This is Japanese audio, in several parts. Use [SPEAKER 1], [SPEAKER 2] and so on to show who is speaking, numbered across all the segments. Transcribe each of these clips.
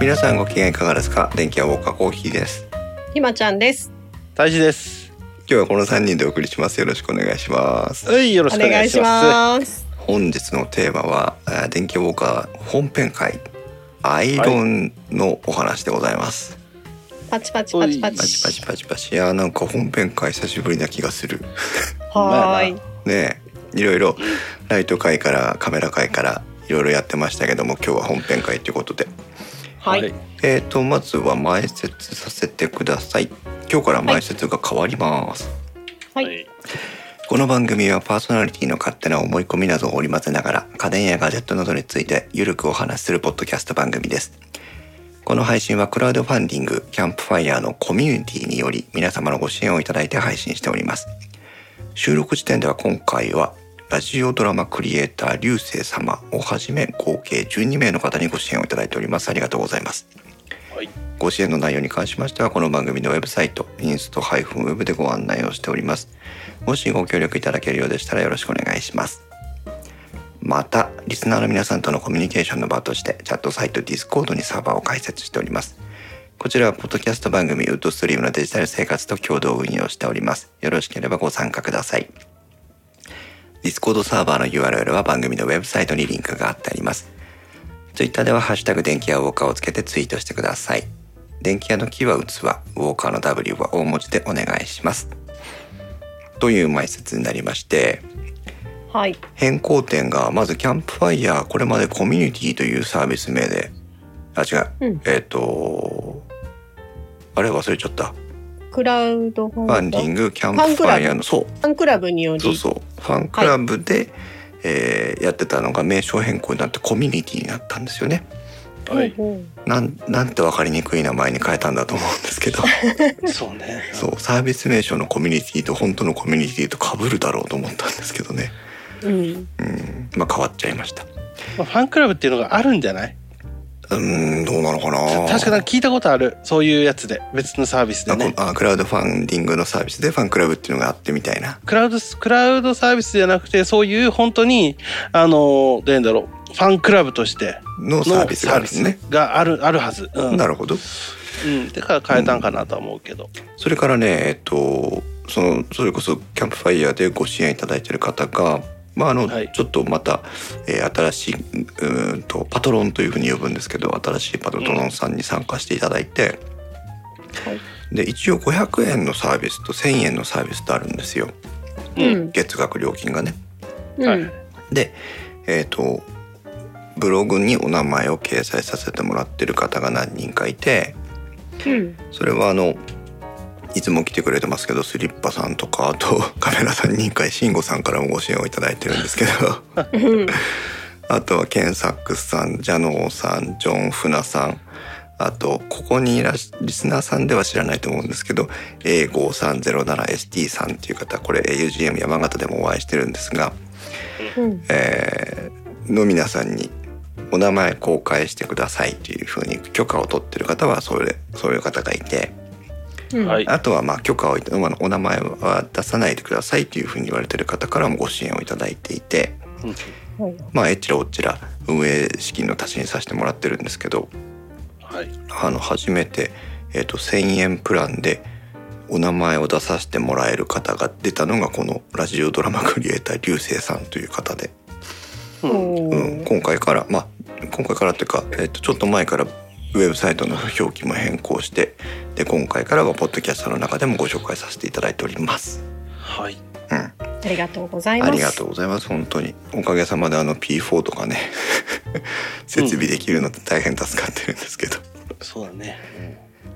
[SPEAKER 1] 皆さんご機嫌いかがですか電気はウォーカーコーヒーです
[SPEAKER 2] ひまちゃんです。
[SPEAKER 3] 大事です。
[SPEAKER 1] 今日はこの3人でお送りしますよろしくお願いします
[SPEAKER 3] はい、よろし
[SPEAKER 2] お
[SPEAKER 3] くお
[SPEAKER 2] 願
[SPEAKER 3] 願
[SPEAKER 2] い
[SPEAKER 3] い
[SPEAKER 2] し
[SPEAKER 3] しま
[SPEAKER 2] ます。
[SPEAKER 1] 本日のテーマはえー電気ウォーカー本編会アイロンのお話でございます、
[SPEAKER 2] パチパチパチパ
[SPEAKER 3] は。
[SPEAKER 1] パチ
[SPEAKER 2] チ。
[SPEAKER 1] パチパチパチいやーなんか本編会久しぶりな気がする
[SPEAKER 2] はーい。
[SPEAKER 1] ねえいろいろライト会からカメラ会からいろいろやってましたけども今日は本編会ということです
[SPEAKER 2] はい。。
[SPEAKER 1] えー、とまずは前説させてください今日から前説が変わります、
[SPEAKER 2] はい
[SPEAKER 3] はい。
[SPEAKER 1] この番組はパーソナリティの勝手な思い込みなどを織り交ぜながら家電やガジェットなどについてゆるくお話しするポッドキャスト番組ですこの配信はクラウドファンディングキャンプファイヤーのコミュニティにより皆様のご支援をいただいて配信しております収録時点では今回はラジオドラマクリエイター流星様をはじめ合計12名の方にご支援をいただいておりますありがとうございます
[SPEAKER 3] はい。
[SPEAKER 1] ご支援の内容に関しましてはこの番組のウェブサイトインスト -web でご案内をしておりますもしご協力いただけるようでしたらよろしくお願いしますまたリスナーの皆さんとのコミュニケーションの場としてチャットサイト Discord にサーバーを開設しておりますこちらはポッドキャスト番組ウッドストリームのデジタル生活と共同運用しておりますよろしければご参加ください Discord サーバーの URL は番組のウェブサイトにリンクがあってありますツイッターでは「ハッシュタグ電気屋ウォーカー」をつけてツイートしてください。電気屋の木は器、ウォーカーの W は大文字でお願いします。という埋設になりまして
[SPEAKER 2] はい。
[SPEAKER 1] 変更点がまずキャンプファイヤーこれまでコミュニティというサービス名であ違う、
[SPEAKER 2] うん
[SPEAKER 1] えっ、とあれ忘れちゃった
[SPEAKER 2] クラウドフ
[SPEAKER 1] ファ
[SPEAKER 2] ァ
[SPEAKER 1] ン
[SPEAKER 2] ン
[SPEAKER 1] デ
[SPEAKER 2] デ
[SPEAKER 1] ィ
[SPEAKER 2] ィ
[SPEAKER 1] ン
[SPEAKER 2] ング。
[SPEAKER 1] グキャンプファイヤーのそう
[SPEAKER 2] ファンクラブにより。
[SPEAKER 1] そうそうファンクラブで、えーやってたのが名称変更になってコミュニティになったんですよね。
[SPEAKER 2] ほ
[SPEAKER 3] は
[SPEAKER 2] う
[SPEAKER 3] い。
[SPEAKER 2] ほ
[SPEAKER 1] なんなんて分かりにくい名前に変えたんだと思うんですけ ど
[SPEAKER 3] そうね。
[SPEAKER 1] そうサービス名称のコミュニティと本当のコミュニティと被るだろうと思ったんですけどね
[SPEAKER 2] う。うん。
[SPEAKER 1] うんまあ変わっちゃいました
[SPEAKER 3] まあ、ファンクラブっていうのがあるんじゃない。
[SPEAKER 1] うーんどうなのかな
[SPEAKER 3] 確かなんか聞いたことある。そういうやつで、別のサービスで
[SPEAKER 1] あこ
[SPEAKER 3] ね。
[SPEAKER 1] あクラウドファンディングのサービスでファンクラブっていうのがあってみたいな
[SPEAKER 3] クラウド、クラウドサービスじゃなくて、そういう本当に、あの、どういうんだろう。ファンクラブとして
[SPEAKER 1] の
[SPEAKER 3] の
[SPEAKER 1] サービスがあるんですね
[SPEAKER 3] サービスがある、あるはず。うん。
[SPEAKER 1] なるほど
[SPEAKER 3] うん。だから変えたんかなとは思うけど。
[SPEAKER 1] それからねえっとそのそれこそキャンプファイヤーでご支援いただいてる方がまああの、
[SPEAKER 3] はい
[SPEAKER 1] ちょっとまた、えー新しいうーんとパトロンというふうに呼ぶんですけど新しいパトロンさんに参加していただいて、
[SPEAKER 2] はい
[SPEAKER 1] で一応500円のサービスと1,000円のサービスとあるんですよ
[SPEAKER 2] う。ん。
[SPEAKER 1] 月額料金がね。
[SPEAKER 2] う
[SPEAKER 3] はい
[SPEAKER 2] ん。
[SPEAKER 1] でえっ、とブログにお名前を掲載させてもらってる方が何人かいて
[SPEAKER 2] うん。
[SPEAKER 1] それはあのいつも来てくれてますけどスリッパさんとかあと カメラさんに一回慎吾さんからもご支援をいただいてるんですけど
[SPEAKER 2] うん。
[SPEAKER 1] あとはケンサックスさんジャノーさんジョン・フナさんあとここにいらしリスナーさんでは知らないと思うんですけど A5307ST さんっていう方これ AUGM 山形でもお会いしてるんですが、
[SPEAKER 2] うん。
[SPEAKER 1] えーの皆さんにお名前公開してくださいというふうに許可を取ってる方はそれそういう方がいて。
[SPEAKER 2] うん。
[SPEAKER 3] はい
[SPEAKER 1] あとはまあ許可をいたまあお名前は出さないでくださいというふうに言われてる方からもご支援をいただいていて
[SPEAKER 3] うん
[SPEAKER 2] はい。
[SPEAKER 1] まあえっちらおっちら運営資金の足しにさせてもらってるんですけど
[SPEAKER 3] はい。
[SPEAKER 1] あの初めて、えっと1,000円プランでお名前を出させてもらえる方が出たのがこのラジオドラマクリエイター流星さんという方で、
[SPEAKER 3] う
[SPEAKER 2] お
[SPEAKER 3] ん。
[SPEAKER 1] うん、
[SPEAKER 2] ー
[SPEAKER 1] 今回からまあ今回からというか、えっとちょっと前からウェブサイトの表記も変更してで今回からはポッドキャストの中でもご紹介させていただいております。
[SPEAKER 3] はい。
[SPEAKER 1] うん
[SPEAKER 2] ありがとうございます。
[SPEAKER 1] ありがとうございます本当におかげさまであの P4 とかね設備できるのって大変助かってるんですけど、
[SPEAKER 3] そうだね。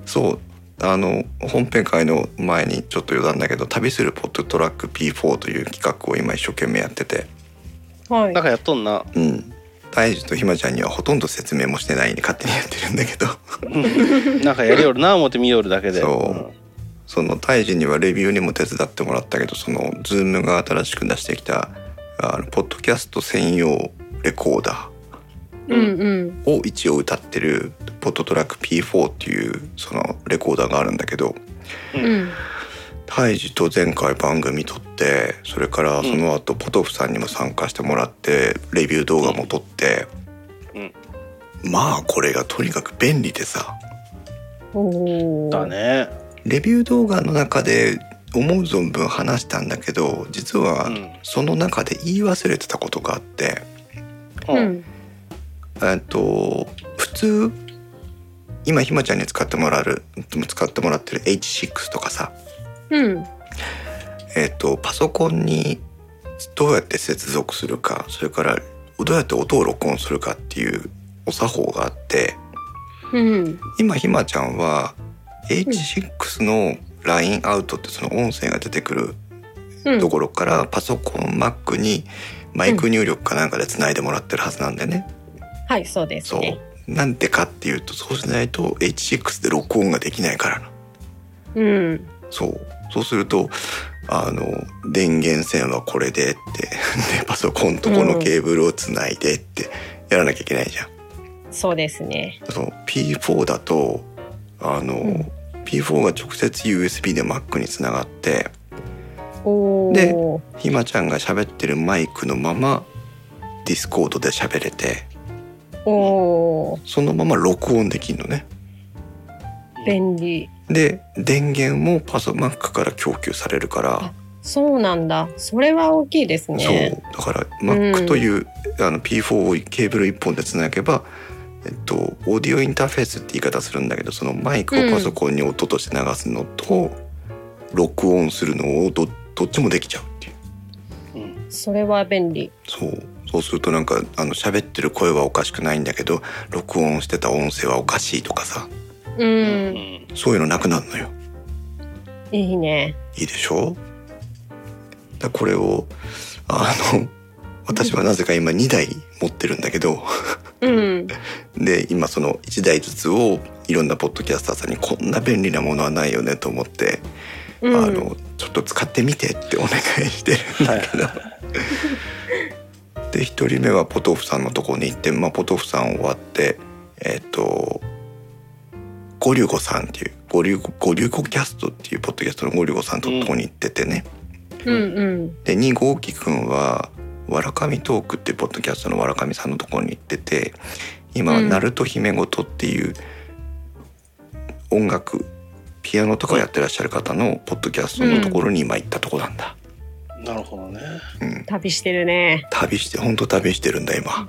[SPEAKER 1] そうあの本編会の前にちょっと余談だけど旅するポットトラック P4 という企画を今一生懸命やってて
[SPEAKER 2] はい
[SPEAKER 3] なん。かやっとんな。
[SPEAKER 1] うん大樹とひまちゃんにはほとんど説明もしてないに勝手にやってるんだけど
[SPEAKER 3] うんなんかやりよるな思って見よるだけで。
[SPEAKER 1] そうその大樹にはレビューにも手伝ってもらったけどそのズームが新しく出してきたあのポッドキャスト専用レコーダー
[SPEAKER 2] うん。うん。
[SPEAKER 1] を一応歌ってるポットトラック P4 っていうそのレコーダーがあるんだけど
[SPEAKER 2] うん。
[SPEAKER 1] タイジと前回番組撮ってそれからその後ポトフさんにも参加してもらってレビュー動画も撮って、
[SPEAKER 3] うん
[SPEAKER 1] まあこれがとにかく便利でさ
[SPEAKER 2] おお。
[SPEAKER 3] だ。ね。
[SPEAKER 1] レビュー動画の中で思う存分話したんだけど実は
[SPEAKER 3] うん
[SPEAKER 1] その中で言い忘れてたことがあって、
[SPEAKER 2] う
[SPEAKER 3] うん
[SPEAKER 2] ん。
[SPEAKER 1] えっと普通今ひまちゃんに使ってもらう使ってもらってる H6 とかさ、
[SPEAKER 2] うん。
[SPEAKER 1] えっとパソコンにどうやって接続するかそれからどうやって音を録音するかっていうお作法があって
[SPEAKER 2] うん。
[SPEAKER 1] 今ひまちゃんは H6 のラインアウトってその音声が出てくる
[SPEAKER 2] うん
[SPEAKER 1] と。ころからパソコン Mac にマイク入力かなんかでつないでもらってるはずなんだよね。
[SPEAKER 2] はい、そうです
[SPEAKER 1] そう
[SPEAKER 2] ね。
[SPEAKER 1] なんでかっていうとそうしないと H6 で録音ができないからな。
[SPEAKER 2] うん。
[SPEAKER 1] そうそうするとあの電源線はこれでって でパソコンとこのケーブルをつないでってやらなきゃいけないじゃん。
[SPEAKER 2] そうですね。
[SPEAKER 1] その P4 だとあの、
[SPEAKER 2] ん
[SPEAKER 1] P4 が直接 USB で Mac につながって
[SPEAKER 2] おお。
[SPEAKER 1] でひまちゃんが喋ってるマイクのまま Discord で喋れて
[SPEAKER 2] おお。
[SPEAKER 1] そのまま録音できるのね。
[SPEAKER 2] 便利。
[SPEAKER 1] で電源もパソ Mac から供給されるから、
[SPEAKER 2] そうなんだ。それは大きいです
[SPEAKER 1] そう
[SPEAKER 2] ね。
[SPEAKER 1] だから Mac という、あの P4 をケーブル1本でつなげば、えっと、オーディオインターフェースって言い方するんだけどそのマイクをパソコンに音として流すのと、録音するのをどどっちもできちゃうっていう
[SPEAKER 3] うん
[SPEAKER 2] それは便利。
[SPEAKER 1] そうそうするとなんかあの喋ってる声はおかしくないんだけど録音してた音声はおかしいとかさ
[SPEAKER 2] う。
[SPEAKER 3] うんん
[SPEAKER 1] そういうのなくなるのよ。
[SPEAKER 2] いいね。
[SPEAKER 1] いいでしょだこれをあの私はなぜか今2台持ってるんだけど
[SPEAKER 2] うん。
[SPEAKER 1] で今その1台ずつをいろんなポッドキャスターさんにこんな便利なものはないよねと思って、
[SPEAKER 2] うん。
[SPEAKER 1] あのちょっと使ってみてってお願いしてるんだけど。で1人目はポトフさんのところに行って、まあ、ポトフさん終わってえっ、とゴリュゴさんっていうゴリュゴゴリュゴキャストっていうポッドキャストのゴリュゴさんととこに行っててね、
[SPEAKER 2] うんうん。
[SPEAKER 1] で2号機くんは「わらかみトーク」っていうポッドキャストのわらかみさんのところに行ってて今は「
[SPEAKER 2] うん
[SPEAKER 1] ナルト姫ごと」っていう音楽ピアノとかをやってらっしゃる方のポッドキャストのところに今行ったとこなんだ、
[SPEAKER 3] なるほどね。
[SPEAKER 1] うん、
[SPEAKER 2] 旅してるね。
[SPEAKER 1] 旅して本当旅してるんだ今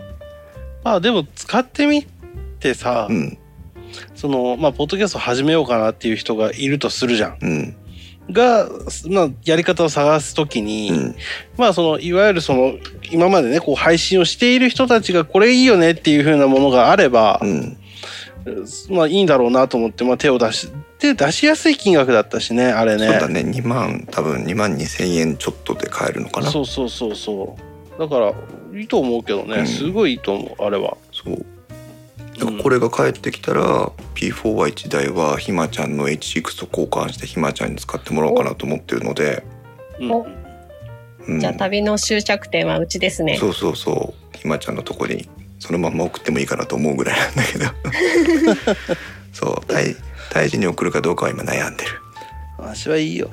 [SPEAKER 3] まあでも使ってみてさ、
[SPEAKER 1] うん
[SPEAKER 3] そのまあポッドキャスト始めようかなっていう人がいるとするじゃん。
[SPEAKER 1] うん
[SPEAKER 3] が、まあやり方を探すときに、
[SPEAKER 1] うん
[SPEAKER 3] まあそのいわゆるその今までねこう配信をしている人たちがこれいいよねっていう風なものがあれば
[SPEAKER 1] う、ん
[SPEAKER 3] まあいいんだろうなと思ってまあ手を出して出しやすい金額だったしねあれ
[SPEAKER 1] そう
[SPEAKER 3] ね。
[SPEAKER 1] だね2万多分2万2,000円ちょっとで買えるのかな
[SPEAKER 3] そうそうそうそう。だからいいと思うけどね、
[SPEAKER 1] うん
[SPEAKER 3] すごいいいと思うあれは。
[SPEAKER 1] そうだからこれが返ってきたら P4 は1台はひまちゃんの H6 と交換してひまちゃんに使ってもらおうかなと思ってるので、
[SPEAKER 3] うん
[SPEAKER 2] お
[SPEAKER 1] うん
[SPEAKER 2] じゃあ旅の終着点はうちですね。
[SPEAKER 1] そうそうそうひまちゃんのとこにそのまま送ってもいいかなと思うぐらいなんだけ どそう大大事に送るかどうかは今悩んでる
[SPEAKER 3] 私はいいよ。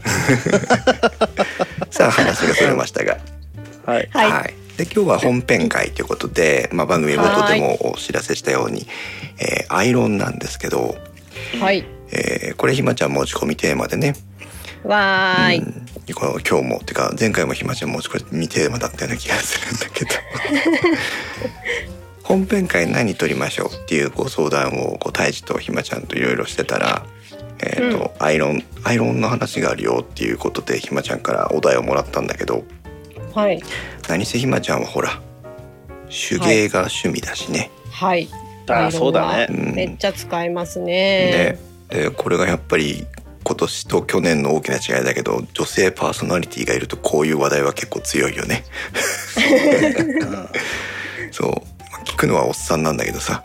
[SPEAKER 1] さあ話がそれましたが
[SPEAKER 3] はい。
[SPEAKER 2] はい。
[SPEAKER 1] で今日は本編会ということで、まあ、番組冒頭でもお知らせしたように、えーアイロンなんですけど、
[SPEAKER 2] はい。
[SPEAKER 1] えーこれひまちゃん持ち込みテーマでね
[SPEAKER 2] わーい。
[SPEAKER 1] うん、この今日もてか前回もひまちゃんもちこれ見テーマだったような気がするんだけど本編会何撮りましょうっていうご相談をこう太一とひまちゃんといろいろしてたら、えーとアイロンアイロンの話があるよっていうことでひまちゃんからお題をもらったんだけど
[SPEAKER 2] はい。
[SPEAKER 1] 何せひまちゃんはほら手芸が趣味だしね。
[SPEAKER 2] はい。
[SPEAKER 3] ああそうだね。
[SPEAKER 1] うん
[SPEAKER 2] めっちゃ使います
[SPEAKER 1] ね
[SPEAKER 2] ね。
[SPEAKER 1] でこれがやっぱり今年と去年の大きな違いだけど女性パーソナリティがいるとこういう話題は結構強いよね。
[SPEAKER 3] うん
[SPEAKER 1] そう、まあ聞くのはおっさんなんだけどさ。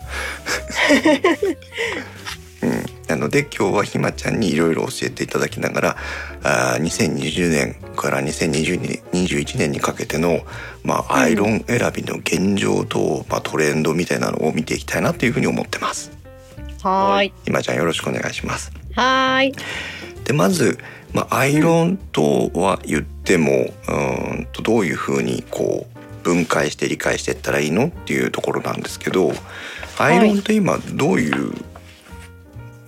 [SPEAKER 1] うん、なので今日はひまちゃんにいろいろ教えていただきながらあー2020年から2020年21年にかけての、まあ、アイロン選びの現状と、まあ、トレンドみたいなのを見ていきたいなというふうに思ってます。
[SPEAKER 2] はーい。
[SPEAKER 1] ひまちゃんよろしくお願いします。
[SPEAKER 2] はーい。
[SPEAKER 1] でまず、まあ、アイロンとは言っても、うーんとどういうふうにこう分解して理解していったらいいのっていうところなんですけど、アイロンって今どういう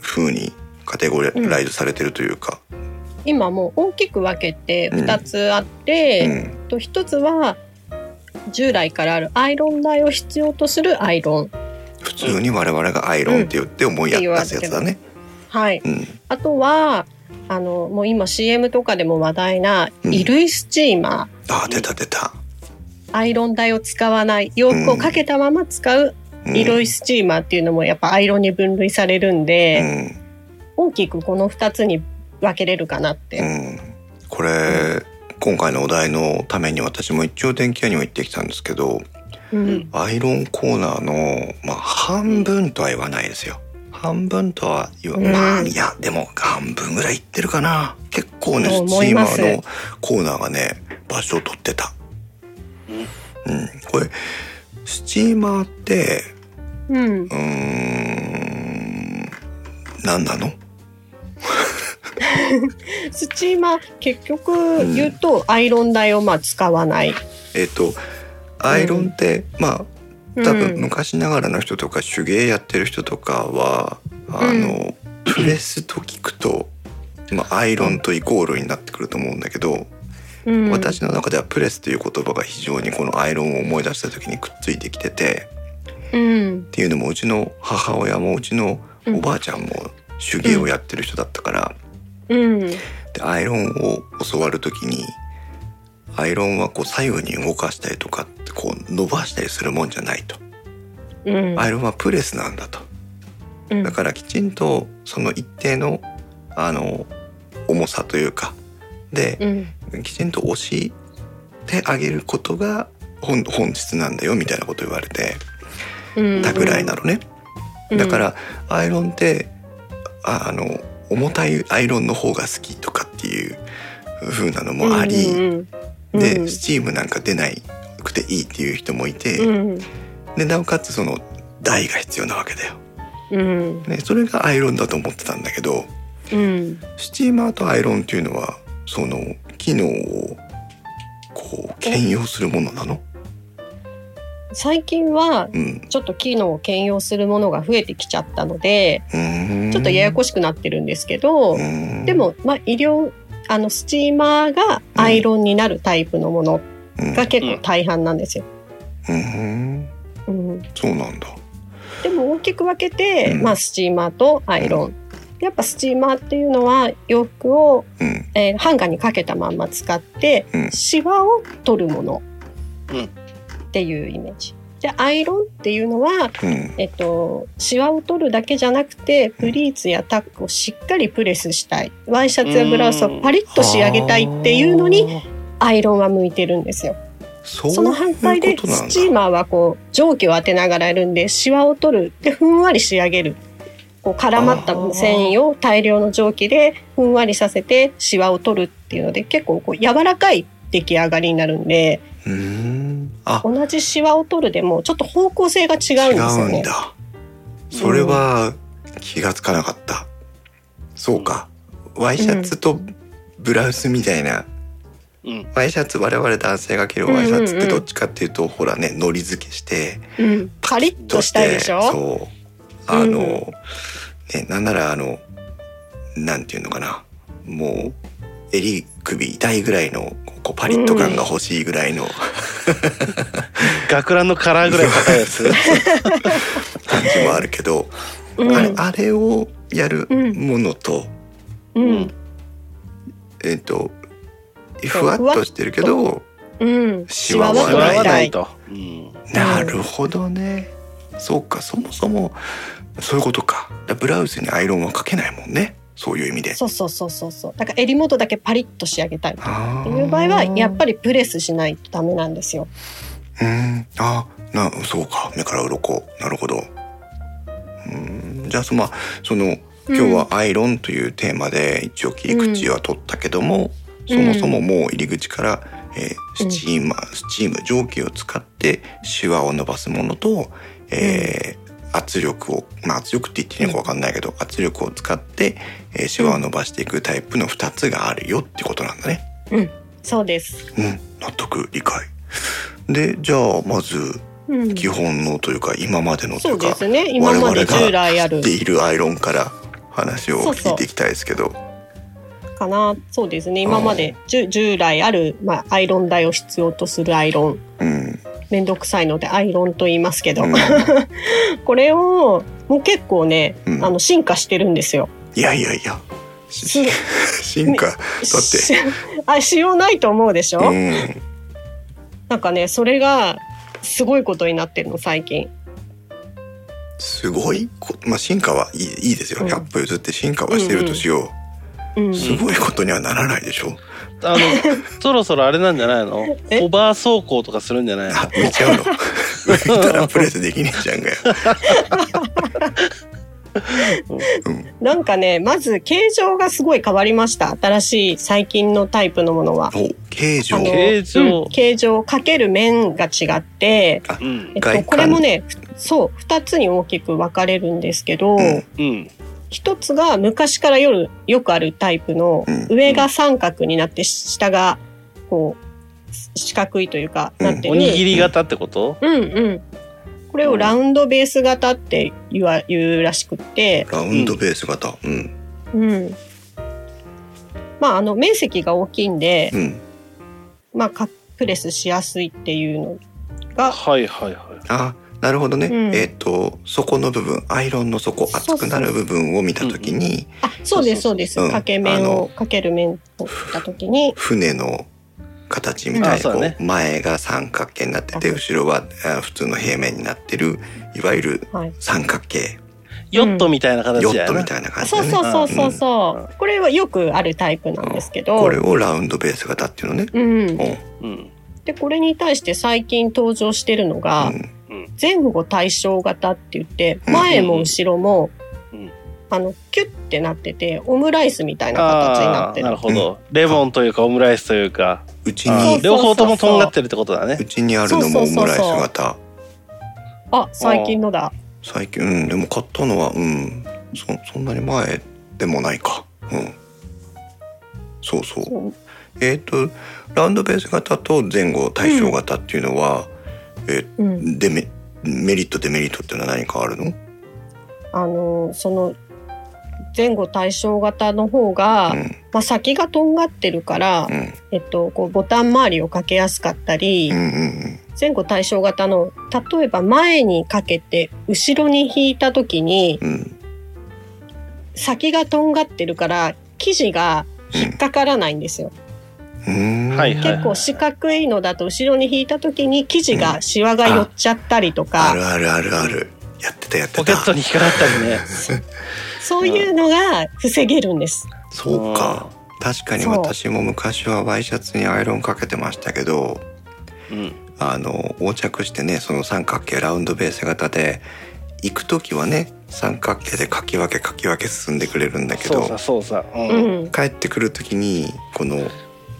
[SPEAKER 1] 風にカテゴライズされてるというか、
[SPEAKER 2] 今もう大きく分けて
[SPEAKER 1] うん
[SPEAKER 2] 2つあっ
[SPEAKER 1] う
[SPEAKER 2] て、
[SPEAKER 1] ん
[SPEAKER 2] と1つは従来からあるアイロン台を必要とするアイロン。
[SPEAKER 1] 普通に我々がアイロンって言って思いやったやつだね。
[SPEAKER 2] はい、
[SPEAKER 1] うん
[SPEAKER 2] あとはあのもう今 CM とかでも話題な
[SPEAKER 1] うん
[SPEAKER 2] 衣類スチーマー、
[SPEAKER 1] あー出た出た。
[SPEAKER 2] アイロン台を使わない洋服をかけたまま使う
[SPEAKER 1] うん
[SPEAKER 2] 衣類スチーマーっていうのもやっぱアイロンに分類されるん
[SPEAKER 1] う
[SPEAKER 2] で、
[SPEAKER 1] ん
[SPEAKER 2] 大きくこの2つに分けれるかなって。
[SPEAKER 1] うん、これ、今回のお題のために私も一応電気屋にも行ってきたんですけど
[SPEAKER 2] うん
[SPEAKER 1] アイロンコーナーの、まあ、半分とは言わないですよ半分とは言わ、
[SPEAKER 2] うん
[SPEAKER 1] まあいやでも半分ぐらいいってるかな結構ね
[SPEAKER 2] そう
[SPEAKER 1] ス
[SPEAKER 2] 思
[SPEAKER 1] チ
[SPEAKER 2] い
[SPEAKER 1] ーマ
[SPEAKER 2] ます
[SPEAKER 1] ーのコーナーがね場所を取ってた、うん、これスチーマーって
[SPEAKER 2] うん
[SPEAKER 1] うーん何なの
[SPEAKER 2] スチーマー結
[SPEAKER 1] ん
[SPEAKER 2] 局言うとアイロン台をまあ使わない。
[SPEAKER 1] えっ、とアイロンって、まあ多分
[SPEAKER 2] うん
[SPEAKER 1] 昔ながらの人とか手芸やってる人とかはあの、プレスと聞くと、まあ、アイロンとイコールになってくると思うんだけど、
[SPEAKER 2] うん
[SPEAKER 1] 私の中ではプレスという言葉が非常にこのアイロンを思い出した時にくっついてきてて
[SPEAKER 2] うん
[SPEAKER 1] っていうのもうちの母親もうちのおばあちゃんも手芸をやってる人だったから、
[SPEAKER 2] うん
[SPEAKER 1] でアイロンを教わる時にアイロンはこう左右に動かしたりとかってこう伸ばしたりするもんじゃないと、
[SPEAKER 2] うん
[SPEAKER 1] アイロンはプレスなんだと。
[SPEAKER 2] うん
[SPEAKER 1] だからきちんとその一定のあの重さというかで
[SPEAKER 2] うん
[SPEAKER 1] きちんと押してあげることが本本質なんだよみたいなこと言われて
[SPEAKER 2] うん
[SPEAKER 1] たぐらいなのね。
[SPEAKER 2] うん
[SPEAKER 1] だからアイロンってああの重たいアイロンの方が好きとかっていう風なのもあ
[SPEAKER 2] う
[SPEAKER 1] り、
[SPEAKER 2] んうん
[SPEAKER 1] でスチームなんか出ないくていいっていう人もいて、
[SPEAKER 2] うん
[SPEAKER 1] でなおかつその台が必要なわけだよ。
[SPEAKER 2] うん
[SPEAKER 1] ね、それがアイロンだと思ってたんだけど、
[SPEAKER 2] うん
[SPEAKER 1] スチーマーとアイロンっていうのはその機能をこう兼用するものなの
[SPEAKER 2] 最近は
[SPEAKER 1] うん。
[SPEAKER 2] ちょっと機能を兼用するものが増えてきちゃったのでちょっとややこしくなってるんですけど、で
[SPEAKER 1] で、
[SPEAKER 2] もまあ医療あのスチーマーがアイロンになるタイプのもの
[SPEAKER 1] うん
[SPEAKER 2] が結構大半なんですよ。
[SPEAKER 1] うん
[SPEAKER 2] うん、
[SPEAKER 1] そうなんだ。
[SPEAKER 2] でも大きく分けて、
[SPEAKER 1] うん
[SPEAKER 2] まあ、スチーマーとアイロン。やっぱスチーマーっていうのは洋服を、
[SPEAKER 1] うん
[SPEAKER 2] えーハンガーにかけたまんま使って、
[SPEAKER 1] うん
[SPEAKER 2] シワを取るもの
[SPEAKER 3] うん
[SPEAKER 2] っていうイメージ。でアイロンっていうのは、
[SPEAKER 1] うん
[SPEAKER 2] えっと、シワを取るだけじゃなくてプリーツやタックをしっかりプレスしたいワイシャツやブラウスをパリッと仕上げたいっていうのに。アイロンは向いてるんですよ。
[SPEAKER 1] そう
[SPEAKER 2] その反対
[SPEAKER 1] い
[SPEAKER 2] で
[SPEAKER 1] うことなんだ
[SPEAKER 2] スチーマーはこう蒸気を当てながらやるんでシワを取るでふんわり仕上げるこう絡まった
[SPEAKER 1] あー
[SPEAKER 2] 繊維を大量の蒸気でふんわりさせてシワを取るっていうので結構こう柔らかい出来上がりになるんで
[SPEAKER 1] うん。あ、
[SPEAKER 2] 同じシワを取るでもちょっと方向性が違
[SPEAKER 1] 違
[SPEAKER 2] うんですよ
[SPEAKER 1] うん
[SPEAKER 2] ね。
[SPEAKER 1] だ。それは気がつかなかった。そうか。ワイシャツとブラウスみたいな
[SPEAKER 3] うん。
[SPEAKER 1] ワイシャツ我々男性が着るワイシャツってどっちかっていうと、ほらねのり付けして
[SPEAKER 2] うん、カリッとしたいでしょ
[SPEAKER 1] そうあの、
[SPEAKER 2] うん
[SPEAKER 1] ねなんならあのなんていうのかなもう襟首痛いぐらいのこうパリッと感が欲しいぐらいの
[SPEAKER 3] 学ランのカラーぐらい硬いやつ。
[SPEAKER 1] 感じもあるけど、
[SPEAKER 2] うん
[SPEAKER 1] あれあれをやるものと、
[SPEAKER 2] うん
[SPEAKER 1] えっ、と
[SPEAKER 2] そう
[SPEAKER 1] ふわっとしてるけど
[SPEAKER 2] うん、
[SPEAKER 1] シワは
[SPEAKER 3] 笑
[SPEAKER 2] 取り
[SPEAKER 3] わな
[SPEAKER 2] た
[SPEAKER 3] い
[SPEAKER 2] い。
[SPEAKER 3] と。うん。
[SPEAKER 1] なるほどね、そうかそもそもそういうことかだからブラウスにアイロンはかけないもんねそういう意味で。
[SPEAKER 2] そうそうそうそうそうだから襟元だけパリッと仕上げたいっ
[SPEAKER 1] あ
[SPEAKER 2] て
[SPEAKER 1] ー
[SPEAKER 2] いう場合はやっぱりプレスしないとダメなんですよ。
[SPEAKER 1] うん、あ、な、そうか、目から鱗、なるほど。うん、じゃあ、その、まあその、今日はアイロンというテーマで、一応切り口は取ったけども。
[SPEAKER 2] うん
[SPEAKER 1] そもそももう入り口から、えースチーマー、スチーム、蒸気を使って、シワを伸ばすものと。えー圧力を、まあ、圧力って言っていいのかわかんないけど、圧力を使って、えーシワを伸ばしていくタイプの2つがあるよってことなんだね。
[SPEAKER 2] そうです。
[SPEAKER 1] うん、納得理解。でじゃあまず
[SPEAKER 2] うん
[SPEAKER 1] 基本のというか今までのとい
[SPEAKER 2] そううで
[SPEAKER 1] か
[SPEAKER 2] すね。今まで
[SPEAKER 1] 我々が
[SPEAKER 2] 従来ある
[SPEAKER 1] でいるアイロンから話を聞いていきたいですけど
[SPEAKER 2] かな。そうですね。今まで従従来ある、まあ、アイロン台を必要とするアイロン。
[SPEAKER 1] うん
[SPEAKER 2] めんどくさいのでアイロンと言いますけど、
[SPEAKER 1] うん
[SPEAKER 2] これをもう結構ね、
[SPEAKER 1] うん
[SPEAKER 2] あの進化してるんですよ。
[SPEAKER 1] いやいやいやし
[SPEAKER 2] す
[SPEAKER 1] 進化だっ
[SPEAKER 2] しあ、しようないと思うでしてょ、
[SPEAKER 1] うん
[SPEAKER 2] なんかね、それがすごいことになってるの、最近。
[SPEAKER 1] すごいこまあ進化はいいいいですよ
[SPEAKER 2] うん
[SPEAKER 1] 100歩譲って進化はしてるとしよう、
[SPEAKER 2] うん。
[SPEAKER 1] すごいことにはならないでしょ、
[SPEAKER 3] あのそろそろあれなんじゃないの
[SPEAKER 2] え
[SPEAKER 3] ホバー走行とかするんじゃないの
[SPEAKER 1] あ浮いちゃうの 浮いたらプレスできねえじゃんがよ
[SPEAKER 2] なんかね、まず形状がすごい変わりました。新しい最近のタイプのものは。
[SPEAKER 1] お形状
[SPEAKER 2] あの
[SPEAKER 3] 形状
[SPEAKER 2] うん形状かける面が違って、
[SPEAKER 3] うん
[SPEAKER 2] え
[SPEAKER 1] 外
[SPEAKER 2] っと、
[SPEAKER 1] 観
[SPEAKER 2] これもね、ふそう、二つに大きく分かれるんですけど、
[SPEAKER 1] うん
[SPEAKER 3] うん
[SPEAKER 2] 一つが昔から夜よくあるタイプの
[SPEAKER 1] うん
[SPEAKER 2] 上が三角になって下がこう四角いというか
[SPEAKER 1] うん
[SPEAKER 2] なって
[SPEAKER 3] お
[SPEAKER 2] る、
[SPEAKER 3] にぎり型ってこと
[SPEAKER 2] うんうんこれをラウンドベース型って言わ言うらしくって、
[SPEAKER 1] ラウンドベース型うん
[SPEAKER 2] うん、まああの面積が大きいんで、
[SPEAKER 1] うん
[SPEAKER 2] まあかプレスしやすいっていうのが
[SPEAKER 3] はいはいは
[SPEAKER 1] あなるほどね、
[SPEAKER 2] うん
[SPEAKER 1] えっ、と底の部分アイロンの底
[SPEAKER 2] そうそう
[SPEAKER 1] 熱くなる部分を見た時に
[SPEAKER 2] あそうです
[SPEAKER 3] そ
[SPEAKER 2] そう
[SPEAKER 3] そうそう
[SPEAKER 2] うです
[SPEAKER 1] うん
[SPEAKER 2] かけ面
[SPEAKER 1] あ
[SPEAKER 2] を
[SPEAKER 1] の
[SPEAKER 2] かける面を打った時に
[SPEAKER 1] 船の形みたいに
[SPEAKER 3] うんあそ
[SPEAKER 1] こ
[SPEAKER 3] うだね
[SPEAKER 1] う前が三角形になってて後ろはあ普通の平面になってるいわゆる
[SPEAKER 2] はい
[SPEAKER 1] 三角形
[SPEAKER 3] いヨットみたいな形
[SPEAKER 1] ヨ
[SPEAKER 3] だ
[SPEAKER 1] ット
[SPEAKER 3] よ
[SPEAKER 1] み
[SPEAKER 3] ね
[SPEAKER 1] たいな感じ
[SPEAKER 2] そ
[SPEAKER 1] だ
[SPEAKER 2] う
[SPEAKER 1] ね
[SPEAKER 2] そうそうそうそう、
[SPEAKER 3] うん
[SPEAKER 2] これはよくあるタイプなんですけど、
[SPEAKER 1] これをラウンドベース型っていうのね
[SPEAKER 2] うん、
[SPEAKER 3] うん
[SPEAKER 2] でこれに対して最近登場してるのが、
[SPEAKER 1] うん
[SPEAKER 2] 前後対称型って言って
[SPEAKER 1] うん
[SPEAKER 2] 前も後ろも、
[SPEAKER 3] うん
[SPEAKER 2] あのキュッてなっててオムライスみたいな形になっ
[SPEAKER 3] ああ
[SPEAKER 2] て
[SPEAKER 3] ー
[SPEAKER 2] る
[SPEAKER 3] なるほどレモンというかオムライスというか
[SPEAKER 1] うち
[SPEAKER 2] そうそ
[SPEAKER 3] あ
[SPEAKER 2] う
[SPEAKER 3] ー
[SPEAKER 1] に
[SPEAKER 3] 両方ともとんがってるってことだね
[SPEAKER 1] うちにあるのもオムライス
[SPEAKER 2] そうそう
[SPEAKER 1] 型
[SPEAKER 2] あ最近のだ
[SPEAKER 1] 最近うんでも買ったのはうんそそんなに前でもないかうんそうそう
[SPEAKER 2] そう
[SPEAKER 1] えっ、とラウンドベース型と前後対称型っていうのは、
[SPEAKER 2] うん
[SPEAKER 1] デメメリットデメリットっていうのは何かあるの
[SPEAKER 2] あのその前後対称型の方が、
[SPEAKER 1] うん
[SPEAKER 2] まあ、先がとんがってるから、
[SPEAKER 1] うん
[SPEAKER 2] えっと、こうボタン周りをかけやすかったり、
[SPEAKER 1] うんうん
[SPEAKER 2] 前後対称型の例えば前にかけて後ろに引いた時に
[SPEAKER 1] うんうん
[SPEAKER 2] 先がとんがってるから生地が引っかからないんですよ。
[SPEAKER 1] うーん
[SPEAKER 3] はいはい
[SPEAKER 2] 結構四角いのだと後ろに引いた時に生地がシワが寄っちゃったりと
[SPEAKER 1] あ
[SPEAKER 2] か、
[SPEAKER 1] るあるあるあるやってたやって
[SPEAKER 3] ポケット
[SPEAKER 1] た
[SPEAKER 3] に引っかかったりね
[SPEAKER 2] そういうのが防げるんです。
[SPEAKER 1] そうか確かに
[SPEAKER 2] そう
[SPEAKER 1] 私も昔はワイシャツにアイロンかけてましたけど
[SPEAKER 3] うん
[SPEAKER 1] あの横着してねその三角形ラウンドベース型で行く時はね三角形でかき分けかき分け進んでくれるんだけ
[SPEAKER 3] そう
[SPEAKER 1] ど
[SPEAKER 3] さそうさう
[SPEAKER 2] うんん、
[SPEAKER 1] 帰ってくる時にこの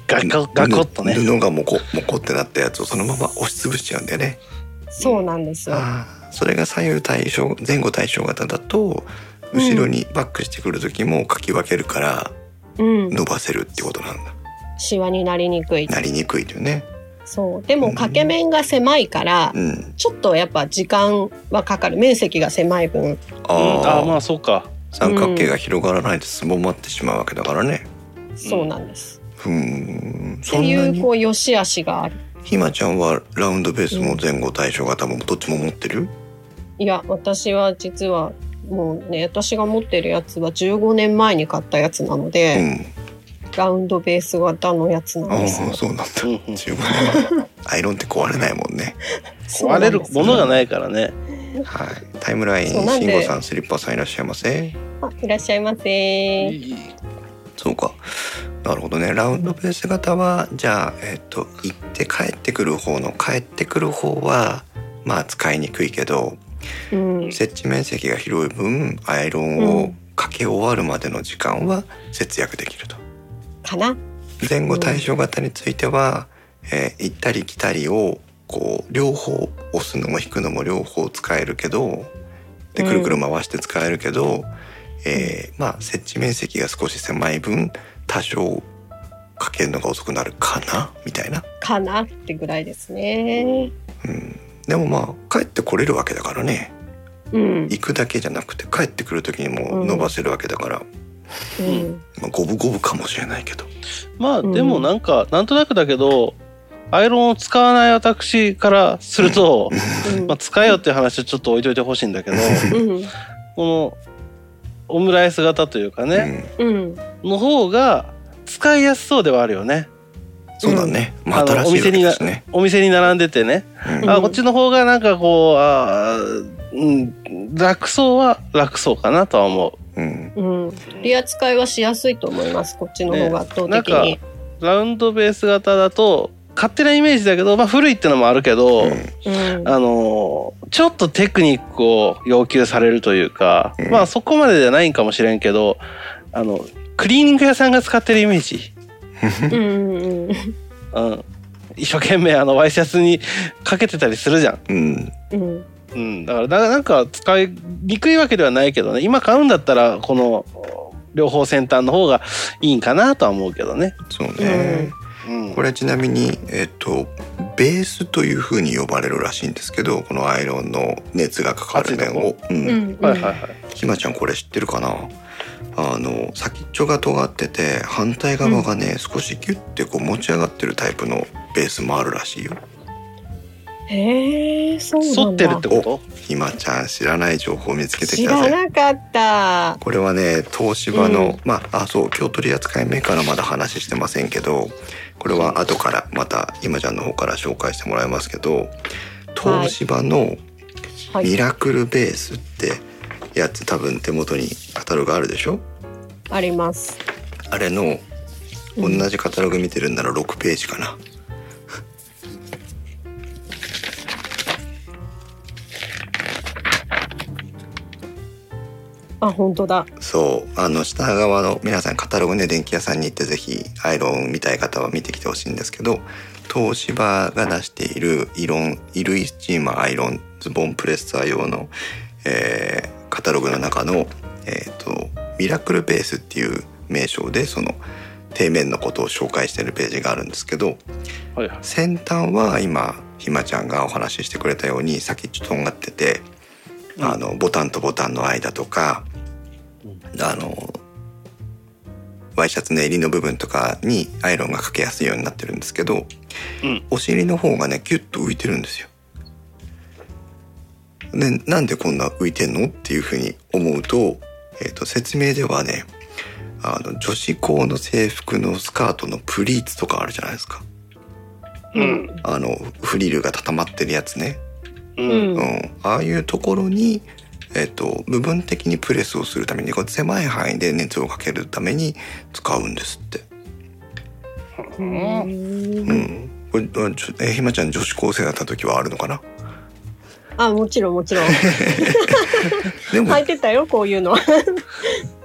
[SPEAKER 3] ガコガコっとね
[SPEAKER 1] 布布がもこもこってなったやつをそのまま押しつぶしちゃうんだよね。
[SPEAKER 2] そうなんですよ。
[SPEAKER 1] ああそれが左右対称前後対称型だと後ろにバックしてくる時もかき分けるから
[SPEAKER 2] うん、
[SPEAKER 1] 伸ばせるってことなんだ。
[SPEAKER 2] シワになりにくい。
[SPEAKER 1] なりにくいというね。
[SPEAKER 2] そう、でも掛け面が狭いから、
[SPEAKER 1] うん。
[SPEAKER 2] ちょっとやっぱ時間はかかる。面積が狭い分、
[SPEAKER 3] うん
[SPEAKER 1] あ
[SPEAKER 3] あ
[SPEAKER 1] あ、
[SPEAKER 3] ーまあそうか
[SPEAKER 1] 三角形が広がらないとすぼまってしまうわけだからね。
[SPEAKER 2] そうなんです。
[SPEAKER 1] うーん。
[SPEAKER 2] って
[SPEAKER 1] そんな
[SPEAKER 2] いう
[SPEAKER 1] に
[SPEAKER 2] こう良し悪しがある。
[SPEAKER 1] ひまちゃんはラウンドベースも前後対称型もどっちも持ってる？
[SPEAKER 2] いや、私は実はもうね、私が持ってるやつは15年前に買ったやつなの
[SPEAKER 1] う
[SPEAKER 2] で、
[SPEAKER 1] ん。
[SPEAKER 2] ラウンドベース型のやつなん
[SPEAKER 1] あ
[SPEAKER 2] ですよ
[SPEAKER 1] あ、。そうなんだ。
[SPEAKER 3] うんうん
[SPEAKER 1] 十分だアイロンって壊れないもんね。
[SPEAKER 2] そうな
[SPEAKER 3] 壊
[SPEAKER 2] ん
[SPEAKER 3] れ
[SPEAKER 2] です
[SPEAKER 3] るものがないからね
[SPEAKER 1] はい。タイムライン
[SPEAKER 2] そうなん
[SPEAKER 1] 慎
[SPEAKER 2] で
[SPEAKER 1] 吾さんスリッパさんいらっしゃいませ。
[SPEAKER 2] あいらっしゃいませ。
[SPEAKER 3] いい
[SPEAKER 1] そうか。なるほどね。ラウンドベース型はじゃあえっ、と行って帰ってくる方の帰ってくる方はまあ使いにくいけど
[SPEAKER 2] うん、
[SPEAKER 1] 設置面積が広い分アイロンをかけ終わるまでの時間は節約できると。
[SPEAKER 2] かな。
[SPEAKER 1] 前後対称型については、えー行ったり来たりをこう両方押すのも引くのも両方使えるけどで
[SPEAKER 2] うん
[SPEAKER 1] くるくる回して使えるけど、えーまあ設置面積が少し狭い分多少かけるのが遅くなるかなみたいな、
[SPEAKER 2] かなってぐらいですね。
[SPEAKER 1] うん、でもまあ帰ってこれるわけだからね
[SPEAKER 2] うん
[SPEAKER 1] 行くだけじゃなくて帰ってくる時にもう伸ばせるわけだから、
[SPEAKER 2] うん
[SPEAKER 1] まあ、五分五分かもしれないけど
[SPEAKER 3] まあ
[SPEAKER 2] うん
[SPEAKER 3] でもなんか、なんとなくだけどアイロンを使わない私からすると、
[SPEAKER 2] うん
[SPEAKER 3] まあ、使えよっていう話はちょっと置いといてほしいんだけ ど
[SPEAKER 2] うん
[SPEAKER 3] このオムライス型というかね、
[SPEAKER 2] うん
[SPEAKER 3] の方が使いやすそうではあるよね
[SPEAKER 1] うん、そうだね、まあ、
[SPEAKER 3] あの
[SPEAKER 1] 新しいわけですね、
[SPEAKER 3] お店に並んでてね、
[SPEAKER 1] うん
[SPEAKER 2] う
[SPEAKER 3] あ
[SPEAKER 2] ん
[SPEAKER 3] こっちの方がなんかこうあーうん楽そうは楽そうかなとは思
[SPEAKER 1] うん
[SPEAKER 2] うん、リア使いはしやすいと思いますこっちの方が圧倒的に、
[SPEAKER 3] うラウンドベース型だと勝手なイメージだけど、まあ、古いってのもあるけど、
[SPEAKER 1] うん
[SPEAKER 2] うん
[SPEAKER 3] あのーちょっとテクニックを要求されるというか、
[SPEAKER 1] うん
[SPEAKER 3] まあそこまでじゃないんかもしれんけどあのクリーニング屋さんが使ってるイメージ、
[SPEAKER 2] うんうん
[SPEAKER 3] うん、一生懸命あのワイシャツにかけてたりするじゃん、
[SPEAKER 1] うん
[SPEAKER 2] うん
[SPEAKER 3] うん、だからななんか使いにくいわけではないけどね今買うんだったらこの両方先端の方がいいんかなとは思うけどね、
[SPEAKER 1] そうね、
[SPEAKER 3] うん、
[SPEAKER 1] これちなみにえっとベースというふうに呼ばれるらしいんですけどこのアイロンの熱がかかる面を、う、
[SPEAKER 2] うんうんん
[SPEAKER 3] はいはいはい、
[SPEAKER 1] ひまちゃんこれ知ってるかなあの先っちょが尖ってて反対側がね、少しギュッてこう持ち上がってるタイプのベースもあるらしいよ
[SPEAKER 2] へえそうなんだ
[SPEAKER 3] 反ってるってこと
[SPEAKER 1] ひまちゃん知らない情報を見つけて
[SPEAKER 2] 知
[SPEAKER 1] きた
[SPEAKER 2] ら
[SPEAKER 1] ぜ
[SPEAKER 2] なかった
[SPEAKER 1] これはね東芝の、
[SPEAKER 2] うん
[SPEAKER 1] まああそう今日取り扱いメーカーのまだ話してませんけどこれは後からまたひまちゃんの方から紹介してもらいますけど東芝の
[SPEAKER 2] はい
[SPEAKER 1] ミラクルベースってやつ多分手元にカタログあるでしょ
[SPEAKER 2] あります
[SPEAKER 1] あれの同
[SPEAKER 2] うん
[SPEAKER 1] じカタログ見てるんなら6ページかな、
[SPEAKER 2] あ本当だ
[SPEAKER 1] そうあの下側の皆さんカタログね電気屋さんに行ってぜひアイロン見たい方は見てきてほしいんですけど東芝が出しているイロン衣類スチーマーアイロンズボンプレッサー用の、えーカタログの中の、えーとミラクルベースっていう名称でその底面のことを紹介しているページがあるんですけど
[SPEAKER 3] はいはい
[SPEAKER 1] 先端は今ひまちゃんがお話ししてくれたように先っちょとんがってて、
[SPEAKER 3] うん
[SPEAKER 1] あのボタンとボタンの間とか、あのワイシャツの襟の部分とかにアイロンがかけやすいようになってるんですけど、
[SPEAKER 3] うん
[SPEAKER 1] お尻の方がねキュッと浮いてるんですよ。でなんでこんな浮いてんのっていうふうに思うと,、えー、と説明ではねあの女子校の制服のスカートのプリーツとかあるじゃないですか。
[SPEAKER 3] うん
[SPEAKER 1] あのフリルが固まってるやつね、
[SPEAKER 3] う
[SPEAKER 2] うんん
[SPEAKER 1] う
[SPEAKER 2] うん
[SPEAKER 1] ん、ああいうところに、えっと部分的にプレスをするためにこう狭い範囲で熱をかけるために使うんですって、うん、これあちょえひまちゃん女子高生だった時はあるのかな
[SPEAKER 2] あもちろんもちろん
[SPEAKER 1] でも、
[SPEAKER 2] 履いてたよこういうの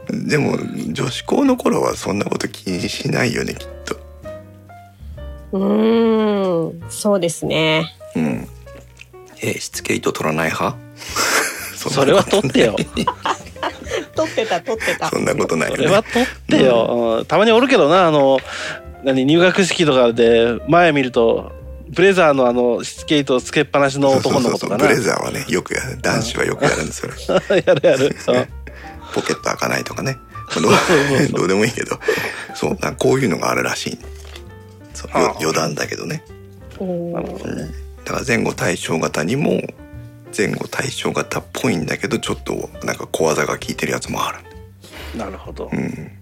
[SPEAKER 1] でも女子校の頃はそんなこと気にしないよねきっと、
[SPEAKER 2] うーんそうですね
[SPEAKER 1] うん、えしつけ糸取らない 派
[SPEAKER 3] それは取ってよ
[SPEAKER 2] 撮ってた撮ってた
[SPEAKER 1] そんなことないよ
[SPEAKER 3] それ
[SPEAKER 1] ね
[SPEAKER 3] は取ってよ、うんたまにおるけどなあの何入学式とかで前見るとブレザーのあのスケートをつけっぱなしの男の子とかな
[SPEAKER 1] ブ
[SPEAKER 3] や
[SPEAKER 1] レ
[SPEAKER 3] る
[SPEAKER 1] ザーはねよくやる男子はよくやるんですよ
[SPEAKER 3] やる、
[SPEAKER 1] ポケット開かないとかねど
[SPEAKER 3] そうそう
[SPEAKER 1] う
[SPEAKER 3] そう
[SPEAKER 1] どうでもいいけどそうなんかこういうのがあるらしいそうよ
[SPEAKER 3] ああ
[SPEAKER 1] 余談だけどね
[SPEAKER 2] うん
[SPEAKER 3] うんなるほどね
[SPEAKER 1] だから前後対称型にも前後対称型っぽいんだけどちょっとなんか小技が効いてるやつもある、
[SPEAKER 3] なるほど、
[SPEAKER 1] うん、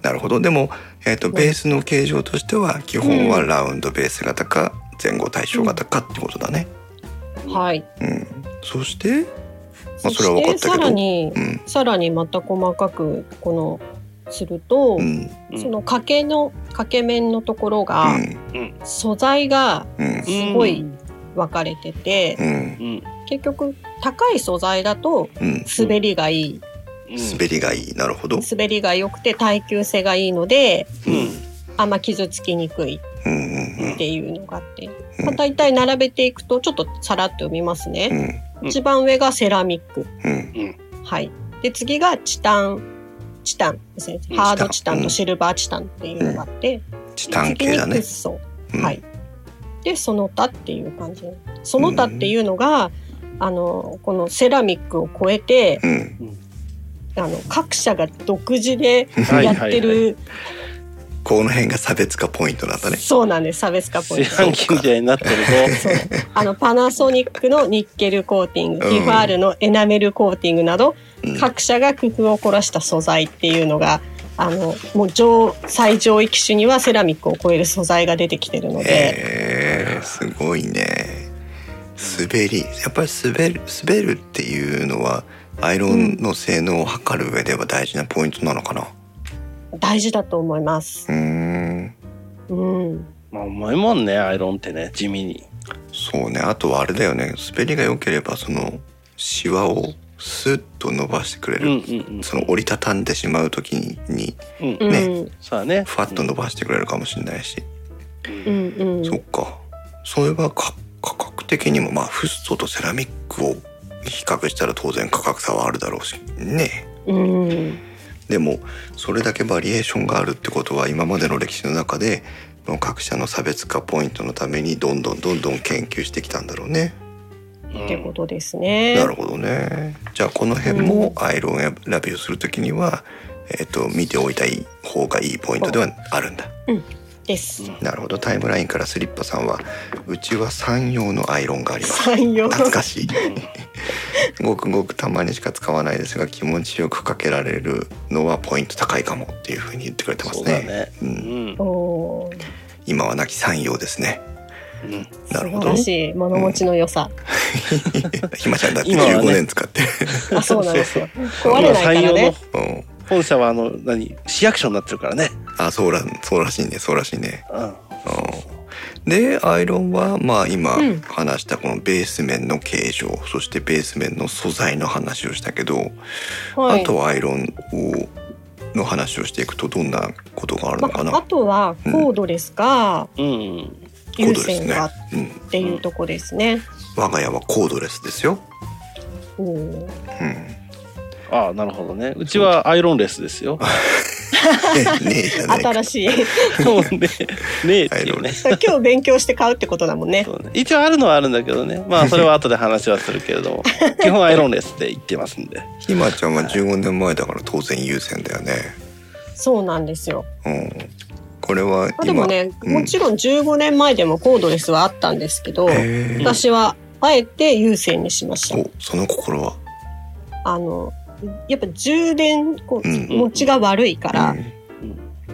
[SPEAKER 1] なるほどでも、えー、とベースの形状としては基本はラウンドベース型か前後対称型かってことだね、
[SPEAKER 2] はい
[SPEAKER 1] うん、そして、まあ、
[SPEAKER 2] そ
[SPEAKER 1] それは分
[SPEAKER 2] し
[SPEAKER 1] か
[SPEAKER 2] て
[SPEAKER 1] った
[SPEAKER 2] さ
[SPEAKER 1] け
[SPEAKER 2] ら
[SPEAKER 1] ど
[SPEAKER 2] に
[SPEAKER 1] うん
[SPEAKER 2] さらにまた細かくこのすると、
[SPEAKER 1] うん
[SPEAKER 3] うん
[SPEAKER 2] その掛けの掛け面のところが、
[SPEAKER 1] うん
[SPEAKER 2] 素材が
[SPEAKER 1] うん
[SPEAKER 2] すごい分かれてて、
[SPEAKER 1] うん
[SPEAKER 3] うん
[SPEAKER 2] 結局高い素材だと
[SPEAKER 1] うん
[SPEAKER 2] 滑りがいい、
[SPEAKER 3] うん
[SPEAKER 1] 滑りがいいなるほど
[SPEAKER 2] 滑りが良くて耐久性がいいので
[SPEAKER 3] うん
[SPEAKER 2] あんま傷つきにくい
[SPEAKER 1] うんうん
[SPEAKER 2] っていうのがあって、
[SPEAKER 1] うん
[SPEAKER 2] また一体並べていくとちょっとさらっと読みます
[SPEAKER 1] う
[SPEAKER 2] ね、
[SPEAKER 1] ん
[SPEAKER 3] うん
[SPEAKER 2] 一番上がセラミック
[SPEAKER 1] うん
[SPEAKER 2] はいで次がチタンチタンですね
[SPEAKER 3] うん
[SPEAKER 2] ハードチタンとシルバーチタンっていうのがあって、
[SPEAKER 1] チタン系だ
[SPEAKER 2] 次に
[SPEAKER 1] ね
[SPEAKER 2] クッソ
[SPEAKER 1] うん
[SPEAKER 2] はいでその他っていう感じその他っていうのが、あのこのセラミックを超えて
[SPEAKER 1] うん
[SPEAKER 2] あの各社が独自で
[SPEAKER 3] はい
[SPEAKER 2] やってる、
[SPEAKER 3] はい
[SPEAKER 1] この辺が差別化ポイントなんだね
[SPEAKER 2] そうなんです差別化ポイン
[SPEAKER 3] 四
[SPEAKER 2] ト。
[SPEAKER 3] 半期みたいになってる
[SPEAKER 2] そうあのパナソニックのニッケルコーティング、
[SPEAKER 1] うん
[SPEAKER 2] ティファールのエナメルコーティングなど、
[SPEAKER 1] うん
[SPEAKER 2] 各社が工夫を凝らした素材っていうのがあのもう上最上位機種にはセラミックを超える素材が出てきてるので、
[SPEAKER 1] えー、すごいね滑りやっぱり滑る滑るっていうのはアイロンの性能を測る上では大事なポイントなのかな
[SPEAKER 2] 大事だと思います
[SPEAKER 1] う。ーん
[SPEAKER 2] うん、
[SPEAKER 3] と。まあ重いもんねアイロンってね地味に。
[SPEAKER 1] そうねあとはあれだよね滑りが良ければそのシワをスッと伸ばしてくれ
[SPEAKER 3] うん
[SPEAKER 1] る、
[SPEAKER 3] うん
[SPEAKER 1] その折りたたんでしまう時にに
[SPEAKER 3] うん。うん
[SPEAKER 2] うん、
[SPEAKER 1] ね
[SPEAKER 3] そうだね。
[SPEAKER 1] ふわっと伸ばしてくれるかもしれないし、
[SPEAKER 2] うん、うん、
[SPEAKER 1] そっかそれはか価格的にもまあフッ素とセラミックを比較したら当然価格差はあるだろうしね
[SPEAKER 2] うん、
[SPEAKER 1] でもそれだけバリエーションがあるってことは今までの歴史の中でこの各社の差別化ポイントのためにどんどんどんどん研究してきたんだろうね。
[SPEAKER 3] うん
[SPEAKER 2] ってことですね。
[SPEAKER 1] なるほどね。じゃあこの辺もアイロン選びをするときには、えっ、と見ておいたい方がいいポイントではあるんだ。
[SPEAKER 2] です。
[SPEAKER 1] なるほど。タイムラインからスリッパさんはうちは三用のアイロンがあります。
[SPEAKER 2] 三様。
[SPEAKER 1] 懐かしい。ごくごくたまにしか使わないですが気持ちよくかけられるのはポイント高いかもっていうふうに言ってくれてま
[SPEAKER 3] そ
[SPEAKER 1] す
[SPEAKER 3] うだ
[SPEAKER 1] ね。
[SPEAKER 3] ね。
[SPEAKER 1] う、
[SPEAKER 3] うんん。
[SPEAKER 2] おー
[SPEAKER 1] 今はなき三用ですね。
[SPEAKER 3] うん
[SPEAKER 1] な
[SPEAKER 2] 素
[SPEAKER 1] るほ
[SPEAKER 2] 晴
[SPEAKER 1] ど
[SPEAKER 2] ら。しい物持ちの良さ、
[SPEAKER 1] ひまちゃんだって
[SPEAKER 3] 今はね
[SPEAKER 1] 15年使ってる。
[SPEAKER 2] あそう なんですよ壊れ
[SPEAKER 3] 今
[SPEAKER 2] ないか
[SPEAKER 3] 採
[SPEAKER 2] ら
[SPEAKER 3] 用の
[SPEAKER 2] ね
[SPEAKER 1] うん、
[SPEAKER 3] 本社はあの何市役所になってるからね。
[SPEAKER 1] あ、そうらそうらしいね。そうらしいね。
[SPEAKER 3] うん。
[SPEAKER 1] でアイロンはまあ今
[SPEAKER 2] うん
[SPEAKER 1] 話したこのベース面の形状、そしてベース面の素材の話をしたけど、
[SPEAKER 2] はい
[SPEAKER 1] あとはアイロンをの話をしていくとどんなことがあるの
[SPEAKER 2] ま
[SPEAKER 1] かな、
[SPEAKER 2] あ、あとはコードレスか
[SPEAKER 3] うん。
[SPEAKER 1] コード
[SPEAKER 2] 有
[SPEAKER 1] レス
[SPEAKER 2] 線
[SPEAKER 1] ね
[SPEAKER 2] かっ、
[SPEAKER 1] うん、
[SPEAKER 2] ていうとこですね。
[SPEAKER 1] 我が家はコードレスですよ、
[SPEAKER 2] うん
[SPEAKER 1] うん、 ね
[SPEAKER 3] ああなるほどね。うちはアイロンレスですよ。
[SPEAKER 1] ねえじゃねえか
[SPEAKER 2] 新しいだ
[SPEAKER 3] そう ね。ねえって
[SPEAKER 1] アイ
[SPEAKER 3] い
[SPEAKER 1] ロ
[SPEAKER 3] う
[SPEAKER 1] ンレ
[SPEAKER 3] ね。
[SPEAKER 1] ス
[SPEAKER 2] から 今日勉強して買うってことだ もんね。
[SPEAKER 3] そうね一応あるのはあるんだけどね。まあそれは後で話はするけれ ども、基本アイロンレスで言ってますんで。
[SPEAKER 1] ひまちゃんは15年前だから当然優先だよね、
[SPEAKER 2] そうなんですよ。
[SPEAKER 1] うん、これは
[SPEAKER 2] まあ、で
[SPEAKER 1] 今
[SPEAKER 2] もね、
[SPEAKER 1] うん
[SPEAKER 2] もちろん15年前でもコードレスはあったんですけど、
[SPEAKER 1] へえ
[SPEAKER 2] 私はあえて有線にしました。
[SPEAKER 1] おその心は、
[SPEAKER 2] あのやっぱ充電こう
[SPEAKER 1] うん
[SPEAKER 2] 持ちが悪いから、
[SPEAKER 1] うん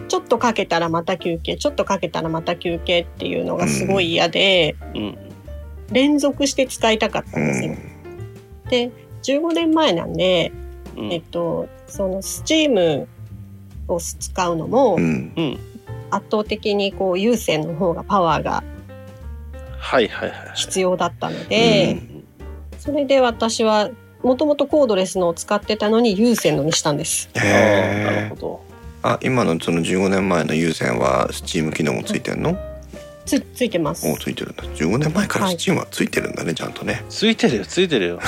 [SPEAKER 2] ちょっとかけたらまた休憩ちょっとかけたらまた休憩っていうのがすごい嫌で、
[SPEAKER 3] うん。
[SPEAKER 2] 連続して使いたかったんですよ。で15年前なんで、
[SPEAKER 3] う
[SPEAKER 2] えっ
[SPEAKER 3] ん。
[SPEAKER 2] と、そのスチームを使うのも
[SPEAKER 1] うんうん
[SPEAKER 2] 圧倒的にこう有線の方がパワーが
[SPEAKER 3] はいはいはい。
[SPEAKER 2] 必要だったので、それで私はもともとコードレスのを使ってたのに有線のにしたんです。
[SPEAKER 1] へ
[SPEAKER 3] ああ
[SPEAKER 1] え
[SPEAKER 3] なるほど。
[SPEAKER 1] あ今のその15年前の有線は Steam 機能もついてんの、
[SPEAKER 2] つついてます
[SPEAKER 1] おついてるんだ15年前から
[SPEAKER 2] はい
[SPEAKER 1] Steam はついてるんだねちゃんとね
[SPEAKER 3] ついてるよついてるよ。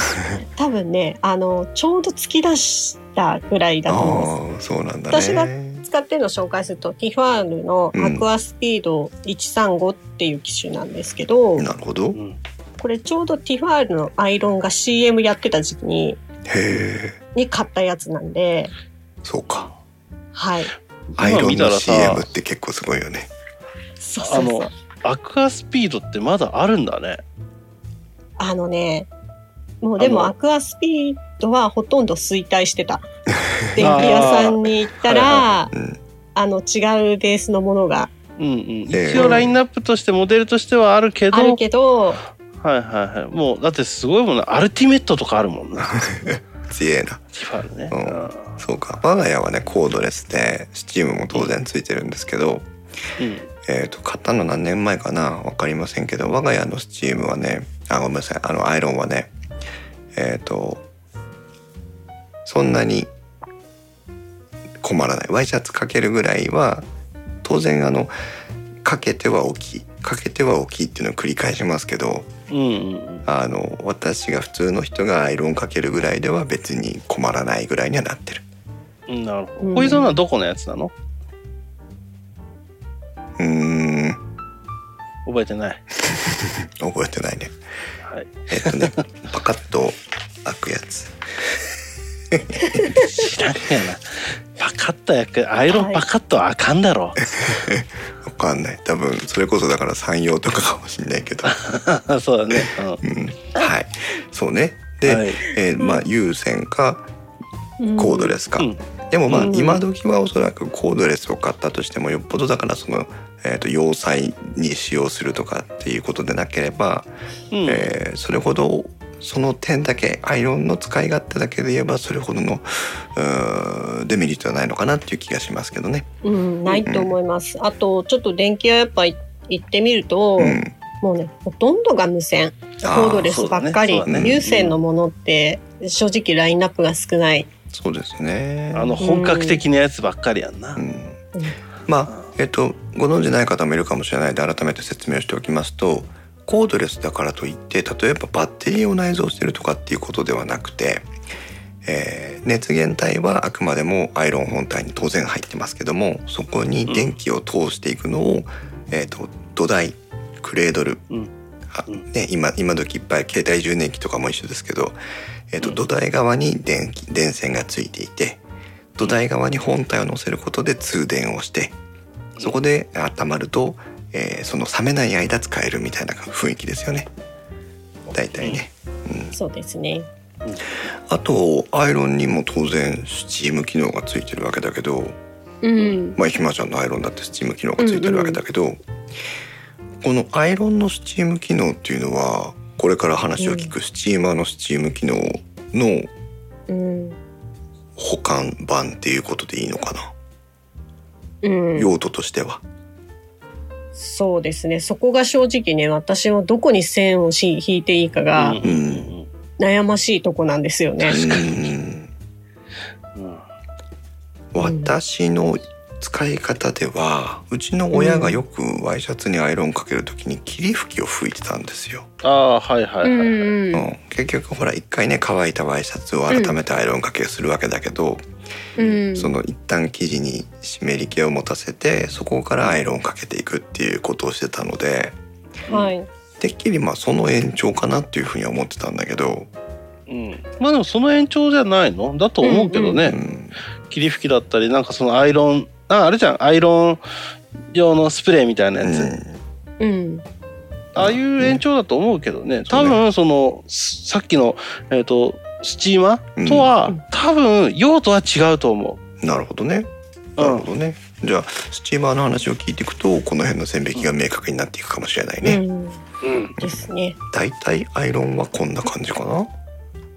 [SPEAKER 2] 多分ねあのちょうど突き出したぐらいだ
[SPEAKER 1] あ
[SPEAKER 2] と
[SPEAKER 1] あ
[SPEAKER 2] 思います。
[SPEAKER 1] ーそうなんだね
[SPEAKER 2] 私が使ってるのを紹介するとティファールのアクアスピード135っていう機種なんですけど、
[SPEAKER 1] なるほど
[SPEAKER 3] うん。
[SPEAKER 2] これちょうどティファールのアイロンが CM やってた時期に
[SPEAKER 1] へえ
[SPEAKER 2] に買ったやつなんで、
[SPEAKER 1] そうか
[SPEAKER 2] はい。
[SPEAKER 1] アイロン
[SPEAKER 3] 見た
[SPEAKER 1] の
[SPEAKER 3] らさ
[SPEAKER 1] CM って結構すごいよね
[SPEAKER 2] そう
[SPEAKER 3] あ
[SPEAKER 2] そうそう
[SPEAKER 3] のアクアスピードってまだあるんだね。
[SPEAKER 2] あのね、もうでも
[SPEAKER 3] あの
[SPEAKER 2] アクアスピードはほとんど衰退してた。電気屋さんに行ったら、あ
[SPEAKER 1] うん
[SPEAKER 2] の違うベースのものが
[SPEAKER 3] うんうん。
[SPEAKER 1] ええ
[SPEAKER 3] 一応ラインナップとしてモデルとしてはあるけど。
[SPEAKER 2] あるけど、
[SPEAKER 3] はいはいはい。もうだってすごいもんな。アルティメットとかあるも んな。
[SPEAKER 1] 強えな
[SPEAKER 3] ティファールね。
[SPEAKER 1] うんそうか我が家はねコードレスで Steam も当然ついてるんですけど、えっと買ったの何年前かな分かりませんけど我が家の Steam はねあごめんなさいあのアイロンはねえっ、とそんなに困らないワイシャツかけるぐらいは当然あのかけては置きかけては置きっていうのを繰り返しますけど
[SPEAKER 3] うん。うんうん
[SPEAKER 1] あの私が普通の人がアイロンかけるぐらいでは別に困らないぐらいにはなってる。
[SPEAKER 3] うん。なるほ
[SPEAKER 2] う
[SPEAKER 3] ど。
[SPEAKER 2] ん
[SPEAKER 3] 小井さんはどこのやつなの？
[SPEAKER 1] うーん
[SPEAKER 3] 覚えてない。
[SPEAKER 1] 覚えてないね
[SPEAKER 3] はい。
[SPEAKER 1] えっと ねパカッと開くやつ
[SPEAKER 3] 知らんやな。パカッとやく、アイロンパカッとあかんだろ。
[SPEAKER 1] わかんない多分それこそだから山陽とかかもしんない けど
[SPEAKER 3] そうだね。
[SPEAKER 1] うんはいそうね
[SPEAKER 3] うん。
[SPEAKER 1] で、
[SPEAKER 3] はい
[SPEAKER 1] えーまあ有線か
[SPEAKER 2] うん
[SPEAKER 1] コードレスか、
[SPEAKER 3] うん
[SPEAKER 1] でもまあ
[SPEAKER 2] うん
[SPEAKER 1] 今時はおそらくコードレスを買ったとしてもよっぽどだからその、えー、と要塞に使用するとかっていうことでなければ、
[SPEAKER 3] うん
[SPEAKER 1] えーそれほどその点だけアイロンの使い勝手だけで言えばそれほどのうーデメリットはないのかなっていう気がしますけどね。
[SPEAKER 2] うん、ないと思います。あと、ちょっと電気屋やっぱ行ってみると、
[SPEAKER 1] うん、
[SPEAKER 2] もうね、ほとんどが無線、
[SPEAKER 1] あ
[SPEAKER 2] コードレスばっかり、
[SPEAKER 3] そう
[SPEAKER 1] だね
[SPEAKER 2] 有線のものって、正直ラインナップが少ない。
[SPEAKER 1] そうですね。
[SPEAKER 3] あの、本格的なやつばっかりやんな
[SPEAKER 1] う。んまあえっ、とご存じない方もいるかもしれないので改めて説明をしておきますとコードレスだからといって例えばバッテリーを内蔵してるとかっていうことではなくて、えー熱源体はあくまでもアイロン本体に当然入ってますけどもそこに電気を通していくのを、えっと土台クレードル、
[SPEAKER 3] うん
[SPEAKER 1] あ
[SPEAKER 3] うん
[SPEAKER 1] ね、今今時いっぱい携帯充電器とかも一緒ですけど、えっと
[SPEAKER 3] うん
[SPEAKER 1] 土台側に電気電線がついていて土台側に本体を乗せることで通電をしてそこで温まると、えーその冷めない間使えるみたいな雰囲気ですよね大体ね、うん、
[SPEAKER 2] そうですね。
[SPEAKER 1] あとアイロンにも当然スチーム機能がついてるわけだけど
[SPEAKER 2] うん。
[SPEAKER 1] まあひまちゃんのアイロンだってスチーム機能がついてるわけだけど、このアイロンのスチーム機能っていうのはこれから話を聞くスチーマーのスチーム機能の
[SPEAKER 2] うん。
[SPEAKER 1] 保管版っていうことでいいのかな、
[SPEAKER 2] うん、
[SPEAKER 1] 用途としては。
[SPEAKER 2] そうですね。そこが正直ね、私はどこに線をし引いていいか
[SPEAKER 3] うん
[SPEAKER 2] が
[SPEAKER 3] うん
[SPEAKER 2] 悩ましいとこなんですよね。
[SPEAKER 1] うん
[SPEAKER 3] うんうん
[SPEAKER 1] 私の使い方ではうちの親がよくワイシャツにアイロンかけるときに霧吹きを吹いてたんですよ、
[SPEAKER 3] ああ、はいはいはいはい。
[SPEAKER 1] うんん、結局ほら一回ね乾いたワイシャツを改めてアイロンかけするわけだけど、
[SPEAKER 2] うん
[SPEAKER 1] その一旦生地に湿り気を持たせてそこからアイロンかけていくっていうことをしてたので
[SPEAKER 2] はい。
[SPEAKER 1] てっきりまあその延長かなっていうふうには思ってたんだけど、
[SPEAKER 3] うんまあでもその延長じゃないのだと思うけど
[SPEAKER 1] う
[SPEAKER 3] ね。
[SPEAKER 1] ん、
[SPEAKER 3] 霧吹きだったりなんかそのアイロンああれじゃんアイロン用のスプレーみたいなやつ、
[SPEAKER 2] うん。
[SPEAKER 3] ああいう延長だと思うけどね
[SPEAKER 1] そう
[SPEAKER 3] 多
[SPEAKER 1] ね
[SPEAKER 3] 分そのすさっきの、えっとスチーマ
[SPEAKER 1] うん
[SPEAKER 3] ーとは、多分用途は違うと思
[SPEAKER 1] うんなるほどね
[SPEAKER 3] う、
[SPEAKER 1] なる
[SPEAKER 3] うん
[SPEAKER 1] ほどね。じゃあスチーマーの話を聞いていくとこの辺の線引きが明確になっていくかもしれないうね。
[SPEAKER 2] ん。
[SPEAKER 3] うん
[SPEAKER 2] ですね。
[SPEAKER 1] だいたいアイロンはこんな感じかな。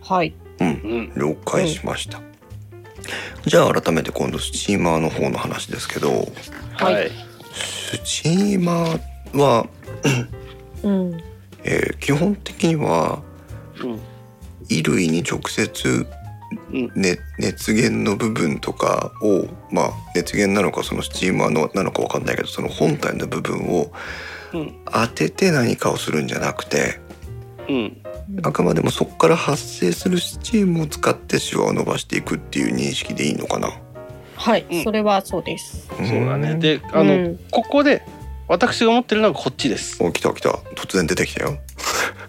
[SPEAKER 2] はい。
[SPEAKER 1] うん、
[SPEAKER 3] うん
[SPEAKER 1] 了解しました。じゃあ改めて今度スチーマーの方の話ですけど、
[SPEAKER 3] はい、
[SPEAKER 2] はい
[SPEAKER 1] スチーマーは、
[SPEAKER 2] うん。
[SPEAKER 1] えー基本的には
[SPEAKER 3] うん
[SPEAKER 1] 衣類に直接
[SPEAKER 3] うん
[SPEAKER 1] ね、熱源の部分とかを、まあ、熱源なのかそのスチーマーのなのかわかんないけどその本体の部分を
[SPEAKER 3] うん
[SPEAKER 1] 当てて何かをするんじゃなくて
[SPEAKER 3] うん
[SPEAKER 1] あくまでもそこから発生するスチームを使ってシワを伸ばしていくっていう認識でいいのかな。
[SPEAKER 2] はい、
[SPEAKER 3] うん
[SPEAKER 2] それはそうです。
[SPEAKER 3] そうだね
[SPEAKER 1] ん
[SPEAKER 3] であの、
[SPEAKER 2] うん
[SPEAKER 3] ここで私が持ってるのがこっちです、
[SPEAKER 1] お来た来た突然出てき たよ。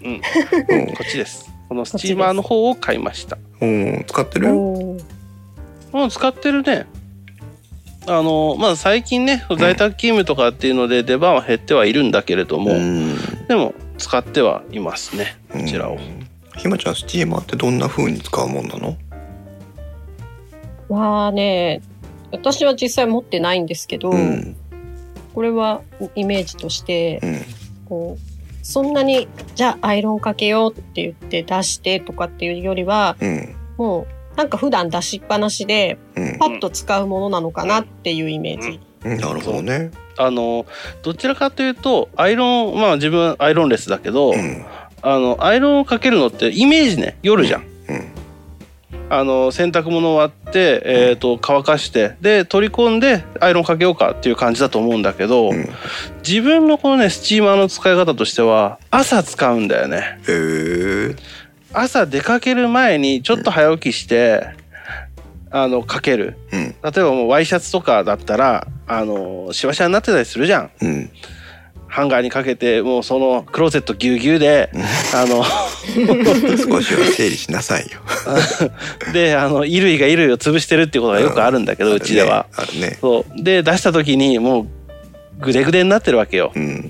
[SPEAKER 3] うん、こ
[SPEAKER 1] うん
[SPEAKER 3] っちですこのスチーマーの方を買いました
[SPEAKER 1] おー使ってる？
[SPEAKER 2] おー
[SPEAKER 3] もう使ってるね。あのまあ、最近ね在宅勤務とかっていうので出番は減ってはいるんだけれども、
[SPEAKER 1] うん
[SPEAKER 3] でも使ってはいますねこちらを、
[SPEAKER 1] うんひまちゃんスチーマーってどんな風に使うもんなの？
[SPEAKER 2] はね、私は実際持ってないんですけど、
[SPEAKER 1] うん
[SPEAKER 2] これはイメージとして、
[SPEAKER 1] うん
[SPEAKER 2] こう、そんなに、じゃあアイロンかけようって言って出してとかっていうよりは、
[SPEAKER 1] うん
[SPEAKER 2] もう、なんか普段出しっぱなしで、
[SPEAKER 1] うん
[SPEAKER 2] パッと使うものなのかなっていうイメージ。
[SPEAKER 1] うんなるほどね。
[SPEAKER 3] あのどちらかというとアイロンまあ自分アイロンレスだけど、
[SPEAKER 1] うん
[SPEAKER 3] あのアイロンをかけるのってイメージね夜じゃん。
[SPEAKER 1] うん
[SPEAKER 3] あの洗濯物を割って、えー、と乾かしてで取り込んでアイロンかけようかっていう感じだと思うんだけど、
[SPEAKER 1] うん。へ
[SPEAKER 3] 自分のこのねスチーマーの使い方としては朝使うんだよね。
[SPEAKER 1] え。
[SPEAKER 3] 朝出かける前にちょっと早起きして、あのかける
[SPEAKER 1] うん
[SPEAKER 3] 例えばもうワイシャツとかだったらあのしわしわになってたりするじゃん
[SPEAKER 1] うん
[SPEAKER 3] ハンガーにかけてもうそのクローゼットぎゅうぎゅうであの
[SPEAKER 1] 少しは整理しなさいよ。
[SPEAKER 3] であの衣類が衣類を潰してるっていうことがよくあるんだ けど、うちでは。
[SPEAKER 1] あるね。
[SPEAKER 3] そうで出した時にもうぐでぐでになってるわけよ
[SPEAKER 1] あ。るね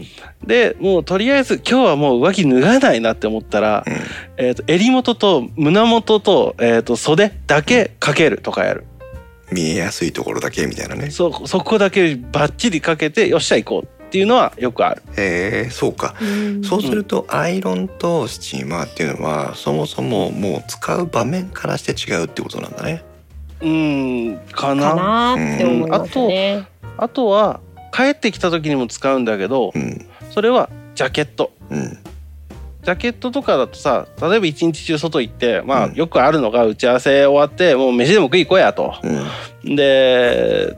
[SPEAKER 3] でもうとりあえず今日はもう上着脱がないなって思ったら、
[SPEAKER 1] うん。うん。
[SPEAKER 3] えー、と襟元と胸元と,、えー、と袖だけかけるとかやる
[SPEAKER 1] 見えやすいところだけみたいなね。
[SPEAKER 3] そそこだけバッチリかけてよっしゃ行こうっていうのはよくある。
[SPEAKER 1] へえそうか。
[SPEAKER 2] うん
[SPEAKER 1] そうするとアイロンとスチーマーっていうのはそもそももう使う場面からして違うってことなんだね。
[SPEAKER 3] うんかな
[SPEAKER 2] かなーって思いますね。
[SPEAKER 3] あとは帰ってきた時にも使うんだけど
[SPEAKER 1] うん
[SPEAKER 3] それはジャケット。
[SPEAKER 1] うん
[SPEAKER 3] ジャケットとかだとさ例えば一日中外行ってまあ
[SPEAKER 1] うん
[SPEAKER 3] よくあるのが打ち合わせ終わってもう飯でも食い行こうやと。
[SPEAKER 1] うん
[SPEAKER 3] で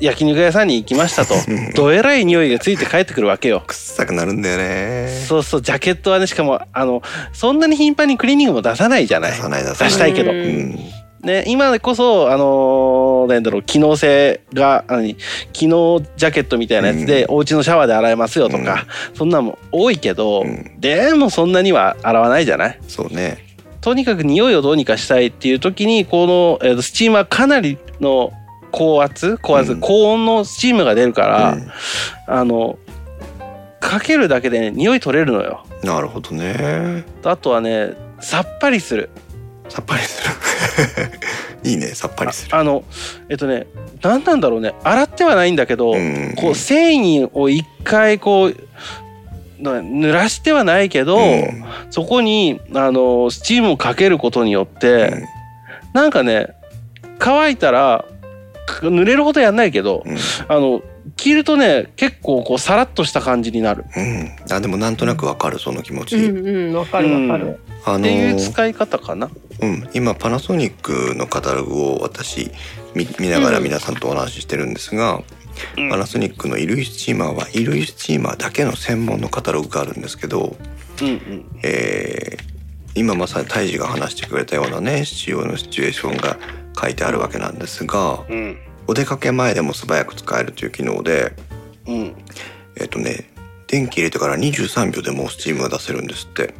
[SPEAKER 3] 焼肉屋さんに行きまし たと
[SPEAKER 1] うん
[SPEAKER 3] どえらい匂いがついて帰ってくるわけよ。
[SPEAKER 1] 臭くなるんだよね。
[SPEAKER 3] そうそうジャケットはねしかもあのそんなに頻繁にクリーニングも出さないじゃな
[SPEAKER 1] 出
[SPEAKER 3] い。
[SPEAKER 1] さない出さない。
[SPEAKER 3] 出したいけど
[SPEAKER 2] うん
[SPEAKER 1] うん
[SPEAKER 3] ね、今こそあのーなんだろう機能性があの機能ジャケットみたいなやつで、お家のシャワーで洗えますよとか、そんなのも多いけど、
[SPEAKER 1] うん
[SPEAKER 3] でもそんなには洗わないじゃない
[SPEAKER 1] そうね。
[SPEAKER 3] とにかく匂いをどうにかしたいっていう時にこの、えーとスチームはかなりの高圧高圧、
[SPEAKER 1] うん
[SPEAKER 3] 高温のスチームが出るから、
[SPEAKER 1] うん
[SPEAKER 3] あのかけるだけでね匂い取れるのよ
[SPEAKER 1] なるほどね。
[SPEAKER 3] あとはねさっぱりする
[SPEAKER 1] さっぱりする。い いねさっぱりする。
[SPEAKER 3] あのえっとね何なんだろうね洗ってはないんだけど、
[SPEAKER 1] うん
[SPEAKER 3] こう繊維を一回こうな濡らしてはないけど、
[SPEAKER 1] うん
[SPEAKER 3] そこにあのスチームをかけることによって、なんかね乾いたらか濡れるほどやんないけど
[SPEAKER 1] うん
[SPEAKER 3] あの着るとね結構こうさらっとした感じになるっ
[SPEAKER 1] うん、あでもなんとなくわかるその気持ち、
[SPEAKER 2] うんうんわかるわかる。
[SPEAKER 1] あの
[SPEAKER 3] てい
[SPEAKER 1] ー
[SPEAKER 3] う使い方かな。
[SPEAKER 1] うん、今パナソニックのカタログを私見見ながら皆さんとお話ししてるんですが、
[SPEAKER 3] うん
[SPEAKER 1] パナソニックの衣類スチーマーは衣類スチーマーだけの専門のカタログがあるんですけど、
[SPEAKER 3] うんうん
[SPEAKER 1] えー今まさに大治が話してくれたようなね使用のシチュエーションが書いてあるわけなんですが
[SPEAKER 3] うん
[SPEAKER 1] お出かけ前でも素早く使えるという機能で
[SPEAKER 3] うん
[SPEAKER 1] えっ、とね電気入れてから23秒でもうスチームが出せるんですって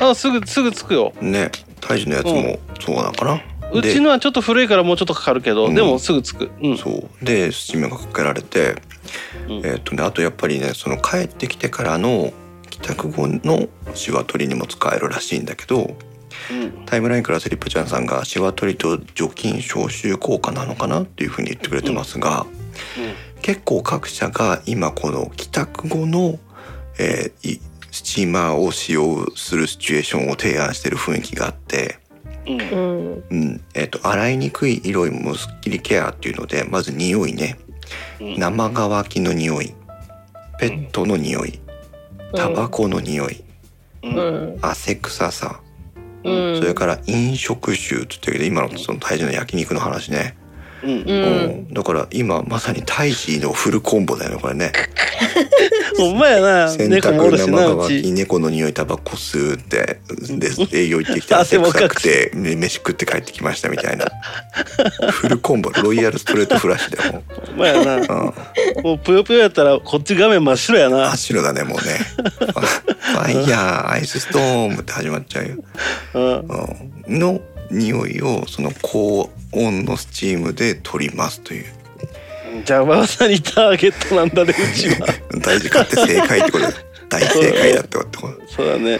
[SPEAKER 3] あすぐすぐつくよ。
[SPEAKER 1] ね大治のやつもそうなのかな、
[SPEAKER 3] う
[SPEAKER 1] で
[SPEAKER 3] ちのはちょっと古いからもうちょっとかかるけど、
[SPEAKER 1] うん
[SPEAKER 3] でもすぐつく。うん
[SPEAKER 1] そうでスチームがかけられて、
[SPEAKER 3] うん
[SPEAKER 1] えっとねあとやっぱりねその帰ってきてからの帰宅後のシワ取りにも使えるらしいんだけど
[SPEAKER 3] うん
[SPEAKER 1] タイムラインからスリップちゃんさんがシワ取りと除菌消臭効果なのかなっていうふうに言ってくれてますが、結構各社が今この帰宅後の、えーいスチーマーを使用するシチュエーションを提案してる雰囲気があって。
[SPEAKER 3] うんうん
[SPEAKER 2] うん
[SPEAKER 1] うんえっと洗いにくい色もすっきりケアっていうのでまず匂いね、
[SPEAKER 3] うん
[SPEAKER 1] 生乾きの匂いペットの匂いタバコの匂い
[SPEAKER 3] うん
[SPEAKER 2] うん
[SPEAKER 1] 汗臭さ、
[SPEAKER 2] うん
[SPEAKER 1] それから飲食臭って言ってるけど今のその大事な焼肉の話ね、
[SPEAKER 3] うん
[SPEAKER 2] う
[SPEAKER 1] うん
[SPEAKER 2] ん
[SPEAKER 1] だから今まさに大事のフルコンボだよねこれね
[SPEAKER 3] ほんまやな。
[SPEAKER 1] 洗
[SPEAKER 3] 猫もお
[SPEAKER 1] 濯
[SPEAKER 3] る
[SPEAKER 1] 生
[SPEAKER 3] しな、う
[SPEAKER 1] 乾き
[SPEAKER 3] ち。
[SPEAKER 1] 猫の匂いタバコ吸うってで営業行ってきて汗
[SPEAKER 3] 汗も
[SPEAKER 1] 臭
[SPEAKER 3] か
[SPEAKER 1] く
[SPEAKER 3] く
[SPEAKER 1] てね飯食って帰ってきましたみたいなフルコンボロイヤルストレートフラッシュだよもう
[SPEAKER 3] ほんまやな。
[SPEAKER 1] うん
[SPEAKER 3] もうぷよぷよやったら、こっち画面真っ白やな
[SPEAKER 1] 真っ。白だね もうねファイヤーアイスストームって始まっちゃうよ、
[SPEAKER 3] うん。
[SPEAKER 1] うん、の匂いをその高温のスチームで取りますという
[SPEAKER 3] じゃあ、まさにターゲットなんだね、うち は。
[SPEAKER 1] 大事かって正解 ってことだ大正解だってこと
[SPEAKER 3] そうだね。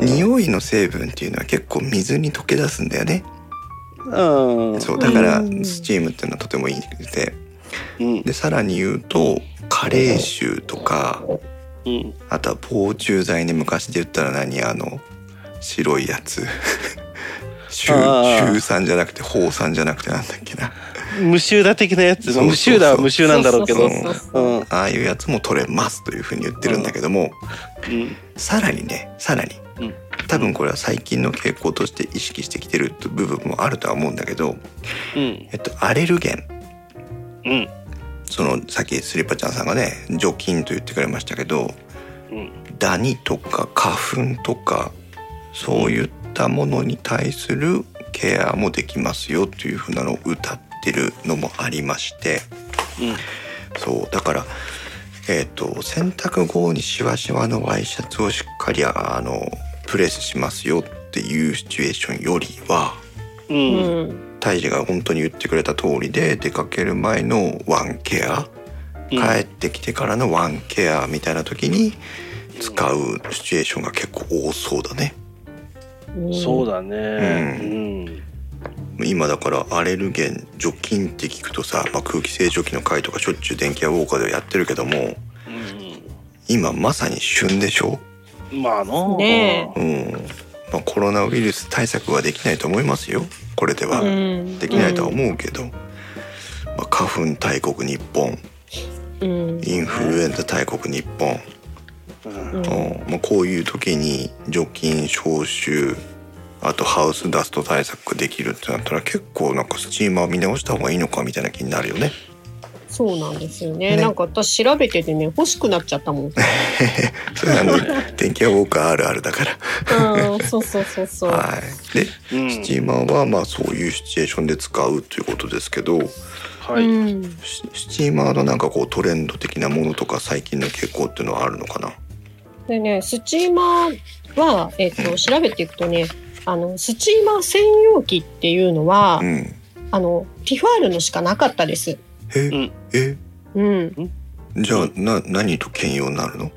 [SPEAKER 1] 匂いの成分っていうのは結構水に溶け出すんだよね
[SPEAKER 3] うん。
[SPEAKER 1] そうだから
[SPEAKER 2] うん
[SPEAKER 1] スチームっていうのはとてもいいで
[SPEAKER 3] うん。
[SPEAKER 1] でさらに言うと加齢臭とか
[SPEAKER 3] うん。
[SPEAKER 1] あとは防虫剤ね昔で言ったら何あの白いやつ シュ
[SPEAKER 3] あー
[SPEAKER 1] シュウ酸じゃなくてホウ酸じゃなくてなんだっけな
[SPEAKER 3] 無臭打的なやつ。
[SPEAKER 1] そうそうそう
[SPEAKER 3] 無臭だは無臭なんだろうけ
[SPEAKER 2] そ
[SPEAKER 3] ど
[SPEAKER 2] う。そうそう
[SPEAKER 3] う。
[SPEAKER 2] そうん
[SPEAKER 3] うん。
[SPEAKER 1] ああいうやつも取れますというふうに言ってるんだけども、さらにねさらに、
[SPEAKER 3] うん
[SPEAKER 1] 多分これは最近の傾向として意識してきてる部分もあるとは思うんだけど、
[SPEAKER 3] うん。
[SPEAKER 1] えっと、アレルゲン
[SPEAKER 3] うん。
[SPEAKER 1] そのさっきスリッパちゃんさんがね除菌と言ってくれましたけど
[SPEAKER 3] うん。
[SPEAKER 1] ダニとか花粉とかそういったものに対するケアもできますよというふうなのを歌ってるのもありまして
[SPEAKER 3] うん。
[SPEAKER 1] そうだからえっ、と洗濯後にシワシワのワイシャツをしっかりあのプレスしますよっていうシチュエーションよりは
[SPEAKER 3] う。
[SPEAKER 2] うんん。
[SPEAKER 1] 大治が本当に言ってくれた通りで出かける前のワンケア、
[SPEAKER 3] うん
[SPEAKER 1] 帰ってきてからのワンケアみたいな時に使うシチュエーションが結構多そうだね
[SPEAKER 3] そう
[SPEAKER 2] だ。
[SPEAKER 3] だね。うん。
[SPEAKER 1] 今だからアレルゲン除菌って聞くとさ、まあ、空気清浄機の回とかしょっちゅう電気屋ウォーカーではやってるけども今まさに旬でしょ、
[SPEAKER 3] うん。まあの。
[SPEAKER 2] ね
[SPEAKER 1] うんまあ、コロナウイルス対策はできないと思いますよこれでは、
[SPEAKER 2] うん。
[SPEAKER 1] できないとは思うけど、まあ、花粉大国日本
[SPEAKER 2] うん。
[SPEAKER 1] インフルエンザ大国日本、
[SPEAKER 3] うん
[SPEAKER 2] う
[SPEAKER 1] う
[SPEAKER 2] ん。
[SPEAKER 1] んまあ、こういう時に除菌消臭あとハウスダスト対策できるってなったら結構なんかスチーマー見直した方がいいのかみたいな気になるよね。
[SPEAKER 2] そうなんですよね。
[SPEAKER 1] ね
[SPEAKER 2] なんか私調べててね、欲しくなっちゃったもん。うん、
[SPEAKER 1] それあの電気屋ウォーカーあるあるだから。
[SPEAKER 2] そうそうそうそう。
[SPEAKER 1] はい、で
[SPEAKER 3] うん
[SPEAKER 1] スチーマーはまあそういうシチュエーションで使うということですけど
[SPEAKER 3] は
[SPEAKER 2] う
[SPEAKER 3] い。
[SPEAKER 2] ん。
[SPEAKER 1] シスチーマーのなんかこうトレンド的なものとか最近の傾向っていうのはあるのかな
[SPEAKER 2] でね、スチーマーは、えっ、と、調べていくとね、あの、スチーマー専用機っていうのは、
[SPEAKER 1] うんえ
[SPEAKER 2] あの、ティファールのしかなかったです。
[SPEAKER 3] ん
[SPEAKER 1] え
[SPEAKER 2] うん。
[SPEAKER 1] じゃあな何と兼用になるの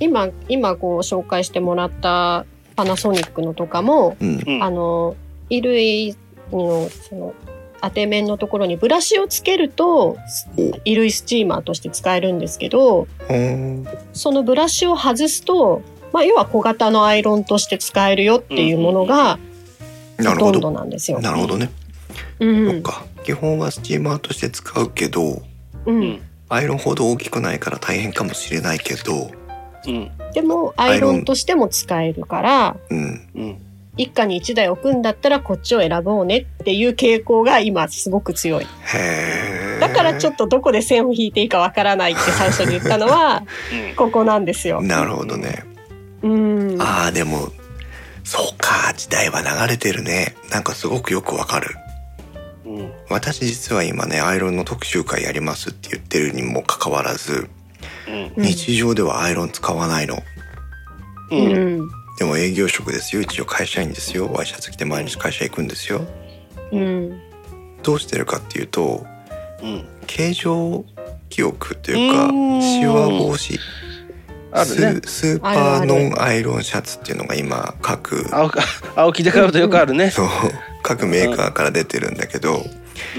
[SPEAKER 2] 今、今こう紹介してもらったパナソニックのとかも、
[SPEAKER 1] うん
[SPEAKER 3] うん
[SPEAKER 2] あの、衣類の、その、当て面のところにブラシをつけると、
[SPEAKER 1] お
[SPEAKER 2] 衣類スチーマーとして使えるんですけど、
[SPEAKER 1] あー
[SPEAKER 2] そのブラシを外すと、まあ、要は小型のアイロンとして使えるよっていうものが
[SPEAKER 1] な
[SPEAKER 2] ほ
[SPEAKER 1] る
[SPEAKER 2] と
[SPEAKER 1] ほ
[SPEAKER 2] んど
[SPEAKER 1] ど
[SPEAKER 2] なんですよ。
[SPEAKER 1] なるほどね、
[SPEAKER 2] うん
[SPEAKER 1] そっか基本はスチーマーとして使うけど
[SPEAKER 2] うん
[SPEAKER 3] うん
[SPEAKER 1] アイロンほど大きくないから大変かもしれないけど
[SPEAKER 3] うん
[SPEAKER 2] でもアイロンとしても使えるから
[SPEAKER 1] うん
[SPEAKER 3] うん。
[SPEAKER 2] 一家に一台置くんだったらこっちを選ぼうねっていう傾向が今すごく強い
[SPEAKER 1] へえ
[SPEAKER 2] だからちょっとどこで線を引いていいかわからないって最初に言ったのはここなんですよ。
[SPEAKER 1] なるほどね
[SPEAKER 2] うん、
[SPEAKER 1] ああでもそうか時代は流れてるねなんかすごくよくわかる
[SPEAKER 3] うん。うん。
[SPEAKER 1] 私実は今ねアイロンの特集会やりますって言ってるにもかかわらず
[SPEAKER 2] うん
[SPEAKER 1] 日常ではアイロン使わないの、
[SPEAKER 3] う。
[SPEAKER 2] うんん
[SPEAKER 1] でも営業職ですよ一応会社員ですよワイシャツ着て毎日会社行くんですよ
[SPEAKER 2] うん
[SPEAKER 1] どうしてるかっていうと
[SPEAKER 3] うん。
[SPEAKER 1] 形状記憶っていうか
[SPEAKER 3] うん
[SPEAKER 1] シワ防止
[SPEAKER 3] あるね。
[SPEAKER 1] ススーパーノンアイロンシャツっていうのが今各
[SPEAKER 3] 青か青木で買うとよくあるね。
[SPEAKER 1] そう各メーカーから出てるんだけど、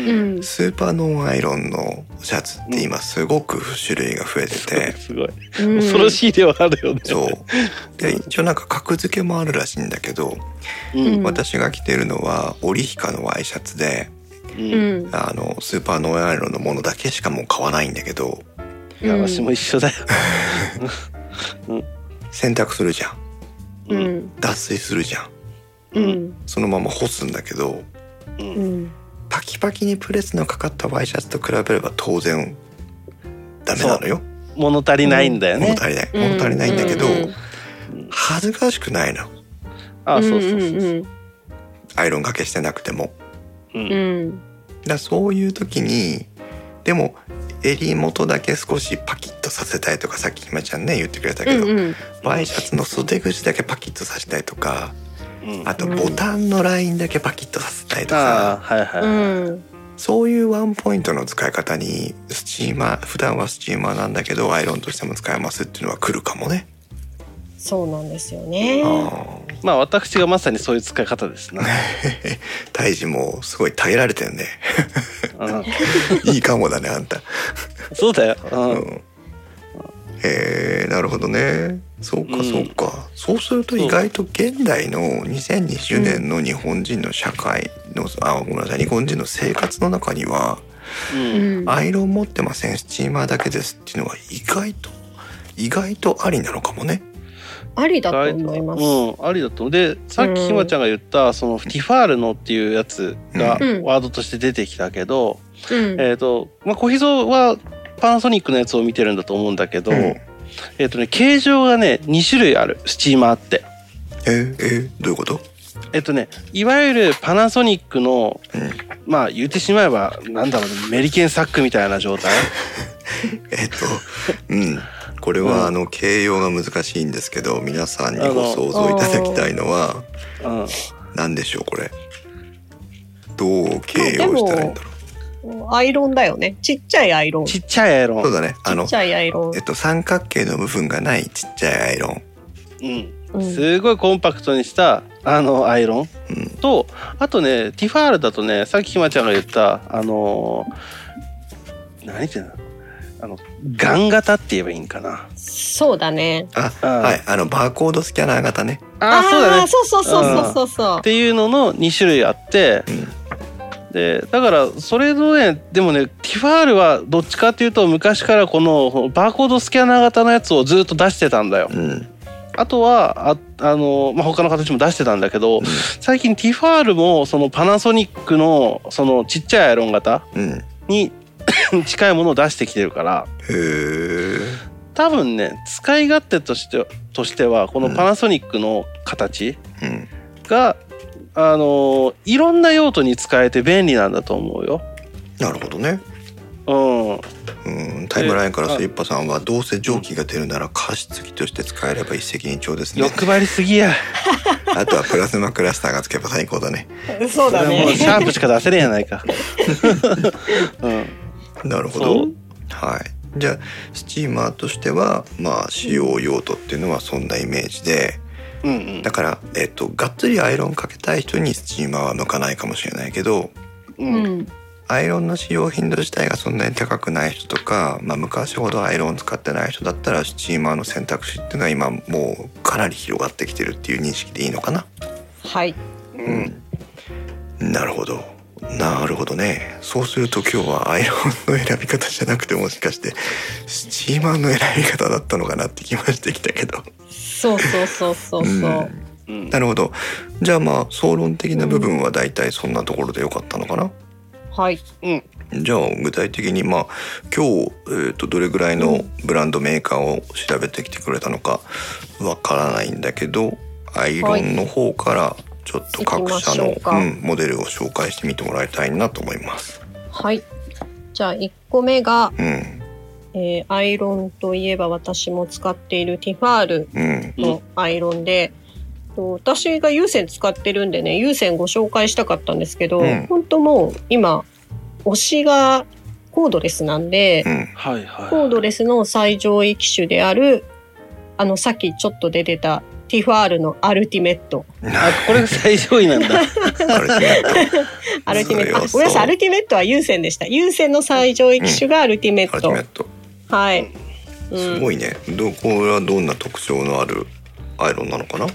[SPEAKER 2] うん
[SPEAKER 1] スーパーノンアイロンのシャツって今すごく種類が増えてて、
[SPEAKER 3] すごい。
[SPEAKER 2] うん
[SPEAKER 3] 恐ろしいではあるよね。
[SPEAKER 1] そうで一応なんか格付けもあるらしいんだけど、
[SPEAKER 3] う
[SPEAKER 2] うん
[SPEAKER 3] ん。
[SPEAKER 1] 私が着てるのは織ヒカのワイシャツで
[SPEAKER 3] うん。
[SPEAKER 2] うん
[SPEAKER 1] あのスーパーノンアイロンのものだけしかもう買わないんだけど
[SPEAKER 3] いや、私も一緒だよ。
[SPEAKER 1] 洗濯するじゃん
[SPEAKER 2] う
[SPEAKER 3] うん
[SPEAKER 2] ん
[SPEAKER 1] 脱水するじゃん
[SPEAKER 2] うん
[SPEAKER 1] そのまま干すんだけど
[SPEAKER 2] うん
[SPEAKER 1] パキパキにプレスのかかったワイシャツと比べれば当然ダメなのよ
[SPEAKER 3] 物足りないんだよ
[SPEAKER 1] 物
[SPEAKER 3] ね。
[SPEAKER 1] 足りない
[SPEAKER 2] うん
[SPEAKER 1] 物足りないんだけど、
[SPEAKER 2] うん
[SPEAKER 1] 恥ずかしくないの
[SPEAKER 3] ああ、そうそうそうう。
[SPEAKER 2] ん
[SPEAKER 1] アイロンがけしてなくても
[SPEAKER 3] う。
[SPEAKER 2] うんん
[SPEAKER 1] だからそういう時にでも襟元だけ少しパキッとさせたいとかさっきひまちゃんね言ってくれた
[SPEAKER 2] う
[SPEAKER 1] けど、
[SPEAKER 2] んうん
[SPEAKER 1] ワイシャツの袖口だけパキッとさせたいとか
[SPEAKER 3] うん
[SPEAKER 1] あとボタンのラインだけパキッとさせたいと
[SPEAKER 3] ああ、
[SPEAKER 1] か、
[SPEAKER 3] はいはい。
[SPEAKER 2] うん
[SPEAKER 1] そういうワンポイントの使い方にスチーマー普段はスチーマーなんだけどアイロンとしても使えますっていうのは来るかもね。
[SPEAKER 2] そうなんですよね。
[SPEAKER 1] あー
[SPEAKER 3] まあ私がまさにそういう使い方で すな。
[SPEAKER 1] 大事もすごい耐えられてるね
[SPEAKER 3] うん
[SPEAKER 1] いいかもだねあんた。
[SPEAKER 3] そうだよ。
[SPEAKER 1] う
[SPEAKER 3] うん
[SPEAKER 1] ん、えーなるほどねそうか
[SPEAKER 3] うん
[SPEAKER 1] そうか、そうすると意外と現代の2020年の日本人の社会の、あごめんなさい日本人の生活の中には、
[SPEAKER 3] うん
[SPEAKER 2] うん
[SPEAKER 1] アイロン持ってませんスチーマーだけですっていうのは意外と意外とありなのかもね。
[SPEAKER 2] ありだと思います。
[SPEAKER 3] うん、ありだと思う。で、さっきひまちゃんが言った、そのティファールのっていうやつが
[SPEAKER 2] うん
[SPEAKER 3] ワードとして出てきたけど、
[SPEAKER 2] うん
[SPEAKER 3] えっと、まあ小秘蔵はパナソニックのやつを見てるんだと思うんだけど、
[SPEAKER 1] うんえ
[SPEAKER 3] えっとね、形状がね、2種類ある、スチーマーって。
[SPEAKER 1] ーえーどういうこと、
[SPEAKER 3] えっとね、いわゆるパナソニックの、
[SPEAKER 1] うん
[SPEAKER 3] まあ言ってしまえば、なんだろうね、メリケンサックみたいな状態。
[SPEAKER 1] え っとうんこれ
[SPEAKER 3] うん
[SPEAKER 1] はあの形容が難しいんですけど皆さんに
[SPEAKER 3] あ
[SPEAKER 1] ご
[SPEAKER 3] の
[SPEAKER 1] 想像いただきたいのは
[SPEAKER 3] うん
[SPEAKER 1] 何でしょうこれどう形容したらいいんだろ
[SPEAKER 2] アイロンだよね。ちっちゃいアイロン。
[SPEAKER 3] ち
[SPEAKER 2] ち
[SPEAKER 3] っちゃいアイロ
[SPEAKER 1] う
[SPEAKER 3] ン。
[SPEAKER 1] そうだねあの
[SPEAKER 2] っちゃいアイロン
[SPEAKER 1] えっ。と三角形の部分がないちっちゃいアイロン
[SPEAKER 3] う
[SPEAKER 2] うん
[SPEAKER 3] ん、すごいコンパクトにしたあのアイロン
[SPEAKER 1] うん
[SPEAKER 3] とあとねティファールだとねさっきひまちゃんが言ったあのー何て言うんだあのガン型って言えばいいんかな
[SPEAKER 2] そうだね。
[SPEAKER 1] あ
[SPEAKER 3] うん
[SPEAKER 1] はいあのバーコードスキャナー型ね
[SPEAKER 3] ああそうだね
[SPEAKER 2] ーそうそうそうそうそう
[SPEAKER 3] っ。ていうのの2種類あって
[SPEAKER 1] うん
[SPEAKER 3] でだからそれぞれでもねティファールはどっちかっていうと昔からこのバーコードスキャナー型のやつをずっと出してたんだよ
[SPEAKER 1] うんうん
[SPEAKER 3] あとはああの、まあ、他の形も出してたんだけど最近ティファールもそのパナソニックのそのちっちゃいアイロン型
[SPEAKER 1] うんへ
[SPEAKER 3] に 近いものを出してきてるから
[SPEAKER 1] え
[SPEAKER 3] 多分ね使い勝手としてとしてはこのパナソニックの形
[SPEAKER 1] うん
[SPEAKER 3] が、あのいろんな用途に使えて便利なんだと思うよ。
[SPEAKER 1] なるほどね
[SPEAKER 3] うん、
[SPEAKER 1] うんタイムラインからスリッパさんはどうせ蒸気が出るなら加湿器として使えれば一石二鳥ですね
[SPEAKER 3] 欲張りすぎや。
[SPEAKER 1] あとはプラズマクラスターがつけば最高だね
[SPEAKER 2] そうだ
[SPEAKER 3] これはもうシ
[SPEAKER 2] ね。
[SPEAKER 3] ャープしか出せねえやな いか。うん、
[SPEAKER 1] なるほ
[SPEAKER 3] そ
[SPEAKER 1] ど
[SPEAKER 3] う
[SPEAKER 1] はいじゃあスチーマーとしてはまあ使用用途っていうのはそんなイメージで
[SPEAKER 3] うん、うん
[SPEAKER 1] だからえっとがっつりアイロンかけたい人にスチーマーは向かないかもしれないけど
[SPEAKER 3] う、
[SPEAKER 2] うんん。
[SPEAKER 1] アイロンの使用頻度自体がそんなに高くない人とか、まあ、昔ほどアイロンを使ってない人だったらスチーマーの選択肢っていうのは今もうかなり広がってきてるっていう認識でいいのかな
[SPEAKER 2] はい。
[SPEAKER 1] うん、なるほどなるほどねそうすると今日はアイロンの選び方じゃなくてもしかしてスチーマーの選び方だったのかなって気はしてきたけど
[SPEAKER 2] そうそうそうそう
[SPEAKER 1] う
[SPEAKER 2] そう。
[SPEAKER 1] ん
[SPEAKER 3] うん
[SPEAKER 1] なるほどじゃあまあ総論的な部分は大体そんなところでよかったのかな、
[SPEAKER 2] はい。
[SPEAKER 3] うん、
[SPEAKER 1] じゃあ具体的にまあ今日、えー、とどれぐらいのブランドメーカーを調べてきてくれたのかわからないんだけどアイロンの方からちょっと各社の、
[SPEAKER 2] 行きましょうか
[SPEAKER 1] うんモデルを紹介してみてもらいたいなと思います。
[SPEAKER 2] はい。じゃあ1個目が、
[SPEAKER 1] うん
[SPEAKER 2] えーアイロンといえば私も使っているティファール
[SPEAKER 1] うん
[SPEAKER 2] のアイロンで、と私が有線使ってるんでね有線ご紹介したかったんですけど、
[SPEAKER 1] うん
[SPEAKER 2] 本当もう今推しがコードレスなんで、
[SPEAKER 1] うん
[SPEAKER 3] はいはい。
[SPEAKER 2] コードレスの最上位機種であるあのさっきちょっと出てたティファールのアルティメット。
[SPEAKER 3] あ、これが最上位なんだ。
[SPEAKER 1] アルティメ ット
[SPEAKER 2] アルティメット。あ
[SPEAKER 1] 強そう
[SPEAKER 2] ごめんなさい、アルティメットは有線でした。有線の最上位機種がアルティメ
[SPEAKER 1] ア
[SPEAKER 2] ッ
[SPEAKER 1] ルテ
[SPEAKER 2] ト。
[SPEAKER 1] ィメット
[SPEAKER 2] はい。うん
[SPEAKER 1] すごいねどこれはどんな特徴のあるアイロンなのかな